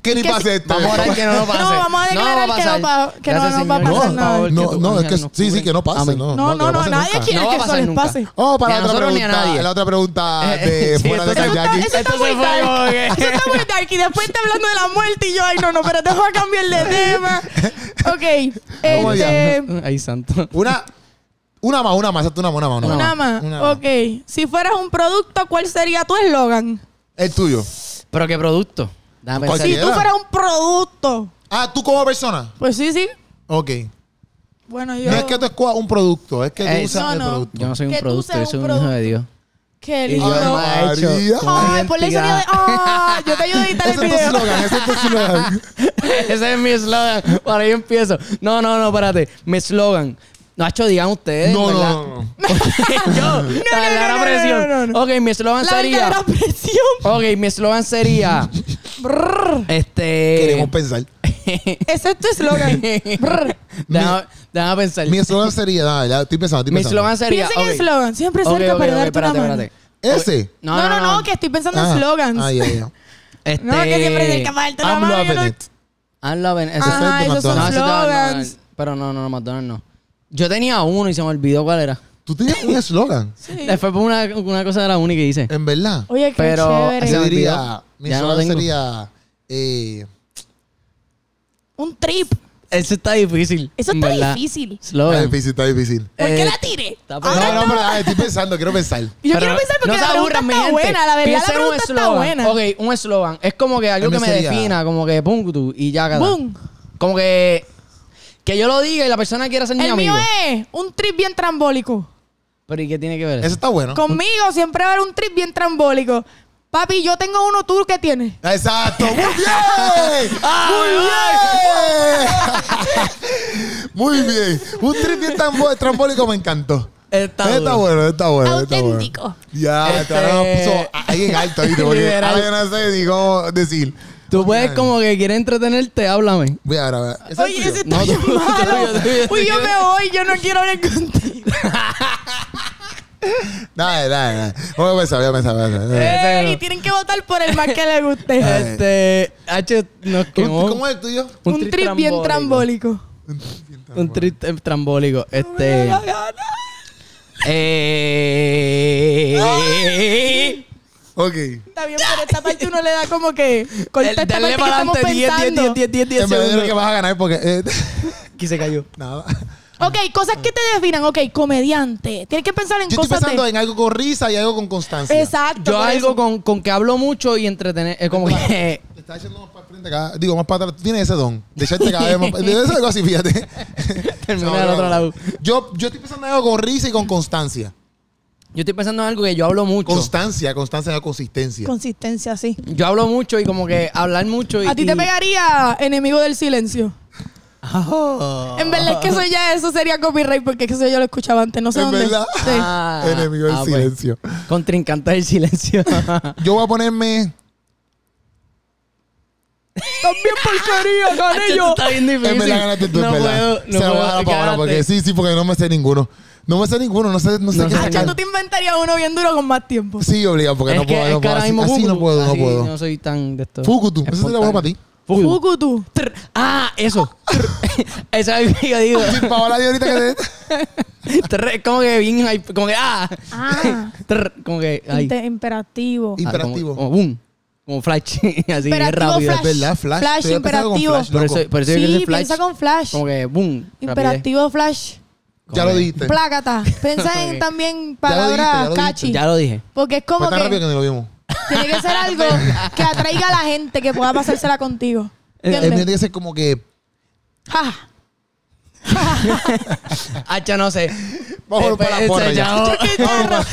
Speaker 1: Que ni
Speaker 3: Que
Speaker 1: pase esto.
Speaker 2: Vamos a orar que no lo pase.
Speaker 3: *laughs* No, vamos a declarar
Speaker 2: va
Speaker 3: que no
Speaker 2: pasar.
Speaker 3: pa- que no,
Speaker 2: Gracias,
Speaker 3: no va a
Speaker 2: Señor,
Speaker 1: No,
Speaker 3: pasar
Speaker 2: por favor,
Speaker 1: no,
Speaker 3: nada.
Speaker 2: que tu
Speaker 1: no, es que
Speaker 2: ángel nos
Speaker 1: sí, sí,
Speaker 2: cubre.
Speaker 1: que no pase.
Speaker 2: Amén.
Speaker 1: No,
Speaker 3: No,
Speaker 1: que
Speaker 3: no, no,
Speaker 1: pase
Speaker 3: nadie
Speaker 1: nunca.
Speaker 3: quiere
Speaker 2: No va
Speaker 3: que
Speaker 2: a
Speaker 3: eso
Speaker 2: pasar
Speaker 3: les
Speaker 2: nunca.
Speaker 3: pase.
Speaker 1: Oh,
Speaker 2: Ni
Speaker 1: para
Speaker 2: a
Speaker 1: la otra
Speaker 2: nosotros ni a
Speaker 1: pregunta.
Speaker 2: nadie.
Speaker 1: La otra pregunta
Speaker 2: Eh,
Speaker 1: de
Speaker 2: eh, sí,
Speaker 1: fuera de
Speaker 2: esto-
Speaker 3: Eso está,
Speaker 1: carjacking.
Speaker 3: eso está
Speaker 2: Esto
Speaker 3: muy
Speaker 2: se fue como
Speaker 3: dark.
Speaker 2: que-
Speaker 3: Eso está muy dark. Y después está hablando de la muerte y yo, ay, no, no, pero dejo a cambiar
Speaker 1: *laughs*
Speaker 3: de tema. Ok.
Speaker 1: Vamos allá.
Speaker 3: Este,
Speaker 2: Ay, santo.
Speaker 1: Una, una más, una más, exacto, una más, una más. Una más.
Speaker 3: nada más.
Speaker 1: Una más.
Speaker 3: Ok. Si fueras un producto, ¿cuál sería tu eslogan?
Speaker 1: El tuyo.
Speaker 2: Pero qué producto. Déjame pensar.
Speaker 3: Si
Speaker 1: Cualquier-
Speaker 3: tú
Speaker 1: Cualquiera.
Speaker 3: fueras un producto.
Speaker 1: Ah, tú como persona.
Speaker 3: Pues sí, sí.
Speaker 1: Ok.
Speaker 3: Bueno, yo.
Speaker 1: No es que tú escojas un producto, es que tú
Speaker 2: Eh,
Speaker 1: usas
Speaker 3: no,
Speaker 1: el
Speaker 3: no.
Speaker 1: producto.
Speaker 2: Yo no soy un
Speaker 3: Que tú
Speaker 2: producto, yo
Speaker 3: seas
Speaker 2: soy
Speaker 3: un
Speaker 2: un hijo de Dios.
Speaker 3: Qué
Speaker 2: Y
Speaker 3: lindo.
Speaker 2: yo
Speaker 1: Ay,
Speaker 2: me he
Speaker 1: María.
Speaker 2: hecho una
Speaker 3: Ay, ponle el sonido de.
Speaker 2: identidad.
Speaker 3: ¡Ah! Yo te ayudo a editar el
Speaker 1: Ese es tu
Speaker 3: video.
Speaker 1: slogan, ese es tu slogan.
Speaker 2: *laughs* Ese es mi eslogan. Por ahí empiezo. No, no, no, espérate. Mi eslogan. Nacho, digan ustedes.
Speaker 1: No,
Speaker 2: ¿verdad?
Speaker 1: no, no, no.
Speaker 2: Yo, *laughs* la verdadera
Speaker 3: no, no,
Speaker 2: presión.
Speaker 3: no, no, no.
Speaker 2: Ok, mi eslogan
Speaker 3: La
Speaker 2: sería.
Speaker 3: verdadera presión.
Speaker 2: Ok, mi eslogan sería.
Speaker 3: Brrr.
Speaker 2: este.
Speaker 1: Queremos pensar.
Speaker 3: Ese es tu
Speaker 2: *laughs*
Speaker 3: eslogan.
Speaker 2: Brr. Déjame déjame pensar.
Speaker 1: Mi slogan sería, nada, ya estoy pensando, estoy
Speaker 2: Mi
Speaker 1: pensando.
Speaker 2: eslogan sería.
Speaker 3: Piensa en el
Speaker 2: ok.
Speaker 3: eslogan. Siempre
Speaker 2: Ok,
Speaker 3: cerca
Speaker 2: ok,
Speaker 3: para
Speaker 2: ok,
Speaker 3: darte una
Speaker 2: espérate,
Speaker 3: mano.
Speaker 2: espérate.
Speaker 1: Ese.
Speaker 3: No, no, no, que estoy pensando
Speaker 1: Ah.
Speaker 3: en slogans.
Speaker 1: Ay, ay, ay.
Speaker 2: Este...
Speaker 3: No, que siempre cerca para darte una
Speaker 1: I'm
Speaker 3: mano. yo
Speaker 1: loving
Speaker 3: no-
Speaker 1: it.
Speaker 2: I'm loving it. Ese-
Speaker 1: Ah,
Speaker 3: Ajá,
Speaker 1: es de
Speaker 3: esos son
Speaker 2: No,
Speaker 1: McDonald's.
Speaker 2: ese estaba- no,
Speaker 3: slogans.
Speaker 2: Pero no, no, no, McDonald's no. Yo tenía uno y se me olvidó cuál era.
Speaker 1: Tú tienes un eslogan,
Speaker 3: Sí.
Speaker 2: Después fue una, una cosa de la uni que hice.
Speaker 1: en verdad.
Speaker 3: Oye, qué
Speaker 2: Pero-
Speaker 3: chévere.
Speaker 2: Se
Speaker 1: Yo
Speaker 2: me
Speaker 1: diría,
Speaker 2: olvidó.
Speaker 1: mi
Speaker 2: Ya no lo
Speaker 1: eslogan
Speaker 2: tengo.
Speaker 1: sería, eh,
Speaker 3: Un trip.
Speaker 2: Eso está difícil.
Speaker 3: Eso
Speaker 2: en
Speaker 3: está
Speaker 2: verdad.
Speaker 3: difícil.
Speaker 1: está
Speaker 2: Slogan.
Speaker 1: ah, difícil, está difícil.
Speaker 3: ¿Por qué
Speaker 2: Eh,
Speaker 3: la tiré?
Speaker 2: está
Speaker 1: No,
Speaker 3: Ahora
Speaker 1: no,
Speaker 3: no.
Speaker 1: pero ah, estoy pensando, quiero pensar.
Speaker 3: Yo
Speaker 2: Pero
Speaker 3: quiero pensar porque
Speaker 2: no
Speaker 3: la
Speaker 2: se
Speaker 3: pregunta
Speaker 2: aburran, mi
Speaker 3: está
Speaker 2: gente.
Speaker 3: buena. La verdad,
Speaker 2: Piensa
Speaker 3: la
Speaker 2: en un
Speaker 3: pregunta está
Speaker 2: eslogan.
Speaker 3: buena.
Speaker 2: Ok, un eslogan. Es como que algo
Speaker 1: El
Speaker 2: que me
Speaker 1: mío sería-
Speaker 2: defina, como que pum, tú, y ya cada.
Speaker 3: Boom.
Speaker 2: Como que. Que yo lo diga y la persona quiera ser mi
Speaker 3: El
Speaker 2: amigo.
Speaker 3: mío es un trip bien trambólico.
Speaker 2: Pero ¿y qué tiene que ver?
Speaker 1: Eso está bueno.
Speaker 3: Conmigo siempre va a haber un trip bien trambólico. Papi, yo tengo uno, ¿tú qué tienes?
Speaker 1: Exacto, muy
Speaker 2: *laughs*
Speaker 1: bien. Ah, *laughs* Muy bien. Muy bien. Un trip bien tambo- trambólico me encantó.
Speaker 2: Está
Speaker 1: Está,
Speaker 2: duro.
Speaker 1: bueno, está bueno. está bueno.
Speaker 3: Auténtico.
Speaker 1: Ya,
Speaker 2: Este-
Speaker 1: claro, puso ahí en alto, ¿viste? Porque
Speaker 2: Literal.
Speaker 1: ahora yo no sé ni cómo decir.
Speaker 2: Tú puedes, como que quieres entretenerte, háblame.
Speaker 1: Voy a grabar. ¿Ese es el
Speaker 3: Oye,
Speaker 1: tuyo?
Speaker 3: ese está
Speaker 2: *laughs* No,
Speaker 3: bien
Speaker 2: tú- tú-
Speaker 3: malo.
Speaker 2: tú- tú- tú-
Speaker 3: Uy, yo me voy, yo no quiero hablar contigo.
Speaker 1: Dale, dale, dale. Voy a pensar, voy a pensar. Voy a pensar.
Speaker 2: Eh, Ese
Speaker 3: Ey,
Speaker 2: no.
Speaker 3: y tienen que votar por el más que le guste.
Speaker 1: Ay.
Speaker 2: Este. H nos quemó.
Speaker 1: ¿Cómo, ¿Cómo es el tuyo?
Speaker 3: un, trip, bien trambólico.
Speaker 2: Un trip eh, trambólico.
Speaker 3: *laughs*
Speaker 2: Este.
Speaker 3: No me da la gana.
Speaker 2: Eh.
Speaker 1: Ok.
Speaker 3: Está bien, pero esta parte uno le da como que. Corta esta parte que
Speaker 2: Dale para
Speaker 3: estamos
Speaker 2: adelante 10, 10, 10,
Speaker 3: pensando.
Speaker 2: 10, 10, 10
Speaker 1: En verdad yo creo que
Speaker 2: segundos.
Speaker 1: vas a ganar porque. eh, *laughs*
Speaker 2: Aquí se cayó.
Speaker 1: nada.
Speaker 3: Ok, cosas que te definan. Ok, comediante. Tienes que pensar en
Speaker 1: Yo estoy
Speaker 3: cosas
Speaker 1: pensando
Speaker 3: de...
Speaker 1: en algo con risa y algo con constancia.
Speaker 3: Exacto.
Speaker 2: Yo
Speaker 3: por
Speaker 2: algo
Speaker 3: eso.
Speaker 2: con, con que hablo mucho y entretener. eh, como que. *laughs*
Speaker 1: Te está echando más para frente acá. Digo, más para atrás. Tú tienes ese don. De echarte cada vez más para Debe ser algo así,
Speaker 2: *laughs*
Speaker 1: fíjate.
Speaker 2: Termina
Speaker 1: No,
Speaker 2: del
Speaker 1: no,
Speaker 2: otro
Speaker 1: no.
Speaker 2: lado.
Speaker 1: Yo, yo estoy pensando en algo con risa y con constancia.
Speaker 2: Yo estoy pensando en algo que yo hablo mucho.
Speaker 1: Constancia, constancia no consistencia.
Speaker 3: Consistencia, sí.
Speaker 2: Yo hablo mucho y como que hablar mucho y.
Speaker 3: A ti
Speaker 2: y-
Speaker 3: te pegaría enemigo del silencio.
Speaker 2: Ah.
Speaker 3: En verdad es que eso ya eso sería copyright porque es que eso yo lo escuchaba antes, no sé
Speaker 1: En
Speaker 3: dónde.
Speaker 1: verdad.
Speaker 3: Sí.
Speaker 2: Ah,
Speaker 1: Enemigo del
Speaker 2: ah, pues.
Speaker 1: silencio.
Speaker 2: Contrincante del
Speaker 3: *laughs*
Speaker 2: silencio.
Speaker 1: Yo voy a ponerme.
Speaker 3: También porquería,
Speaker 2: *laughs* Hacho,
Speaker 3: gané
Speaker 2: esto
Speaker 3: yo.
Speaker 2: está bien difícil.
Speaker 1: En verdad ganaste tú, en
Speaker 2: no
Speaker 1: verdad.
Speaker 2: puedo, no
Speaker 1: Se lo
Speaker 2: puedo.
Speaker 1: voy a dejar para ahora
Speaker 2: ganaste.
Speaker 1: porque sí, sí, porque no me sé ninguno. No me sé ninguno, no sé, no sé
Speaker 2: No
Speaker 1: qué
Speaker 2: sé.
Speaker 3: Hacho,
Speaker 1: sacar.
Speaker 3: tú te inventarías uno bien duro con más tiempo.
Speaker 1: Sí, obligado, porque
Speaker 2: Es
Speaker 1: no
Speaker 2: que-
Speaker 1: puedo,
Speaker 2: es
Speaker 1: no
Speaker 2: que
Speaker 1: puedo.
Speaker 2: ahora
Speaker 1: Así,
Speaker 2: mismo
Speaker 1: así no
Speaker 2: Fukutu,
Speaker 1: puedo, no
Speaker 2: así
Speaker 1: puedo.
Speaker 2: No soy tan de esto.
Speaker 1: Fukutu, eso sería bueno para ti.
Speaker 2: Fukutu.
Speaker 3: Fuku tú.
Speaker 2: Trr. Ah, eso. *laughs* Trr. eso es lo que
Speaker 1: *laughs*
Speaker 2: yo digo.
Speaker 1: Sí, Paola dio ahorita que te...
Speaker 2: Trr, es como que bien hype, como que ah.
Speaker 3: Ah,
Speaker 2: Trr, como que ahí.
Speaker 3: inte- imperativo.
Speaker 2: Ah,
Speaker 1: Imperativo.
Speaker 2: Como, como boom. Como flash. *laughs* Así bien
Speaker 3: Imperativo
Speaker 2: rápido.
Speaker 3: flash.
Speaker 1: ¿Verdad? Flash.
Speaker 3: Flash,
Speaker 1: Estoy empezando con
Speaker 3: imperativo.
Speaker 1: Flash,
Speaker 2: Por
Speaker 1: loco.
Speaker 2: eso, por eso yo quiero
Speaker 3: Sí,
Speaker 2: decir flash.
Speaker 3: piensa con flash.
Speaker 2: Como que boom.
Speaker 3: Imperativo flash.
Speaker 2: rapidez.
Speaker 1: *laughs* Ya
Speaker 2: Como
Speaker 1: lo
Speaker 2: que-
Speaker 1: dijiste.
Speaker 3: Plácata. Piensa
Speaker 1: *laughs*
Speaker 3: en
Speaker 2: Ok.
Speaker 3: también
Speaker 1: Este. Ya lo dijiste, ya
Speaker 3: palabras
Speaker 1: lo dijiste.
Speaker 3: catchy.
Speaker 2: Ya
Speaker 1: *laughs*
Speaker 2: lo dije.
Speaker 3: Porque es
Speaker 1: Fue
Speaker 3: como
Speaker 1: tan rápido que
Speaker 3: que
Speaker 1: ni lo vimos.
Speaker 3: tiene que
Speaker 1: *laughs*
Speaker 3: ser algo que atraiga a la gente que
Speaker 1: Eh,
Speaker 3: pueda pasársela contigo.
Speaker 2: El- el
Speaker 1: El mío
Speaker 3: ¿Entiendes?
Speaker 1: tiene que ser como que
Speaker 3: Ja.
Speaker 2: Hacha, no sé.
Speaker 1: Vamos por la porra ya.
Speaker 3: *laughs*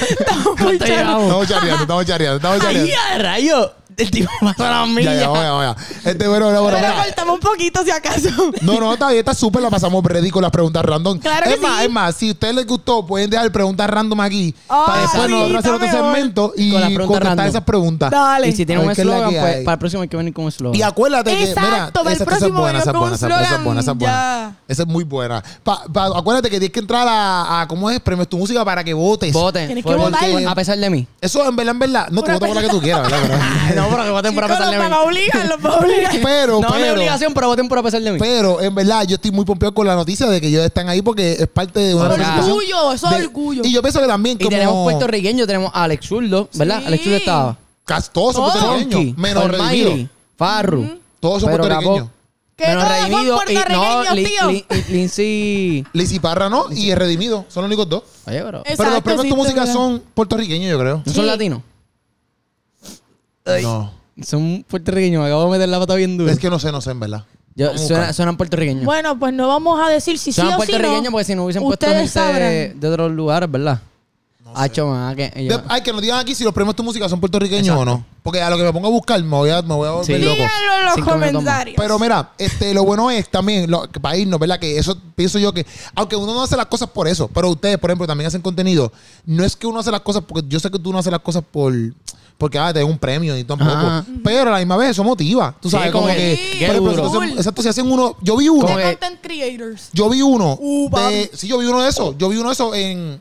Speaker 3: Estamos muy
Speaker 2: ¿Cuánto
Speaker 3: charros.
Speaker 2: llevamos?
Speaker 1: Estamos charreando, estamos charreando, estamos
Speaker 2: ¡Ay,
Speaker 1: charreando.
Speaker 2: a rayo! El tipo *laughs* pasó la
Speaker 1: Ya,
Speaker 2: milla.
Speaker 1: ya, vamos, ya, vamos, ya. Este, bueno, bueno, bueno.
Speaker 3: Pero
Speaker 1: mira.
Speaker 3: cortamos un poquito si acaso.
Speaker 1: No, no, está bien, está súper, la pasamos ready con las preguntas random.
Speaker 3: Claro que
Speaker 1: es más,
Speaker 3: sí.
Speaker 1: es más, si a ustedes les gustó, pueden dejar preguntas random aquí.
Speaker 3: Ay,
Speaker 1: para después nosotros hacer otro
Speaker 3: Oh, está mejor.
Speaker 1: segmento y
Speaker 2: Con las preguntas
Speaker 1: contestar
Speaker 2: random.
Speaker 1: esas preguntas.
Speaker 3: Dale.
Speaker 2: Y si tiene
Speaker 1: A
Speaker 2: un
Speaker 1: ver qué es la
Speaker 2: eslogan,
Speaker 1: que
Speaker 2: pues
Speaker 1: hay.
Speaker 2: para el próximo hay que venir con un
Speaker 1: Y
Speaker 2: eslogan.
Speaker 1: acuérdate que, mira,
Speaker 3: Exacto, para el
Speaker 1: esa, esa es
Speaker 3: próximo
Speaker 1: buena, esa es buena,
Speaker 3: venimos con
Speaker 1: esa es
Speaker 3: un
Speaker 1: buena, esa es buena, esa es buena.
Speaker 3: slogan,
Speaker 1: Esa es muy buena. Pa- pa- acuérdate que tienes que entrar a, a- ¿cómo es? Premios tu música para que votes.
Speaker 2: Voten.
Speaker 3: Tienes que
Speaker 2: Porque-
Speaker 1: votar.
Speaker 2: A pesar
Speaker 1: *laughs*
Speaker 2: de mí.
Speaker 1: Eso en verdad, en verdad, no te votas por la que tú quieras, ¿verdad? Pero-
Speaker 2: no, pero que voten por a
Speaker 3: Chicos,
Speaker 2: pesar
Speaker 3: los
Speaker 2: de
Speaker 3: van a
Speaker 2: mí.
Speaker 3: obligar, los van a obligar.
Speaker 2: *laughs*
Speaker 1: Pero,
Speaker 2: No es mi
Speaker 1: pero,
Speaker 2: obligación, pero voten por a pesar de mí.
Speaker 1: pero, en verdad, yo estoy muy pompeado con la noticia de que ellos están ahí porque es parte de una
Speaker 2: Orgullo,
Speaker 1: representación
Speaker 3: Orgullo, eso
Speaker 1: de-
Speaker 3: es orgullo.
Speaker 1: Y yo pienso que también
Speaker 2: Y
Speaker 1: como...
Speaker 2: tenemos puertorriqueño, tenemos a Alex Zurdo, ¿verdad?
Speaker 3: Sí.
Speaker 2: Alex Zurdo estaba.
Speaker 1: Casi todos son
Speaker 2: Oh.
Speaker 3: Oh.
Speaker 2: Funky,
Speaker 1: puertorriqueños. Menos
Speaker 2: Almighty,
Speaker 1: redimidos.
Speaker 2: Farru.
Speaker 1: Todos son
Speaker 2: Pedro
Speaker 1: puertorriqueños.
Speaker 2: Capó.
Speaker 3: Que
Speaker 2: Menos
Speaker 3: todos son
Speaker 2: redimidos. y- No,
Speaker 3: puertorriqueños,
Speaker 2: Lin-
Speaker 3: tío.
Speaker 2: Lin- y- Lindsay.
Speaker 1: Lizzy Parra no y es redimido. Son los únicos dos.
Speaker 2: Oye, pero.
Speaker 3: Es-
Speaker 1: Pero los
Speaker 3: Exacto,
Speaker 1: premios
Speaker 3: sí,
Speaker 1: tu
Speaker 3: es
Speaker 1: música
Speaker 3: verdad.
Speaker 1: son puertorriqueños, yo creo.
Speaker 2: ¿No son
Speaker 3: Sí.
Speaker 2: latinos?
Speaker 1: No.
Speaker 2: Son puertorriqueños. Me acabo de meter la pata bien dura.
Speaker 1: Es que no sé, no sé, en verdad.
Speaker 2: Yo,
Speaker 1: Vamos a
Speaker 2: suena-
Speaker 1: buscar.
Speaker 2: suenan puertorriqueños.
Speaker 3: Bueno, pues no vamos a decir si sí
Speaker 2: suenan
Speaker 3: o si
Speaker 2: puertorriqueños
Speaker 3: no.
Speaker 2: porque si no hubiesen puesto
Speaker 3: Ustedes
Speaker 2: gente de,
Speaker 3: sabrán.
Speaker 2: de otros lugares, ¿verdad? Hacho, más que.
Speaker 1: De- Ay, que nos digan aquí si los premios tu música son puertorriqueños o no. Porque a lo que me pongo a buscar me voy a, me voy a volver
Speaker 2: Sí.
Speaker 1: loco.
Speaker 3: Díganlo en los
Speaker 2: Cinco minutos
Speaker 3: comentarios.
Speaker 1: Pero mira, este, lo bueno es también, lo, que para irnos, ¿verdad? Que eso pienso yo que, aunque uno no hace las cosas por eso, pero ustedes, por ejemplo, también hacen contenido. No es que uno hace las cosas, porque yo sé que tú no haces las cosas por, porque, ah, te den un premio y tampoco.
Speaker 2: Ajá.
Speaker 1: Pero a la misma vez eso motiva. Tú
Speaker 2: Sí,
Speaker 1: sabes, como
Speaker 2: como
Speaker 1: que,
Speaker 2: que, qué
Speaker 1: por ejemplo,
Speaker 2: duro.
Speaker 1: si hacen- exacto, si hacen uno, yo vi uno,
Speaker 2: Como
Speaker 3: De
Speaker 2: que-
Speaker 3: content creators.
Speaker 1: yo vi uno,
Speaker 3: Uh,
Speaker 1: de- sí, yo vi uno de esos, yo vi uno de esos en,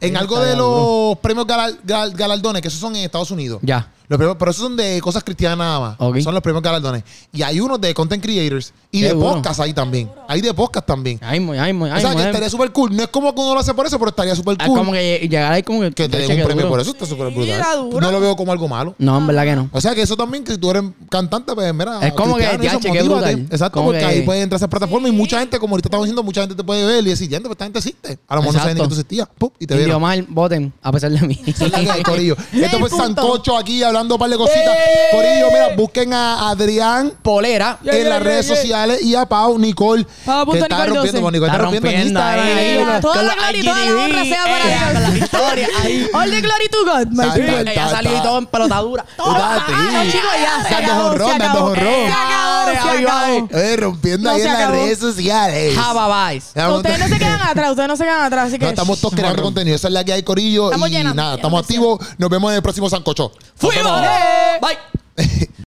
Speaker 1: en algo de los premios galal- gal- galardones, que esos son en Estados Unidos.
Speaker 2: Ya.
Speaker 1: Los premios, pero esos son de cosas cristianas nada más.
Speaker 2: Ok.
Speaker 1: Son los premios galardones. Y hay unos de content creators y
Speaker 2: Qué
Speaker 1: de
Speaker 2: duro.
Speaker 1: podcast ahí también. Hay de podcast también.
Speaker 2: Ay, muy, ay, muy, ay,
Speaker 1: o sea,
Speaker 2: muy.
Speaker 1: que estaría súper cool. No es como que uno lo hace por eso, pero estaría súper
Speaker 2: Ah,
Speaker 1: cool
Speaker 2: como que lleg- llegar ahí como que.
Speaker 1: que te
Speaker 2: Che,
Speaker 1: den
Speaker 2: qué
Speaker 1: un premio
Speaker 2: duro.
Speaker 1: por eso. Está súper
Speaker 3: Sí, era
Speaker 1: brutal.
Speaker 3: duro.
Speaker 1: No lo veo como algo malo.
Speaker 2: No, en verdad que no.
Speaker 1: O sea, que eso también, que si tú eres cantante, pues mira.
Speaker 2: Es como que,
Speaker 1: cristiano, eso,
Speaker 2: ya, che, qué
Speaker 1: motívate.
Speaker 2: brutal.
Speaker 1: Exacto,
Speaker 2: Como
Speaker 1: porque
Speaker 2: que-
Speaker 1: ahí puedes entrar a esa plataforma y
Speaker 3: Sí.
Speaker 1: mucha gente, como ahorita estamos diciendo, mucha gente te puede ver y decir, ya, pues esta gente existe. A lo mejor no saben ni que
Speaker 2: Exacto.
Speaker 1: tú existías. Pup, y te
Speaker 2: Indio
Speaker 1: vieron.
Speaker 2: mal, voten, a pesar de mí.
Speaker 1: Esa es la que
Speaker 2: *laughs*
Speaker 1: hay,
Speaker 3: *laughs*
Speaker 1: Corillo. Esto fue
Speaker 3: punto.
Speaker 1: Sancocho aquí hablando un par de cositas.
Speaker 3: ¡Eh!
Speaker 1: Corillo, mira, busquen a Adrián
Speaker 2: Polera.
Speaker 3: Yeah,
Speaker 1: en
Speaker 3: yeah,
Speaker 1: las
Speaker 3: yeah,
Speaker 1: redes
Speaker 3: yeah.
Speaker 1: sociales y a Pau, Nicole,
Speaker 3: Pau punto
Speaker 1: que está
Speaker 3: Nicole
Speaker 1: rompiendo,
Speaker 3: 12.
Speaker 1: bueno, Nicole está, rompiendo, en Instagram.
Speaker 3: ahí,
Speaker 1: ahí,
Speaker 3: ahí,
Speaker 1: ahí.
Speaker 3: Toda la gloria y toda la honra sea para Dios.
Speaker 2: Con la historia
Speaker 3: *laughs*
Speaker 2: ahí.
Speaker 3: All the glory to God, my
Speaker 1: Exacto.
Speaker 3: friend.
Speaker 1: Ta, ta,
Speaker 2: Ella salió
Speaker 1: ta.
Speaker 2: y todo en *laughs* pelotadura.
Speaker 1: Ah,
Speaker 3: Ah, no,
Speaker 1: sí.
Speaker 3: chicos, ya. Se
Speaker 1: Dando
Speaker 3: acabó,
Speaker 1: jonrón,
Speaker 3: se
Speaker 1: dando
Speaker 3: acabó.
Speaker 1: jonrón.
Speaker 3: Se acabó, se acabó.
Speaker 1: Eh, rompiendo
Speaker 3: No
Speaker 1: ahí
Speaker 3: se
Speaker 1: en las
Speaker 3: acabó.
Speaker 1: redes sociales.
Speaker 2: Java Vice.
Speaker 1: Ya, vamos-
Speaker 3: Ustedes no se quedan atrás, ustedes no se quedan atrás, así que...
Speaker 1: No, estamos todos creando contenido. Esa es la que hay, Corillo.
Speaker 3: Estamos
Speaker 1: y
Speaker 3: llenando,
Speaker 1: nada, estamos
Speaker 3: llenando.
Speaker 1: activos. Nos vemos en el próximo Sancocho.
Speaker 2: ¡Fuimos!
Speaker 3: Yeah.
Speaker 2: Bye.